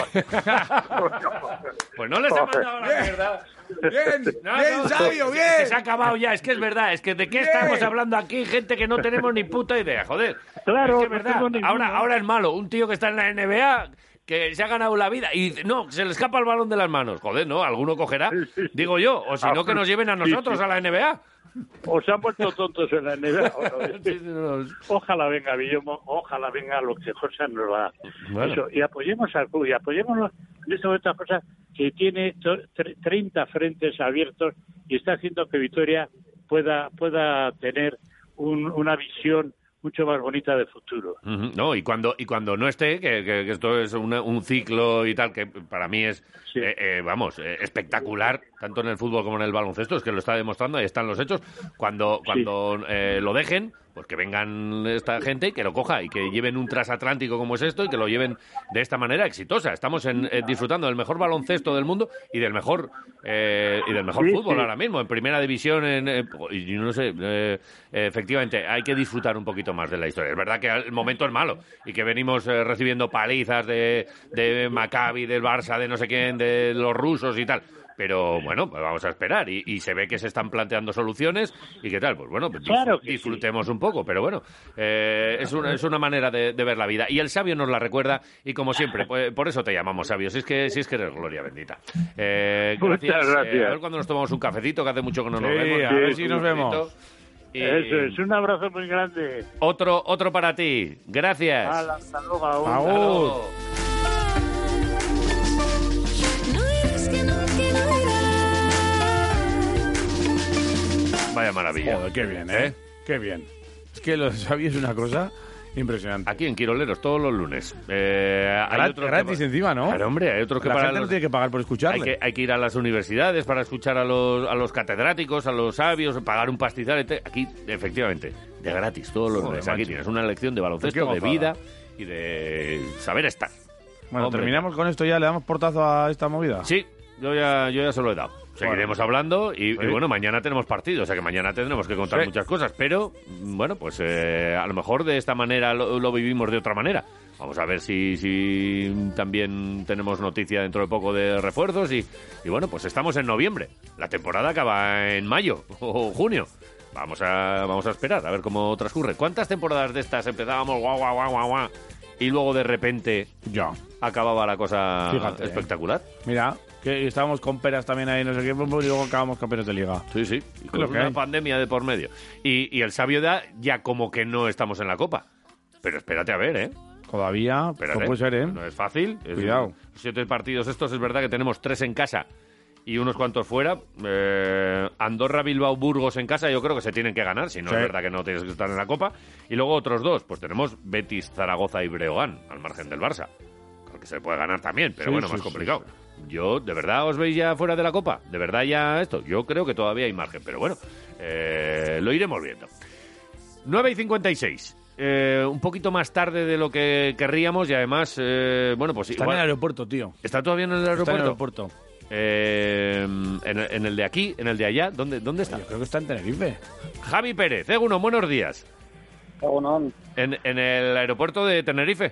Speaker 2: pues no les he mandado la mierda.
Speaker 3: Bien,
Speaker 2: No,
Speaker 3: bien,
Speaker 2: no,
Speaker 3: sabio,
Speaker 2: es
Speaker 3: bien.
Speaker 2: que se ha acabado ya, es que es verdad, es que de qué
Speaker 3: Bien.
Speaker 2: estamos hablando aquí, gente que no tenemos ni puta idea, joder.
Speaker 29: Claro,
Speaker 2: es que es verdad.
Speaker 29: tengo ninguna.
Speaker 2: ahora, ahora es malo, un tío que está en la NBA que se ha ganado la vida y dice, no, se le escapa el balón de las manos, joder, no, alguno cogerá, digo yo, o si no que nos lleven a
Speaker 29: Sí, sí.
Speaker 2: nosotros a la NBA.
Speaker 29: Os han vuelto tontos en la NBA. ¿no? Ojalá venga Villomo, ojalá venga lo que José nos va. a dar.
Speaker 2: Bueno.
Speaker 29: Eso, y apoyemos al club, y apoyémoslo en este momento a Josa, que tiene to- tre- 30 frentes abiertos y está haciendo que Vitoria pueda, pueda tener un- una visión mucho más bonita de futuro.
Speaker 2: Ujú, No, y cuando, y cuando no esté, que, que- que esto es una- un ciclo y tal, que para mí es, eh, eh, vamos, eh, espectacular, tanto en el fútbol como en el baloncesto, es que lo está demostrando, ahí están los hechos. Cuando, cuando eh, lo dejen, pues que vengan esta gente y que lo coja, y que lleven un trasatlántico como es esto, y que lo lleven de esta manera exitosa. Estamos en- eh, disfrutando del mejor baloncesto del mundo y del mejor, eh, y del mejor
Speaker 29: Sí,
Speaker 2: fútbol
Speaker 29: sí.
Speaker 2: ahora mismo, en primera división, en, eh, y yo no sé, eh, efectivamente, hay que disfrutar un poquito más de la historia. Es verdad que el momento es malo y que venimos eh, recibiendo palizas de, de Maccabi, del Barça, de no sé quién, de los rusos y tal. Pero bueno, pues vamos a esperar y, y se ve que se están planteando soluciones y qué tal. Pues bueno, pues dis- disfrutemos un poco, pero bueno, eh, es, una, es una manera de, de ver la vida. Y el sabio nos la recuerda y como siempre, pues, por eso te llamamos sabio, si es que, si es que eres gloria bendita. Eh,
Speaker 29: Muchas
Speaker 2: eh,
Speaker 29: gracias.
Speaker 2: a ver cuando nos tomamos un cafecito, que hace mucho que no nos
Speaker 29: Sí,
Speaker 2: vemos.
Speaker 29: a ver si nos
Speaker 2: Un cafecito.
Speaker 29: vemos.
Speaker 2: Y-
Speaker 29: Eso es, un abrazo muy grande.
Speaker 2: Otro, otro para ti. Gracias.
Speaker 29: Hala, Hasta luego. agur.
Speaker 2: Hasta luego. Vaya maravilla.
Speaker 3: Joder, qué bien, ¿eh? Qué bien. Es que lo sabías una cosa impresionante.
Speaker 2: Aquí en Quiroleros, todos los lunes. Eh, hay
Speaker 3: Grat-
Speaker 2: otros que
Speaker 3: gratis
Speaker 2: pa-
Speaker 3: encima, ¿no?
Speaker 2: Claro, hombre, hay otros que
Speaker 3: La
Speaker 2: para
Speaker 3: gente no
Speaker 2: los-
Speaker 3: tiene que pagar por
Speaker 2: Hay
Speaker 3: escucharle.
Speaker 2: que, hay que ir a las universidades para escuchar a los, a los catedráticos, a los sabios, pagar un pastizal. etc. Aquí, efectivamente, de gratis, todos los
Speaker 3: Joder,
Speaker 2: lunes. Aquí
Speaker 3: macho. Pues
Speaker 2: tienes una lección de
Speaker 3: Qué
Speaker 2: baloncesto, de
Speaker 3: gozada.
Speaker 2: vida y de saber estar.
Speaker 3: Bueno,
Speaker 2: Hombre.
Speaker 3: terminamos con esto ya, le damos portazo a esta movida.
Speaker 2: Sí, yo ya, yo ya se lo he dado. Seguiremos hablando y, y
Speaker 3: Sí.
Speaker 2: bueno, mañana tenemos partido, o sea que mañana tendremos que contar
Speaker 3: Sí.
Speaker 2: muchas cosas, pero mm, bueno, pues eh, a lo mejor de esta manera lo, lo vivimos de otra manera. Vamos a ver si, si también tenemos noticia dentro de poco de refuerzos y, y bueno, pues estamos en noviembre. La temporada acaba en mayo o junio. Vamos a, vamos a esperar a ver cómo transcurre. ¿Cuántas temporadas de estas empezábamos guau, guau, guau, guau, guau, y luego de repente
Speaker 3: ya.
Speaker 2: acababa la cosa
Speaker 3: Fíjate, eh.
Speaker 2: Ah, espectacular?
Speaker 3: Mira, que estábamos con peras también ahí, no sé qué, pum, pum, y luego acabamos campeones de liga.
Speaker 2: Sí, sí. Y con
Speaker 3: Lo que
Speaker 2: una
Speaker 3: hay.
Speaker 2: pandemia de por medio. Y, y el sabio da ya como que no estamos en la copa. Pero espérate a ver, ¿eh?
Speaker 3: Todavía,
Speaker 2: Espérate.
Speaker 3: no puede ser, ¿eh?
Speaker 2: No es fácil. Es-
Speaker 3: Cuidado.
Speaker 2: Siete partidos estos, es verdad que tenemos tres en casa y unos cuantos fuera. Eh, Andorra, Bilbao, Burgos en casa, yo creo que se tienen que ganar, si no
Speaker 3: Sí.
Speaker 2: es verdad que no tienes que estar en la copa. Y luego otros dos, pues tenemos Betis, Zaragoza y Breogán, al margen del Barça. Creo que se puede ganar también, pero
Speaker 3: Sí,
Speaker 2: bueno,
Speaker 3: sí,
Speaker 2: más
Speaker 3: sí,
Speaker 2: complicado. Yo, ¿de verdad os veis ya fuera de la copa? ¿De verdad ya esto? Yo creo que todavía hay margen, pero bueno, eh, lo iremos viendo. 9 y 56. Eh, un poquito más tarde de lo que querríamos y además, eh, bueno, pues
Speaker 3: Está
Speaker 2: igual-
Speaker 3: en el aeropuerto, tío.
Speaker 2: ¿Está todavía en el aeropuerto?
Speaker 3: Está en el aeropuerto.
Speaker 2: Eh, en, el- en el de aquí, en el de allá, ¿dónde, dónde está? Yo
Speaker 3: creo que está en Tenerife.
Speaker 2: Javi Pérez, Egunon, buenos días. ¿En, en el aeropuerto de Tenerife?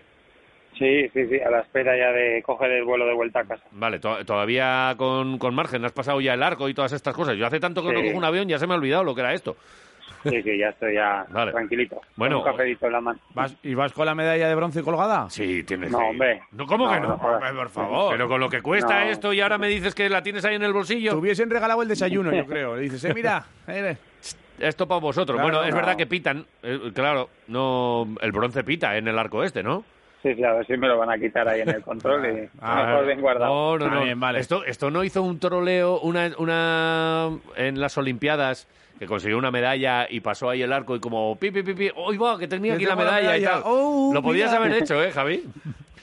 Speaker 1: Sí, sí, sí, a la espera ya de coger el vuelo de vuelta a casa.
Speaker 2: Vale, to- todavía con, con margen, has pasado ya el arco y todas estas cosas. Yo hace tanto que no
Speaker 1: Sí.
Speaker 2: cojo un avión, ya se me ha olvidado lo que era esto.
Speaker 1: Sí, sí, ya estoy ya
Speaker 2: Vale.
Speaker 1: tranquilito.
Speaker 2: Bueno.
Speaker 1: un cafecito en la mano.
Speaker 3: ¿Vas, ¿Y vas con la medalla de bronce colgada?
Speaker 2: Sí, tienes
Speaker 1: No, hombre.
Speaker 2: No, ¿Cómo que no?
Speaker 3: jodas.
Speaker 2: Hombre, por favor. Pero con lo que cuesta
Speaker 3: No.
Speaker 2: esto y ahora me dices que la tienes ahí en el bolsillo.
Speaker 3: Te hubiesen regalado el desayuno, yo creo. Le dices, eh, mira,
Speaker 2: Esto para vosotros.
Speaker 3: Claro,
Speaker 2: bueno, es
Speaker 3: no.
Speaker 2: verdad que pitan. eh, claro, no el bronce pita en el arco este, ¿no?
Speaker 1: Sí, sí, a ver si me lo van a quitar ahí en el control y
Speaker 31: Ah, pues
Speaker 1: mejor bien guardado.
Speaker 2: Ah, No, no, no. Esto, esto no hizo un troleo una, una en las Olimpiadas que consiguió una medalla y pasó ahí el arco y como pi, pi, pi, pi. ¡Oh, va, que tenía
Speaker 1: Que
Speaker 2: aquí la
Speaker 1: tengo la
Speaker 2: medalla, y
Speaker 1: medalla.
Speaker 2: tal!
Speaker 1: Oh,
Speaker 2: Lo podías
Speaker 1: mira.
Speaker 2: haber hecho, ¿eh, Javi?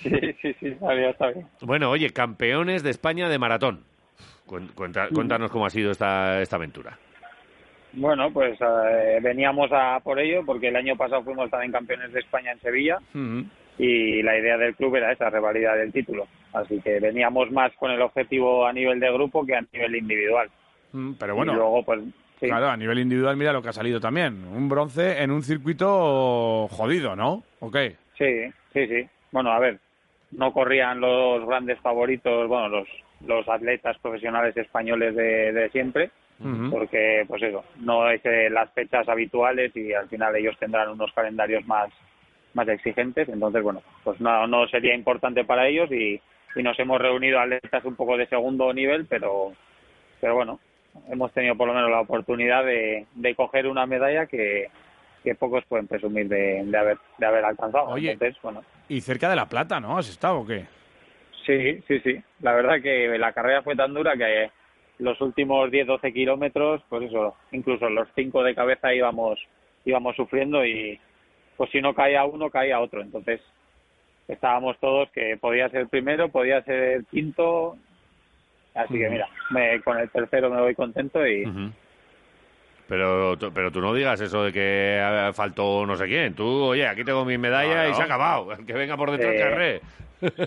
Speaker 1: Sí, sí, sí, está bien, está bien.
Speaker 2: Bueno, oye, campeones de España de maratón. Cuen- cuenta- cuéntanos cómo ha sido esta, esta aventura.
Speaker 1: Bueno, pues eh, veníamos a por ello porque el año pasado fuimos también campeones de España en Sevilla y la idea del club era esa, revalidar el título. Así que veníamos más con el objetivo a nivel de grupo que a nivel individual.
Speaker 3: Mm, Pero bueno,
Speaker 1: Y luego, pues, sí.
Speaker 3: claro, a nivel individual, mira lo que ha salido también. Un bronce en un circuito jodido, ¿no? Ok.
Speaker 1: Sí, sí, sí. Bueno, a ver, no corrían los grandes favoritos, bueno, los
Speaker 31: los atletas profesionales españoles de, de siempre, porque pues eso, no es eh, las fechas habituales y al final ellos tendrán unos calendarios más, más exigentes, entonces bueno, pues no, no sería importante para ellos y, y nos hemos reunido atletas un poco de segundo nivel, pero, pero bueno, hemos tenido por lo menos la oportunidad de, de coger una medalla que, que pocos pueden presumir de, de haber, de haber alcanzado.
Speaker 3: Oye.
Speaker 31: Entonces, bueno,
Speaker 3: Y cerca de La Plata, ¿no? ¿Has estado o qué?
Speaker 31: Sí, sí, sí. La verdad que la carrera fue tan dura que los últimos 10-12 kilómetros, pues eso, incluso los cinco de cabeza íbamos, íbamos sufriendo y pues si no caía uno, caía otro. Entonces estábamos todos que podía ser primero, podía ser quinto. Así que
Speaker 2: Ujú.
Speaker 31: mira, me- con el tercero me voy contento y
Speaker 2: Pero, tú- pero tú no digas eso de que eh, faltó no sé quién. Tú, oye, aquí tengo mi medalla
Speaker 31: No, no.
Speaker 2: y se ha acabado. El que venga por detrás
Speaker 31: Sí.
Speaker 2: que arree.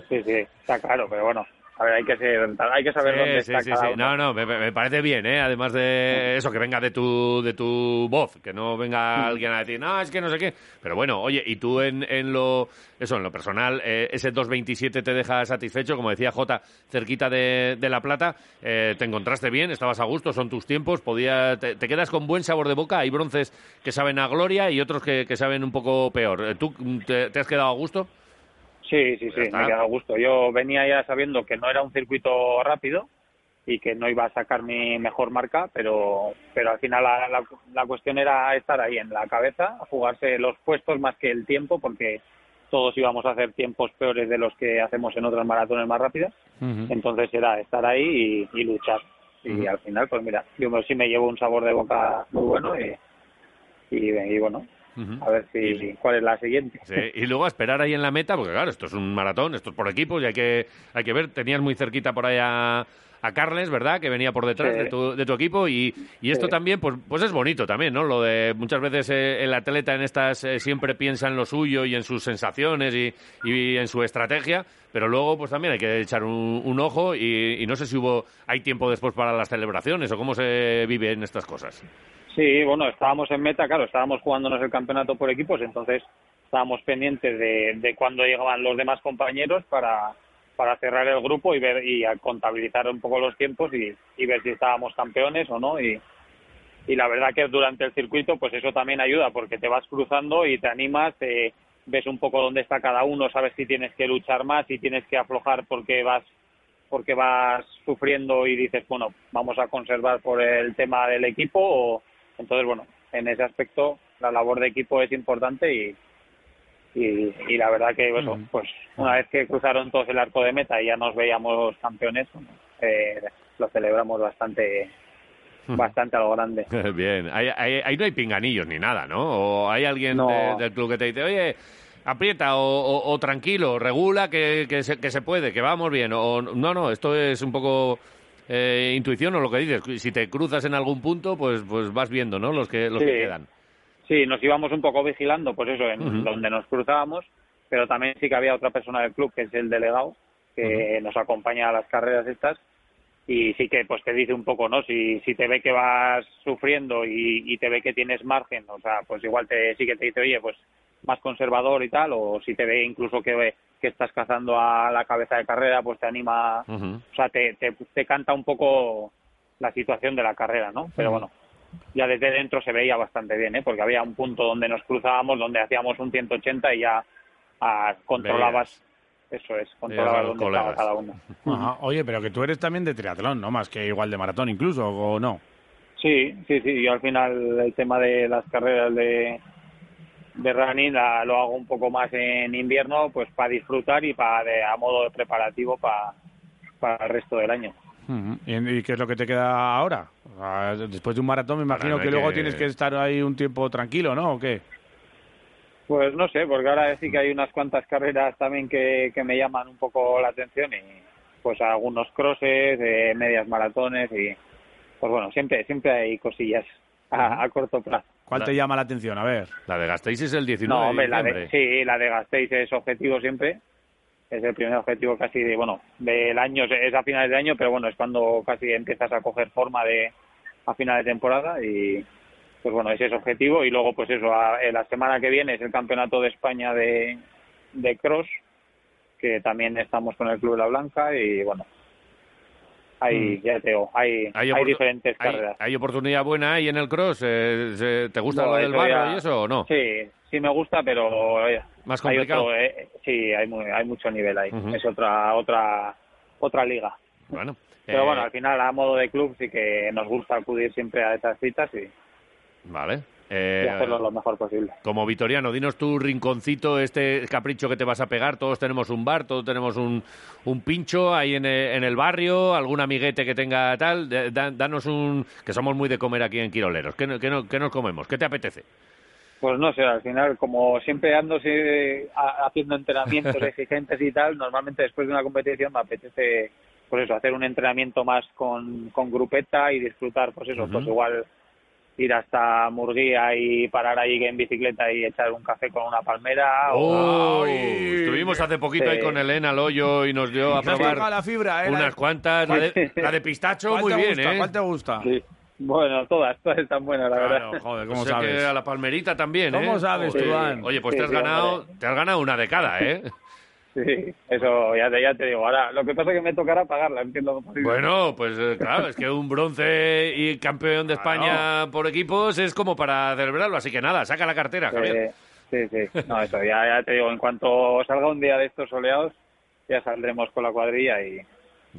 Speaker 31: sí, sí, está claro, pero bueno, a ver, hay que ser, hay que saber
Speaker 2: Sí,
Speaker 31: dónde
Speaker 2: sí,
Speaker 31: está
Speaker 2: sí,
Speaker 31: cada
Speaker 2: sí. No,
Speaker 31: uno.
Speaker 2: no, me, me- me parece bien, ¿eh? Además de eso, que venga de tu, de tu voz, que no venga alguien a decir, no, es que no sé qué. Pero bueno, oye, y tú en, en lo eso en lo personal, eh, ese 2.27 te deja satisfecho, como decía Jota, cerquita de, de La Plata, eh, te encontraste bien, estabas a gusto, son tus tiempos, podía, te, te quedas con buen sabor de boca, hay bronces que saben a gloria y otros que, que saben un poco peor. Eh, ¿Tú mm, te, te has quedado a gusto?
Speaker 31: Sí,
Speaker 2: Pues
Speaker 31: sí, sí, me he quedado a gusto. Yo venía ya sabiendo que no era un circuito rápido y que no iba a sacar mi mejor marca, pero, pero al final la, la- la cuestión era estar ahí en la cabeza, jugarse los puestos más que el tiempo, porque todos íbamos a hacer tiempos peores de los que hacemos en otras maratones más rápidas.
Speaker 29: Uhum.
Speaker 31: Entonces era estar ahí y, y luchar. Y
Speaker 2: Ujú.
Speaker 31: al final, pues mira, yo me- sí me llevo un sabor de boca muy bueno y, y, y bueno,
Speaker 2: Ujú.
Speaker 31: a ver si cuál es la siguiente.
Speaker 2: Sí, y luego a esperar ahí en la meta, porque claro, esto es un maratón, esto es por equipos y hay que, hay que ver. Tenías muy cerquita por ahí a, a Carles, ¿verdad? Que venía por detrás
Speaker 31: Sí.
Speaker 2: de, tu, de tu equipo y, y esto
Speaker 31: Sí.
Speaker 2: también, pues, pues es bonito también, ¿no? Lo de muchas veces eh, el atleta en estas eh, siempre piensa en lo suyo y en sus sensaciones y, y en su estrategia, pero luego pues también hay que echar un, un ojo y, y no sé si hubo, hay tiempo después para las celebraciones o cómo se viven estas cosas.
Speaker 31: Sí, bueno, estábamos en meta, claro, estábamos jugándonos el campeonato por equipos, entonces estábamos pendientes de, de cuándo llegaban los demás compañeros para, para cerrar el grupo y ver y a contabilizar un poco los tiempos y, y ver si estábamos campeones o no. Y, y la verdad que durante el circuito, pues eso también ayuda, porque te vas cruzando y te animas, te- ves un poco dónde está cada uno, sabes si tienes que luchar más, si tienes que aflojar porque vas porque vas sufriendo y dices, bueno, vamos a conservar por el tema del equipo o, entonces, bueno, en ese aspecto la labor de equipo es importante y, y, y la verdad que, bueno, pues una vez que cruzaron todos el arco de meta y ya nos veíamos campeones, bueno, eh, lo celebramos bastante, bastante a lo grande.
Speaker 2: Bien, ahí, ahí- ahí no hay pinganillos ni nada, ¿no? O hay alguien
Speaker 31: No.
Speaker 2: de- del club que te dice, oye, aprieta o, o- o tranquilo, regula que, que se, que se puede, que vamos bien. O, no, no, esto es un poco eh, intuición o lo que dices. Si te cruzas en algún punto, pues, pues vas viendo, ¿no? Los que, los que
Speaker 31: Sí.
Speaker 2: quedan.
Speaker 31: Sí, nos íbamos un poco vigilando, pues eso, en
Speaker 2: Ujú.
Speaker 31: donde nos cruzábamos, pero también sí que había otra persona del club, que es el delegado, que nos acompaña a las carreras estas, y sí que pues te dice un poco, ¿no? Si, si te ve que vas sufriendo y, y te ve que tienes margen, o sea, pues igual te, sí que te dice, oye, pues más conservador y tal, o si te ve incluso que, ve que estás cazando a la cabeza de carrera, pues te anima, o sea, te, te, te canta un poco la situación de la carrera, ¿no? Pero bueno, ya desde dentro se veía bastante bien, ¿eh? Porque había un punto donde nos cruzábamos, donde hacíamos un 180 y ya ah, controlabas, eso es,
Speaker 2: Veías a
Speaker 31: controlabas
Speaker 2: los
Speaker 31: dónde estaba
Speaker 2: colegas.
Speaker 31: cada uno.
Speaker 3: Ajá. Oye, pero que tú eres también de triatlón, ¿no? Más que igual de maratón incluso, ¿o no?
Speaker 31: Sí, sí, sí. Yo al final el tema de las carreras de, de running la- lo hago un poco más en invierno, pues para disfrutar y para a modo de preparativo para para el resto del año.
Speaker 3: Ujú. ¿Y, y qué es lo que te queda ahora? Ah, Después de un maratón me imagino
Speaker 2: no
Speaker 3: que
Speaker 2: hay
Speaker 3: luego
Speaker 2: que-
Speaker 3: tienes que estar ahí un tiempo tranquilo, ¿no? ¿O qué?
Speaker 31: Pues no sé, porque ahora sí que hay unas cuantas carreras también que, que me llaman un poco la atención y pues algunos crosses, eh, medias maratones y pues bueno, siempre siempre hay cosillas a, a corto plazo.
Speaker 3: ¿Cuál te llama la atención? A ver.
Speaker 2: La de Gasteiz es el 19
Speaker 31: No, hombre,
Speaker 2: de
Speaker 31: la
Speaker 2: diciembre.
Speaker 31: de, sí, la de Gasteiz es objetivo siempre. Es el primer objetivo casi de, bueno, del año, es a finales de año, pero bueno, es cuando casi empiezas a coger forma de a final de temporada y pues bueno, ese es objetivo y luego pues eso, a- eh, la semana que viene es el Campeonato de España de, de Cross, que también estamos con el Club La Blanca y bueno, Hay,
Speaker 2: Mm.
Speaker 31: ya te digo, hay, hay,
Speaker 2: oportu-
Speaker 31: diferentes
Speaker 2: hay-
Speaker 31: carreras.
Speaker 2: ¿Hay oportunidad buena ahí en el cross? Eh, se- ¿Te gusta
Speaker 31: No,
Speaker 2: lo del
Speaker 31: eso
Speaker 2: barro
Speaker 31: ya-
Speaker 2: y eso o no?
Speaker 31: Sí, sí me gusta, pero eh,
Speaker 2: Más
Speaker 31: hay
Speaker 2: complicado.
Speaker 31: otro, eh, sí, hay, mu- hay mucho nivel ahí.
Speaker 2: Ujú.
Speaker 31: Es otra otra otra liga.
Speaker 2: Bueno,
Speaker 31: Pero
Speaker 2: eh,
Speaker 31: bueno, al final a modo de club sí que nos gusta acudir siempre a esas citas y,
Speaker 2: Vale.
Speaker 31: y
Speaker 2: Eh,
Speaker 31: hacerlo lo mejor posible.
Speaker 2: Como Vitoriano, dinos tu rinconcito, este capricho que te vas a pegar. Todos tenemos un bar, todos tenemos un, un pincho ahí en e- en el, barrio, algún amiguete que tenga tal. de- da- danos un. que somos muy de comer aquí en Quiroleros. ¿Qué, no- qué no- qué nos comemos? ¿Qué te apetece?
Speaker 31: Pues no sé, al final como siempre ando sí, ha- haciendo entrenamientos exigentes y tal, normalmente después de una competición me apetece pues eso, hacer un entrenamiento más con, con grupeta y disfrutar, pues eso,
Speaker 2: Ujú.
Speaker 31: pues igual ir hasta Murguía y parar ahí en bicicleta y echar un café con una palmera. o...
Speaker 2: Uy, Oh, Estuvimos hace poquito ahí
Speaker 31: Sí.
Speaker 2: con Elena Loyo y nos dio a
Speaker 31: Nos
Speaker 2: probar
Speaker 31: tocó la
Speaker 3: fibra, ¿eh? La-
Speaker 2: unas cuantas. La de, la de pistacho,
Speaker 3: ¿Cuál
Speaker 2: muy
Speaker 3: te
Speaker 2: bien,
Speaker 3: gusta?
Speaker 2: ¿eh?
Speaker 3: ¿Cuál te gusta?
Speaker 31: Sí. Bueno, todas, todas están buenas, la
Speaker 2: Claro,
Speaker 31: verdad.
Speaker 3: joder,
Speaker 2: O sea que a la palmerita también, ¿eh?
Speaker 31: ¿Cómo sabes,
Speaker 2: Joder.
Speaker 31: Iván?
Speaker 2: Oye, pues
Speaker 31: Sí,
Speaker 2: te, has
Speaker 31: sí,
Speaker 2: ganado,
Speaker 31: hombre.
Speaker 2: te has ganado una de cada, ¿eh?
Speaker 31: Sí, eso ya te, ya te digo. Ahora, lo que pasa es que me tocará pagarla, entiendo.
Speaker 2: Bueno, pues eh, claro, es que un bronce y campeón de España por equipos es como para celebrarlo. Así que nada, saca la cartera, Javier.
Speaker 31: Sí, sí, sí. No, eso, ya, ya te digo, en cuanto salga un día de estos soleados, ya saldremos con la cuadrilla y, y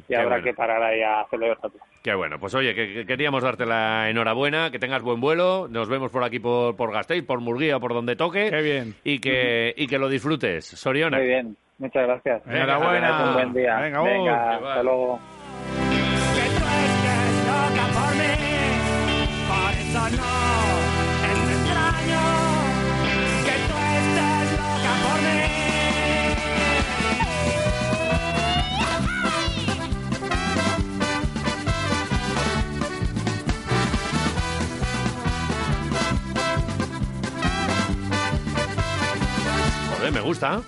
Speaker 2: Qué
Speaker 31: habrá
Speaker 2: bueno.
Speaker 31: que parar ahí a celebrar.
Speaker 2: Qué bueno, pues oye, que, que queríamos darte la enhorabuena, que tengas buen vuelo, nos vemos por aquí por, por Gasteiz, por Murguía, por donde toque. Qué bien. Y que, y que lo disfrutes, Soriona.
Speaker 31: Muy bien, muchas gracias.
Speaker 2: Venga, Enhorabuena.
Speaker 31: Que tengáis Un buen día.
Speaker 2: Venga, vos.
Speaker 31: Venga
Speaker 2: Que
Speaker 31: hasta luego.
Speaker 15: loca por mí, por eso no es extraño que tú estés loca por mí.
Speaker 2: Joder, me gusta.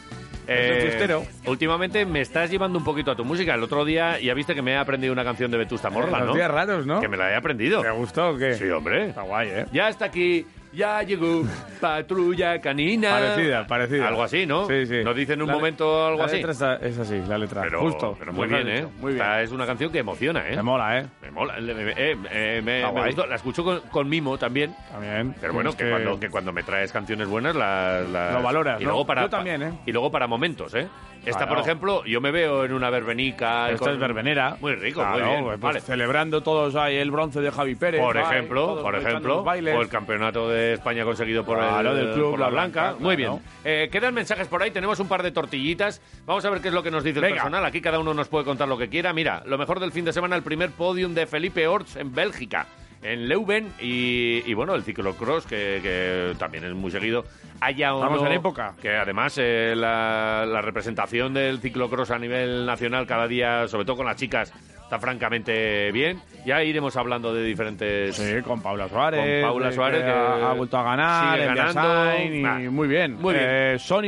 Speaker 2: Eh,
Speaker 3: un fiestero.
Speaker 2: últimamente me estás llevando un poquito a tu música. El otro día ya viste que me he aprendido una canción de Vetusta Morla,
Speaker 3: Eh, Los
Speaker 2: ¿no?
Speaker 3: días raros, ¿no?
Speaker 2: Que me la he aprendido. ¿Te gustó o qué? Sí, hombre. Está guay, ¿eh? Ya está aquí, ya llegó Patrulla Canina.
Speaker 3: Parecida, parecida.
Speaker 2: Algo así, ¿no?
Speaker 3: Sí, sí.
Speaker 2: Nos dicen en un
Speaker 3: La le-
Speaker 2: momento algo
Speaker 3: la
Speaker 2: así.
Speaker 3: letra está- es así, la letra.
Speaker 2: Pero,
Speaker 3: Justo.
Speaker 2: pero muy
Speaker 3: Lo has
Speaker 2: bien,
Speaker 3: dicho.
Speaker 2: ¿eh?
Speaker 3: Muy bien.
Speaker 2: O sea, es una canción que emociona, ¿eh?
Speaker 3: Me mola, ¿eh?
Speaker 2: Me mola. le- me- eh, eh, me-
Speaker 3: Está
Speaker 2: me
Speaker 3: guay.
Speaker 2: gustó. La escucho con, con mimo también.
Speaker 3: También.
Speaker 2: Pero bueno,
Speaker 3: Es
Speaker 2: que,
Speaker 3: que-
Speaker 2: Cuando, que cuando me traes canciones buenas las... las-
Speaker 3: Lo valoras,
Speaker 2: y
Speaker 3: ¿no?
Speaker 2: Luego para,
Speaker 3: Yo también, ¿eh?
Speaker 2: Y luego para momentos, ¿eh? Esta,
Speaker 3: Claro.
Speaker 2: por ejemplo, yo me veo en una verbenica...
Speaker 3: Esta es
Speaker 2: verbenera. Muy rico,
Speaker 3: Claro,
Speaker 2: muy bien.
Speaker 3: pues,
Speaker 2: vale.
Speaker 3: Celebrando todos ahí el bronce de Javi Pérez.
Speaker 2: Por
Speaker 3: ay,
Speaker 2: ejemplo,
Speaker 3: todos
Speaker 2: por
Speaker 3: echando
Speaker 2: ejemplo,
Speaker 3: los bailes.
Speaker 2: o el campeonato de España conseguido por
Speaker 3: Claro,
Speaker 2: el
Speaker 3: del club
Speaker 2: por la
Speaker 3: La
Speaker 2: Blanca.
Speaker 3: Blanca,
Speaker 2: Muy bien.
Speaker 3: claro.
Speaker 2: Eh, quedan mensajes por ahí, tenemos un par de tortillitas. Vamos a ver qué es lo que nos dice el
Speaker 3: Venga.
Speaker 2: personal. Aquí cada uno nos puede contar lo que quiera. Mira, lo mejor del fin de semana, el primer podium de Felipe Orts en Bélgica. En Leuven y, y, bueno, el ciclocross, que, que también es muy seguido. Haya o
Speaker 3: Estamos
Speaker 2: no-
Speaker 3: en época.
Speaker 2: Que además eh, la, la representación del ciclocross a nivel nacional cada día, sobre todo con las chicas, está francamente bien. Ya iremos hablando de diferentes
Speaker 3: Sí, con Paula Suárez.
Speaker 2: con Paula
Speaker 3: eh,
Speaker 2: Suárez,
Speaker 3: que
Speaker 2: que
Speaker 3: ha, ha vuelto a ganar.
Speaker 2: sigue
Speaker 3: el
Speaker 2: ganando.
Speaker 3: Biasain, y
Speaker 2: Ah,
Speaker 3: muy bien.
Speaker 2: muy bien.
Speaker 3: Eh, Sony,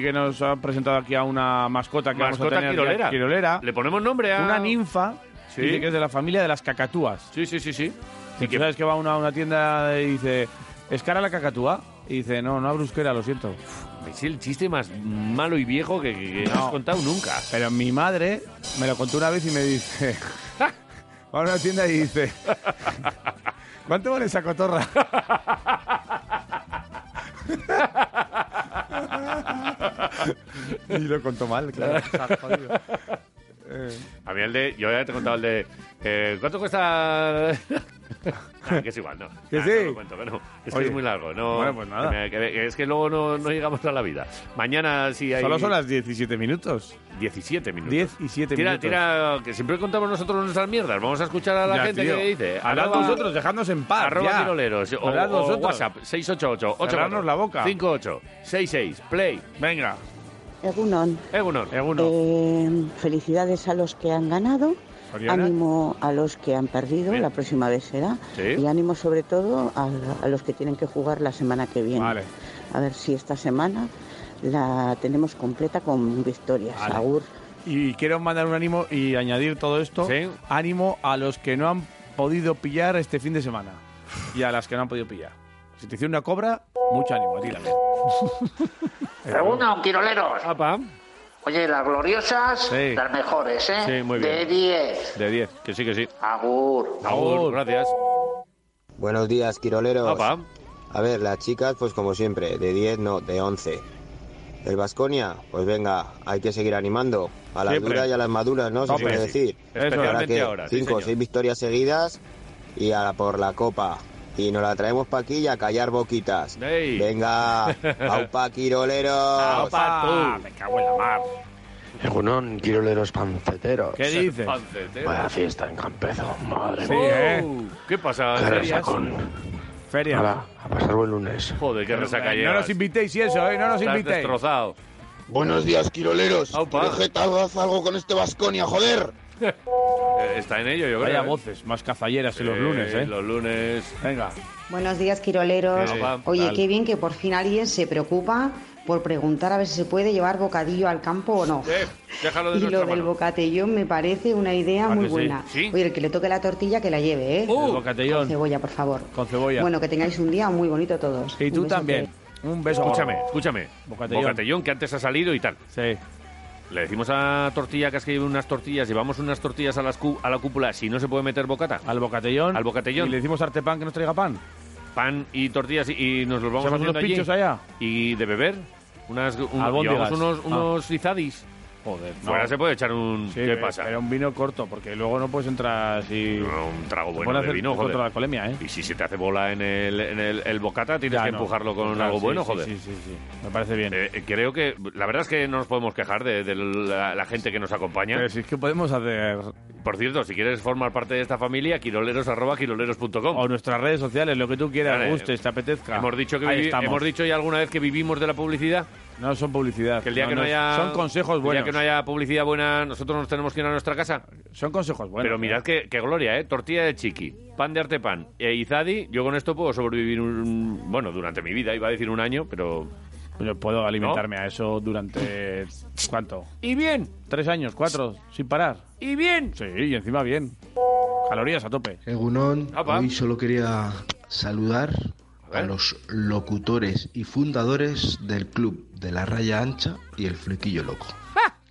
Speaker 3: que nos ha presentado aquí a una mascota que vamos
Speaker 2: Mascota
Speaker 3: a tener. ya,
Speaker 2: quirolera.
Speaker 3: quirolera.
Speaker 2: Le ponemos nombre a...
Speaker 3: Una ninfa.
Speaker 2: Sí.
Speaker 3: Dice que es de la familia de las cacatúas.
Speaker 2: Sí, sí, sí, sí.
Speaker 3: Y tú sabes que va a una, una tienda y dice, ¿es cara la cacatúa? Y dice, no, no a brusquera, lo siento.
Speaker 2: Es el chiste más malo y viejo que, que- que no has contado nunca.
Speaker 3: Pero mi madre me lo contó una vez y me dice, va a una tienda y dice, ¿cuánto vale esa cotorra? y lo contó mal, claro.
Speaker 2: Eh. A mí el de... Yo ya te he contado el de... eh, ¿Cuánto cuesta...? Nah, que es igual, no.
Speaker 3: Que
Speaker 2: Nah,
Speaker 3: sí.
Speaker 2: no lo cuento, que no. Es que
Speaker 3: Oye.
Speaker 2: es muy largo. No,
Speaker 3: Bueno, pues nada.
Speaker 2: que me- que- que es que luego no, no llegamos a la vida. Mañana sí hay...
Speaker 3: Solo son las 17 minutos.
Speaker 2: 17 minutos.
Speaker 3: 17
Speaker 2: Tira,
Speaker 3: minutos.
Speaker 2: tira, que siempre contamos nosotros nuestras mierdas. Vamos a escuchar a la
Speaker 3: Ya,
Speaker 2: gente
Speaker 3: tío.
Speaker 2: que dice.
Speaker 3: Hablad
Speaker 2: Arroba-
Speaker 3: vosotros, dejadnos en paz.
Speaker 2: Arroba
Speaker 3: ya.
Speaker 2: Quiroleros. O,
Speaker 3: Hablad
Speaker 2: o
Speaker 3: vosotros.
Speaker 2: WhatsApp 688
Speaker 3: Cerrarnos la boca.
Speaker 2: 58 66 Play. Venga.
Speaker 32: Egunon.
Speaker 2: Egunon.
Speaker 32: Eh, felicidades a los que han ganado.
Speaker 2: Oriana.
Speaker 32: Ánimo a los que han perdido,
Speaker 2: Bien.
Speaker 32: la próxima vez será.
Speaker 2: Sí.
Speaker 32: Y ánimo sobre todo a, a los que tienen que jugar la semana que viene. A ver si esta semana la tenemos completa con victorias.
Speaker 3: Vale.
Speaker 32: Agur.
Speaker 3: Y quiero mandar un ánimo y añadir todo esto. Ánimo a los que no han podido pillar este fin de semana. Y a las que no han podido pillar. Si te hicieron una cobra, mucho ánimo, tírale.
Speaker 12: Uno, quiroleros. Oye, las gloriosas,
Speaker 2: Sí.
Speaker 12: las mejores, ¿eh?
Speaker 2: Sí, muy bien.
Speaker 12: De 10.
Speaker 2: De 10, que sí, que sí.
Speaker 12: Agur.
Speaker 2: Agur, gracias.
Speaker 33: Buenos días, Quiroleros. A ver, las chicas, pues como siempre, de 10 no, de 11. El Vasconia, pues venga, hay que seguir animando. A las
Speaker 25: Siempre.
Speaker 33: duras y a las maduras, ¿no? Se
Speaker 25: Tope.
Speaker 33: puede decir.
Speaker 25: Eso es.
Speaker 33: Ahora que
Speaker 25: ahora, sí,
Speaker 33: cinco
Speaker 25: señor.
Speaker 33: seis victorias seguidas y a la- por la copa. Y nos la traemos para aquí y a callar boquitas. Venga, aupa Quiroleros.
Speaker 2: Aupa, tú.
Speaker 33: Me cago en la mar.
Speaker 34: Egunón, quiroleros panceteros.
Speaker 2: ¿Qué dices? Pancetero.
Speaker 34: Vaya fiesta en Campezo, madre
Speaker 2: Sí,
Speaker 34: mía.
Speaker 2: ¿eh? ¿Qué pasa?
Speaker 34: Qué
Speaker 2: Ferias?
Speaker 34: resacón.
Speaker 3: Feria. eh,
Speaker 34: Nada, a pasar buen lunes.
Speaker 2: Joder, qué resaca
Speaker 3: No
Speaker 2: llevas.
Speaker 3: nos invitéis y eso, ¿eh? No nos
Speaker 2: Estás
Speaker 3: invitéis.
Speaker 2: destrozado.
Speaker 34: Buenos días, quiroleros.
Speaker 2: Aupa.
Speaker 34: Quirojetaz, haz algo con este Vasconia, joder.
Speaker 2: Eh, Está en ello, yo creo.
Speaker 3: Vaya
Speaker 2: ¿eh?
Speaker 3: voces, más cazalleras en los
Speaker 2: Sí,
Speaker 3: lunes, ¿eh?
Speaker 2: Los lunes.
Speaker 3: Venga.
Speaker 35: Buenos días, Quiroleros.
Speaker 2: Sí.
Speaker 35: Oye,
Speaker 2: Tal.
Speaker 35: qué bien que por fin alguien se preocupa por preguntar a ver si se puede llevar bocadillo al campo o no.
Speaker 2: Eh, déjalo de
Speaker 35: Y
Speaker 2: nuestra
Speaker 35: lo del
Speaker 2: mano.
Speaker 35: bocatellón me parece una idea
Speaker 2: Ah,
Speaker 35: muy
Speaker 2: que sí.
Speaker 35: buena.
Speaker 2: Sí. Uh.
Speaker 35: Oye, el que le toque la tortilla que la lleve, ¿eh?
Speaker 3: El bocatellón.
Speaker 35: Con cebolla, por favor.
Speaker 3: Con cebolla.
Speaker 35: Bueno, que tengáis un día muy bonito todos.
Speaker 3: y
Speaker 35: Un
Speaker 3: tú
Speaker 35: besote.
Speaker 3: también. Un beso.
Speaker 2: Escúchame, escúchame.
Speaker 3: Bocatellón.
Speaker 2: que antes ha salido y tal.
Speaker 3: Sí.
Speaker 2: Le decimos a Tortilla que has que lleve unas tortillas, llevamos unas tortillas a, las cu- a la cúpula, si no se puede meter bocata.
Speaker 3: Al bocatellón.
Speaker 2: Al bocatellón.
Speaker 3: Y le decimos a Artepan que nos traiga pan.
Speaker 2: Pan y tortillas y, y nos los vamos
Speaker 3: ¿Hacemos
Speaker 2: haciendo
Speaker 3: unos
Speaker 2: allí.
Speaker 3: pinchos allá?
Speaker 2: Y de beber, unas, un- llevamos
Speaker 3: Albóndigas.
Speaker 2: unos,
Speaker 3: Ah.
Speaker 2: unos izadis. Joder,
Speaker 3: no.
Speaker 2: Fuera se puede echar un... ¿Qué
Speaker 3: pero-
Speaker 2: pasa?
Speaker 3: Pero un vino corto, porque luego no puedes entrar así...
Speaker 2: un trago
Speaker 3: Te
Speaker 2: Pues bueno
Speaker 3: pone a
Speaker 2: de
Speaker 3: hacer-
Speaker 2: vino,
Speaker 3: te
Speaker 2: joder.
Speaker 3: controla la alcoholemia, ¿eh?
Speaker 2: Y si se te hace bola en el, en el, el bocata, tienes
Speaker 3: Ya
Speaker 2: que
Speaker 3: no.
Speaker 2: empujarlo con
Speaker 3: Claro,
Speaker 2: algo
Speaker 3: sí,
Speaker 2: bueno,
Speaker 3: sí,
Speaker 2: joder.
Speaker 3: sí, sí, sí. Me parece bien.
Speaker 2: Eh, eh, creo que... La verdad es que no nos podemos quejar de, de la, la gente que nos acompaña.
Speaker 3: Pero si es que podemos hacer...
Speaker 2: Por cierto, si quieres formar parte de esta familia, quiroleros arroba quiroleros.com.
Speaker 3: O nuestras redes sociales, lo que tú quieras,
Speaker 2: Vale.
Speaker 3: gustes, te apetezca.
Speaker 2: Hemos dicho que
Speaker 3: Ahí
Speaker 2: vivi-
Speaker 3: estamos.
Speaker 2: hemos dicho ya alguna vez que vivimos de la publicidad.
Speaker 3: No son publicidad.
Speaker 2: Que el día que no,
Speaker 3: es-
Speaker 2: haya
Speaker 3: Son consejos
Speaker 2: El día
Speaker 3: buenos.
Speaker 2: que no haya publicidad buena, nosotros nos tenemos que ir a nuestra casa.
Speaker 3: Son consejos buenos.
Speaker 2: Pero mirad qué, qué gloria, ¿eh? Tortilla de chiqui, pan de artepan e izadi. Yo con esto puedo sobrevivir, un- bueno, durante mi vida, iba a decir un año, pero...
Speaker 3: Pero puedo alimentarme a eso durante... ¿Cuánto?
Speaker 2: Y bien,
Speaker 3: ¿Tres años? ¿Cuatro? ¿Sin parar?
Speaker 2: y bien.
Speaker 3: Sí, y encima bien. Calorías a tope.
Speaker 34: Egunón,
Speaker 3: Apa.
Speaker 34: hoy solo quería saludar a, los locutores y fundadores del club de la raya ancha y el flequillo loco.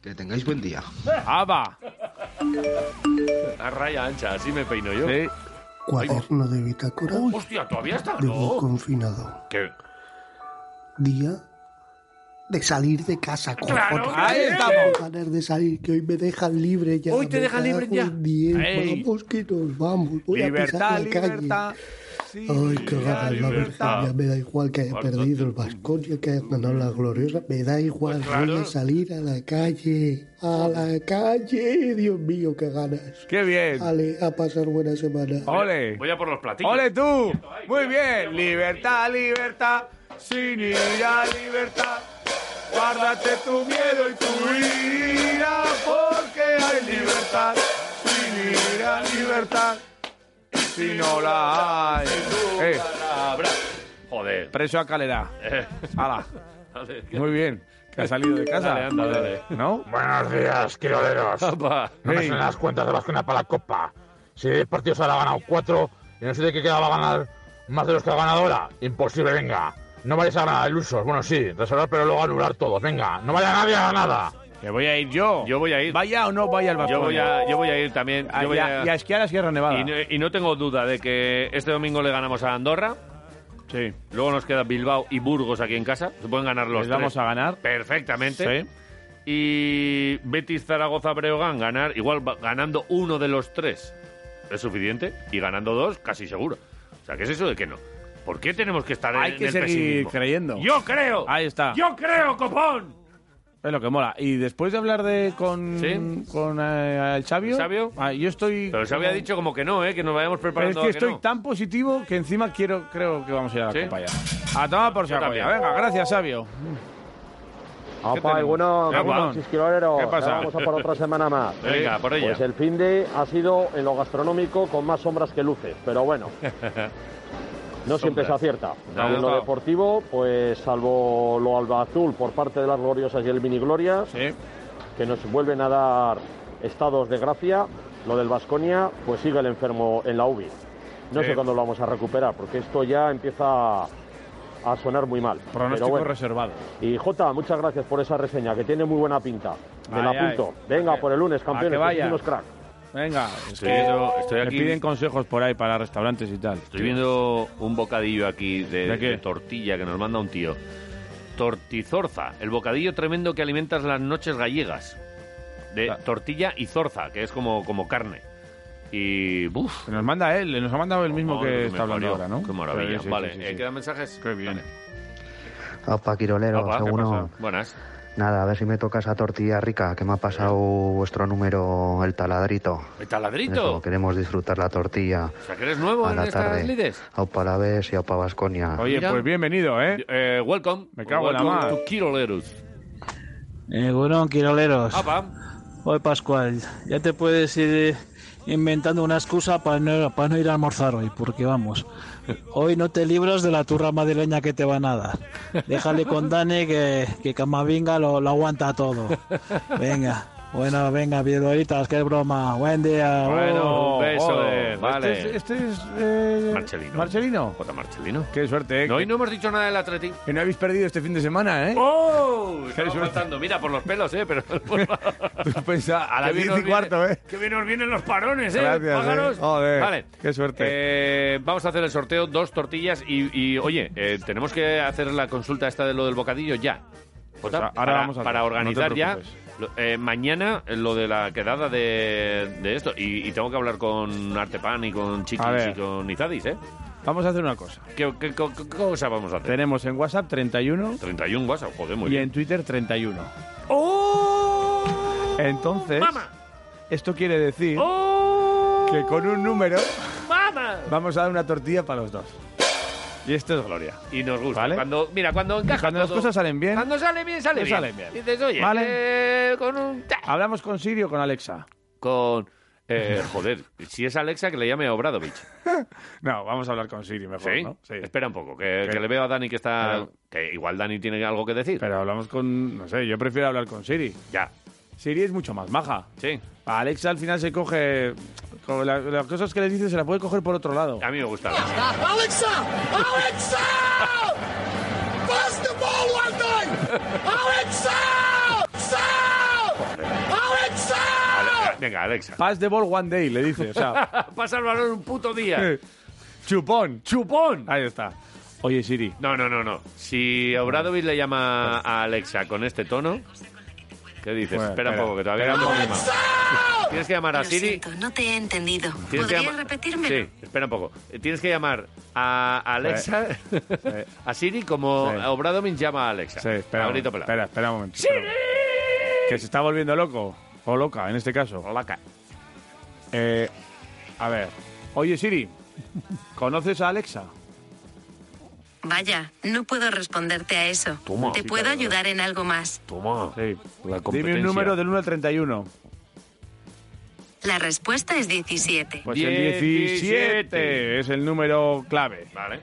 Speaker 34: Que tengáis buen día.
Speaker 3: ¡Aba!
Speaker 2: ¡Ah, A raya ancha, así me peino yo.
Speaker 23: Cuaderno de bitácora.
Speaker 2: Uy, hostia, todavía está,
Speaker 23: De
Speaker 2: ¿no?
Speaker 23: un confinado.
Speaker 2: ¿Qué?
Speaker 23: Día de salir de casa. con
Speaker 2: Claro.
Speaker 23: J.
Speaker 2: Ahí estamos.
Speaker 23: Ganas de salir, que hoy me dejan libre ya.
Speaker 2: Hoy te
Speaker 23: me
Speaker 2: dejan
Speaker 23: cago
Speaker 2: libre ya.
Speaker 23: en diez.
Speaker 2: Ey.
Speaker 23: Vamos que nos vamos. Voy a pisar la calle. Ay, qué ganas, la
Speaker 2: libertad.
Speaker 23: verdad. Ya me da igual que haya perdido el Vasconia, que haya ganado la gloriosa. Me da
Speaker 2: Pues
Speaker 23: igual. Voy a salir a la calle. A la calle. Dios mío, qué ganas.
Speaker 3: ¡Qué bien!
Speaker 23: Vale, a pasar buena semana.
Speaker 3: ¡Ole!
Speaker 2: Voy a por los platillos.
Speaker 3: ¡Ole tú! Muy bien. Libertad, libertad. Sin ira, libertad. Guárdate tu miedo y tu ira, porque hay libertad. Sin ira, libertad. Y si no la hay. Eh,
Speaker 2: Joder. Eh.
Speaker 3: preso a calera. Hala.
Speaker 2: Joder, qué-
Speaker 3: Muy bien. Que ha salido de casa.
Speaker 2: Dale, anda, dale.
Speaker 3: ¿No?
Speaker 1: Buenos días, quiroleros.
Speaker 2: Apa.
Speaker 1: No me
Speaker 3: Ey.
Speaker 1: salen las cuentas de Vasconia para la Copa. Si 10 partidos ahora ha ganado 4, y no sé de qué queda va a ganar más de los que ha ganado ahora. Imposible, venga. No vayáis a ganar ilusos. Bueno, sí, reservar, pero luego anular todos. Venga, no vaya nadie a nada.
Speaker 3: Que voy a ir yo.
Speaker 2: Yo voy a ir.
Speaker 3: Vaya o no vaya al
Speaker 2: Yo
Speaker 3: Vasconia.
Speaker 2: voy a, yo voy a ir también.
Speaker 3: Ah,
Speaker 2: Yo voy
Speaker 3: y
Speaker 2: a-
Speaker 3: a- y a esquiar a Sierra Nevada.
Speaker 2: Y no, y no tengo duda de que este domingo le ganamos a Andorra.
Speaker 3: Sí.
Speaker 2: Luego nos queda Bilbao y Burgos aquí en casa. Se pueden ganar los
Speaker 3: Les vamos
Speaker 2: tres.
Speaker 3: a ganar.
Speaker 2: Perfectamente.
Speaker 3: Sí.
Speaker 2: Y Betis, Zaragoza, Breogán, ganar. Igual va- ganando uno de los tres es suficiente. Y ganando dos, casi seguro. O sea, ¿qué es eso de que no? ¿Por qué tenemos que estar
Speaker 3: Hay
Speaker 2: en
Speaker 3: que
Speaker 2: el
Speaker 3: seguir
Speaker 2: pesimismo?
Speaker 3: creyendo.
Speaker 2: ¡Yo creo!
Speaker 3: Ahí está.
Speaker 2: ¡Yo creo, copón!
Speaker 3: Es lo que mola. Y después de hablar de con, con eh, el Xavio,
Speaker 2: ¿El Xavio?
Speaker 3: ah, yo estoy...
Speaker 2: Pero se había dicho como que no, ¿eh? Que nos vayamos
Speaker 3: Pero es
Speaker 2: preparando
Speaker 3: que
Speaker 2: a que
Speaker 3: estoy
Speaker 2: no.
Speaker 3: tan positivo que encima quiero, creo que vamos a ir a la
Speaker 2: ¿Sí?
Speaker 3: copa ya. A tomar por
Speaker 2: Yo
Speaker 3: saco
Speaker 2: también.
Speaker 3: ya. Venga, gracias, Xavio.
Speaker 34: Apa,
Speaker 3: tenemos?
Speaker 34: algunos,
Speaker 3: Apa.
Speaker 34: chisquiroleros.
Speaker 3: ¿Qué pasa?
Speaker 34: Ya Vamos a por otra semana más.
Speaker 2: Venga, por ella.
Speaker 34: Pues el fin de ha sido en lo gastronómico con más sombras que luces, pero bueno. No siempre se
Speaker 2: Sombras.
Speaker 34: acierta.
Speaker 2: No,
Speaker 34: Y en lo
Speaker 2: no.
Speaker 34: deportivo, pues salvo lo alba azul por parte de las gloriosas y el mini glorias, que nos vuelven a dar estados de gracia, lo del Vasconia, pues sigue el enfermo en la UBI. No
Speaker 2: Sí.
Speaker 34: sé cuándo lo vamos a recuperar, porque esto ya empieza a
Speaker 24: a sonar muy mal.
Speaker 3: Pronóstico
Speaker 24: Pero bueno.
Speaker 3: reservado.
Speaker 24: Y Jota, muchas gracias por esa reseña, que tiene muy buena pinta. Me la
Speaker 3: Ay, ay.
Speaker 24: apunto. Venga, por el lunes,
Speaker 3: A
Speaker 24: campeones,
Speaker 3: que vaya.
Speaker 24: que sois unos crack.
Speaker 3: Venga,
Speaker 2: Estoy viendo- estoy
Speaker 3: Le
Speaker 2: aquí-
Speaker 3: piden consejos por ahí para restaurantes y tal.
Speaker 2: Estoy viendo un bocadillo aquí de,
Speaker 3: ¿De qué?
Speaker 2: de tortilla que nos manda un tío. Tortizorza, el bocadillo tremendo que alimentas las noches gallegas. De tortilla y zorza, que es como, como carne. Y. ¡Buf!
Speaker 3: Que Nos manda él, nos ha mandado el mismo
Speaker 2: Madre,
Speaker 3: que
Speaker 2: me
Speaker 3: está hablando
Speaker 2: parió.
Speaker 3: ahora, ¿no?
Speaker 2: Oh, Qué maravilla.
Speaker 3: Sí, sí, sí,
Speaker 2: vale,
Speaker 3: sí,
Speaker 2: eh,
Speaker 3: sí.
Speaker 2: ¿quedan mensajes? Qué bien.
Speaker 36: Hmm. Opa, Quirolero, seguro.
Speaker 2: Buenas.
Speaker 36: Nada, a ver si me toca esa tortilla rica que me ha pasado vuestro número, el taladrito.
Speaker 2: ¿El taladrito?
Speaker 36: Eso, queremos disfrutar la tortilla.
Speaker 2: O sea, que eres nuevo
Speaker 36: a
Speaker 2: en
Speaker 36: la
Speaker 2: estas
Speaker 36: tarde.
Speaker 2: lides.
Speaker 36: Opa la vez y opa Vasconia.
Speaker 2: Oye, Mira. pues
Speaker 3: bienvenido, ¿eh?
Speaker 2: welcome. Me
Speaker 3: cago en la
Speaker 2: welcome
Speaker 3: mar.
Speaker 2: to Quiroleros.
Speaker 37: Egunon, Eh, Quiroleros.
Speaker 2: Apa.
Speaker 37: Hoy Pascual, ya te puedes ir eh, inventando una excusa para no, para no ir a almorzar hoy, porque vamos, hoy no te libras de la turra madrileña que te van a dar. Déjale con Dani que, que Camavinga lo, lo aguanta todo. Venga, bueno, venga, Vidoritas, qué broma. Buen día.
Speaker 2: Bueno, un beso.
Speaker 3: joder.
Speaker 2: vale.
Speaker 3: Este es, este es, eh,
Speaker 2: Marcelino.
Speaker 3: Marcelino.
Speaker 2: Jota Marcelino.
Speaker 3: Qué suerte, ¿eh?
Speaker 2: No,
Speaker 3: que,
Speaker 2: hoy no hemos dicho nada del Atleti.
Speaker 3: que no habéis perdido este fin de semana, ¿eh?
Speaker 2: ¡Oh!
Speaker 3: Qué
Speaker 2: Estaba
Speaker 3: suerte.
Speaker 2: faltando. Mira, por los pelos, ¿eh? Pero...
Speaker 3: Tú pensá, a las
Speaker 2: Qué bien
Speaker 3: 10 y
Speaker 2: nos viene-
Speaker 3: cuarto, ¿eh?
Speaker 2: Qué bien nos vienen los parones, ¿eh?
Speaker 3: Gracias, ¿eh?
Speaker 2: Pájaros.
Speaker 3: Joder,
Speaker 2: Vale.
Speaker 3: qué suerte.
Speaker 2: Eh, vamos a hacer el sorteo, dos tortillas y, y, oye, eh, tenemos que hacer la consulta esta de lo del bocadillo ya.
Speaker 3: Pues
Speaker 2: Jota,
Speaker 3: ahora
Speaker 2: para,
Speaker 3: vamos a
Speaker 2: para
Speaker 3: hacer,
Speaker 2: organizar
Speaker 3: no te
Speaker 2: ya.
Speaker 3: preocupes.
Speaker 2: lo- eh, mañana eh, lo de la quedada de, de esto. Y, y tengo que hablar con Artepan y con
Speaker 3: A
Speaker 2: Chiquis
Speaker 3: ver.
Speaker 2: y con Izadis, ¿eh?
Speaker 3: Vamos a hacer una cosa.
Speaker 2: ¿Qué, qué- co- co- cosa vamos a hacer?
Speaker 3: Tenemos en WhatsApp 31
Speaker 2: 31 WhatsApp, joder, muy
Speaker 3: y
Speaker 2: bien.
Speaker 3: en Twitter 31.
Speaker 15: Oh,
Speaker 3: Entonces,
Speaker 2: ¡Mama!
Speaker 3: esto quiere decir
Speaker 2: ¡Oh!
Speaker 15: oh,
Speaker 3: que con un número vamos a dar una tortilla para los dos. Y esto es gloria.
Speaker 2: Y nos gusta. Cuando, mira, cuando encaja
Speaker 3: Cuando las
Speaker 2: todo-
Speaker 3: cosas salen bien.
Speaker 2: Cuando sale bien, sale
Speaker 3: Pues
Speaker 2: bien.
Speaker 3: salen bien.
Speaker 2: Dices, oye,
Speaker 3: Vale.
Speaker 2: eh, con un... ta-
Speaker 3: Hablamos con Siri o con Alexa.
Speaker 2: Con... Eh, joder, si es Alexa, que le llame a Obradovich.
Speaker 3: No, vamos a hablar con Siri mejor,
Speaker 2: ¿Sí?
Speaker 3: ¿no?
Speaker 2: Espera un poco, que, que le veo a Dani que está... Que Eh, igual Dani tiene algo que decir.
Speaker 3: Pero hablamos con, no sé, yo prefiero hablar con Siri.
Speaker 2: Ya.
Speaker 3: Siri es mucho más maja.
Speaker 2: Sí.
Speaker 3: A Alexa al final se coge... con la- las cosas que le dices se las puede coger por otro lado.
Speaker 2: A mí me gusta. Alexa.
Speaker 15: Alexa! Alexa! Pass the ball one time! Alexa! Alexa!
Speaker 2: Ale- Venga, Alexa.
Speaker 3: Pass the ball one day, le dice. O sea,
Speaker 2: Pasa el balón un puto día.
Speaker 3: chupón.
Speaker 2: Chupón.
Speaker 3: Ahí está. Oye, Siri.
Speaker 2: No, no, no, no. Si Obradovich le llama a Alexa con este tono... ¿Qué dices?
Speaker 3: Bueno,
Speaker 2: espera,
Speaker 3: espera.
Speaker 2: un poco, que todavía no hemos mimado. Tienes que llamar a Siri...
Speaker 27: no te he entendido.
Speaker 2: Tienes que llama- Sí, espera un poco. Eh, Tienes que llamar a Alexa, a Siri, como
Speaker 3: Sí.
Speaker 2: Obradovich llama a Alexa.
Speaker 3: Sí, espera,
Speaker 2: A
Speaker 3: un
Speaker 2: grito
Speaker 3: momento,
Speaker 2: pelado.
Speaker 3: espera, espera un momento. espera un momento. Que se está volviendo loco. O loca, en este caso. O
Speaker 2: loca.
Speaker 3: Eh, a ver. Oye, Siri, ¿conoces a Alexa?
Speaker 27: Vaya, no puedo responderte a eso.
Speaker 3: Toma.
Speaker 27: Te
Speaker 3: Sí,
Speaker 27: puedo
Speaker 3: claro.
Speaker 27: ayudar en algo más.
Speaker 2: Toma.
Speaker 3: Sí. Dime
Speaker 2: competencia.
Speaker 3: un número del 1 al 31.
Speaker 27: La respuesta es 17.
Speaker 3: Pues el 17 es el número clave.
Speaker 2: Vale.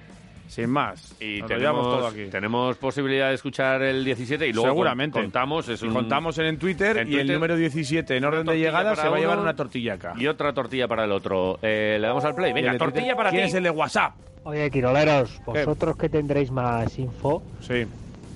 Speaker 3: Sin más.
Speaker 2: Y
Speaker 3: Nos lo llevamos todo
Speaker 2: tenemos,
Speaker 3: aquí.
Speaker 2: tenemos posibilidad de escuchar el 17 y luego
Speaker 3: Seguramente.
Speaker 2: con- contamos. Es
Speaker 3: Y
Speaker 2: un-
Speaker 3: contamos en, en Twitter
Speaker 2: en
Speaker 3: y el
Speaker 2: Twitter,
Speaker 3: número 17 en orden de
Speaker 2: tortilla
Speaker 3: llegada
Speaker 2: para
Speaker 3: se va a llevar
Speaker 2: uno.
Speaker 3: una tortilla acá.
Speaker 2: Y otra tortilla para el otro. Eh, le damos al play. Venga,
Speaker 3: El de Twitter.
Speaker 2: tortilla para ti.
Speaker 3: ¿Quién es el de WhatsApp?
Speaker 12: Oye, Quiroleros, vosotros que tendréis más info.
Speaker 3: Sí.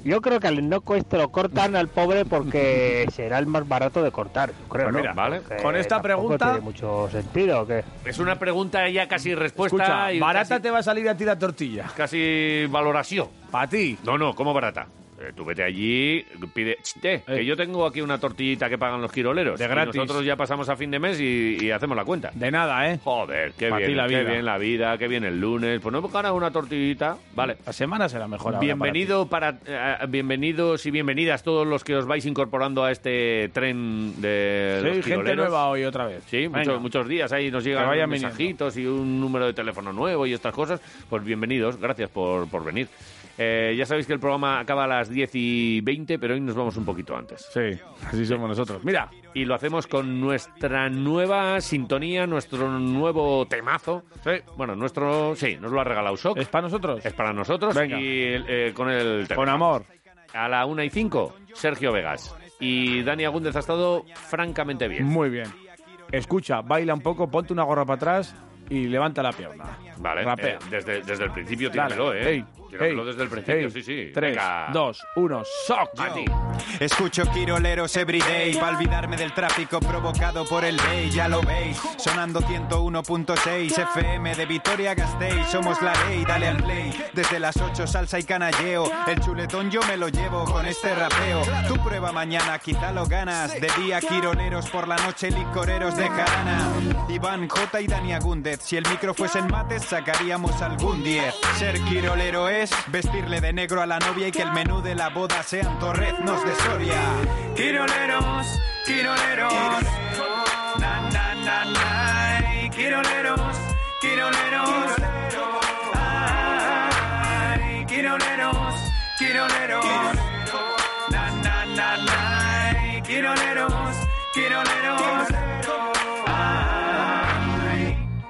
Speaker 12: Yo creo que al Noco este lo cortan al pobre porque será el más barato de cortar. yo creo,
Speaker 3: Pues
Speaker 12: ¿no?
Speaker 3: mira,
Speaker 12: Porque
Speaker 3: vale. con esta
Speaker 12: tampoco
Speaker 3: pregunta-
Speaker 12: tiene mucho sentido, ¿o qué?
Speaker 2: Es una pregunta ya casi respuesta.
Speaker 3: Escucha,
Speaker 2: y
Speaker 3: barata te va a salir a ti la tortilla.
Speaker 2: Casi, casi valoración.
Speaker 3: ¿Para ti?
Speaker 2: No, no, ¿cómo barata? Eh, tú vete allí, pide... "Ch, eh, que yo tengo aquí una tortillita que pagan los quiroleros.
Speaker 3: De
Speaker 2: Y
Speaker 3: gratis.
Speaker 2: nosotros ya pasamos a fin de mes y, y hacemos la cuenta.
Speaker 3: De nada, ¿eh?
Speaker 2: Joder, qué
Speaker 3: Pa' ti
Speaker 2: bien,
Speaker 3: la
Speaker 2: qué
Speaker 3: vida.
Speaker 2: bien la vida, qué bien el lunes. Pues no ahora una tortillita. Vale.
Speaker 3: La semana será mejor ahora
Speaker 2: Bienvenido para, eh, bienvenidos y bienvenidas todos los que os vais incorporando a este tren de
Speaker 3: para
Speaker 2: los
Speaker 3: ti. Sí, gente
Speaker 2: quiroleros.
Speaker 3: nueva hoy otra vez.
Speaker 2: Sí,
Speaker 3: Venga.
Speaker 2: muchos, muchos días ahí nos
Speaker 3: Que
Speaker 2: llegan
Speaker 3: vayan viniendo.
Speaker 2: mensajitos y un número de teléfono nuevo y estas cosas. Pues bienvenidos, gracias por, por venir. Eh, ya sabéis que el programa acaba a las 10 y 20, pero hoy nos vamos un poquito antes.
Speaker 3: Sí, así somos nosotros. Mira.
Speaker 2: Y lo hacemos con nuestra nueva sintonía, nuestro nuevo temazo. Bueno, nuestro, sí, nos lo ha regalado Sok. ¿Es
Speaker 3: para nosotros?
Speaker 2: Es para nosotros.
Speaker 3: Venga.
Speaker 2: Y eh, con el tema.
Speaker 3: Con amor.
Speaker 2: A la 1 y 5, Sergio Vegas. Y Dani Agúndez ha estado francamente bien.
Speaker 3: Muy bien. Escucha, baila un poco, ponte una gorra para atrás y levanta la pierna.
Speaker 2: Vale,
Speaker 3: Rapea.
Speaker 2: eh, desde, desde el principio
Speaker 3: Dale.
Speaker 2: tíramelo, ¿eh?
Speaker 3: Ey,
Speaker 2: Tíramelo desde el principio, sí, sí.
Speaker 3: 3,
Speaker 2: Venga.
Speaker 3: 2, 1, ¡soc!
Speaker 4: Escucho quiroleros everyday para olvidarme del tráfico provocado por el ley, ya lo veis. Sonando 101.6 FM de Vitoria Gasteiz, somos la ley, dale al play. Desde las 8 salsa y canalleo, el chuletón yo me lo llevo con este rapeo. Tu prueba mañana, quizá lo ganas. De día quiroleros, por la noche licoreros de jarana. Iván J y Dani Agúndez, si el micro fuese en mates sacaríamos algún 10. Ser quirolero es vestirle de negro a la novia y que el menú de la boda sean torreznos de Soria. Quiroleros, quiroleros, na na na na, ay, quiroleros, quiroleros, ay, quiroleros, quiroleros, na na na na, ay, quiroleros, quiroleros, ay.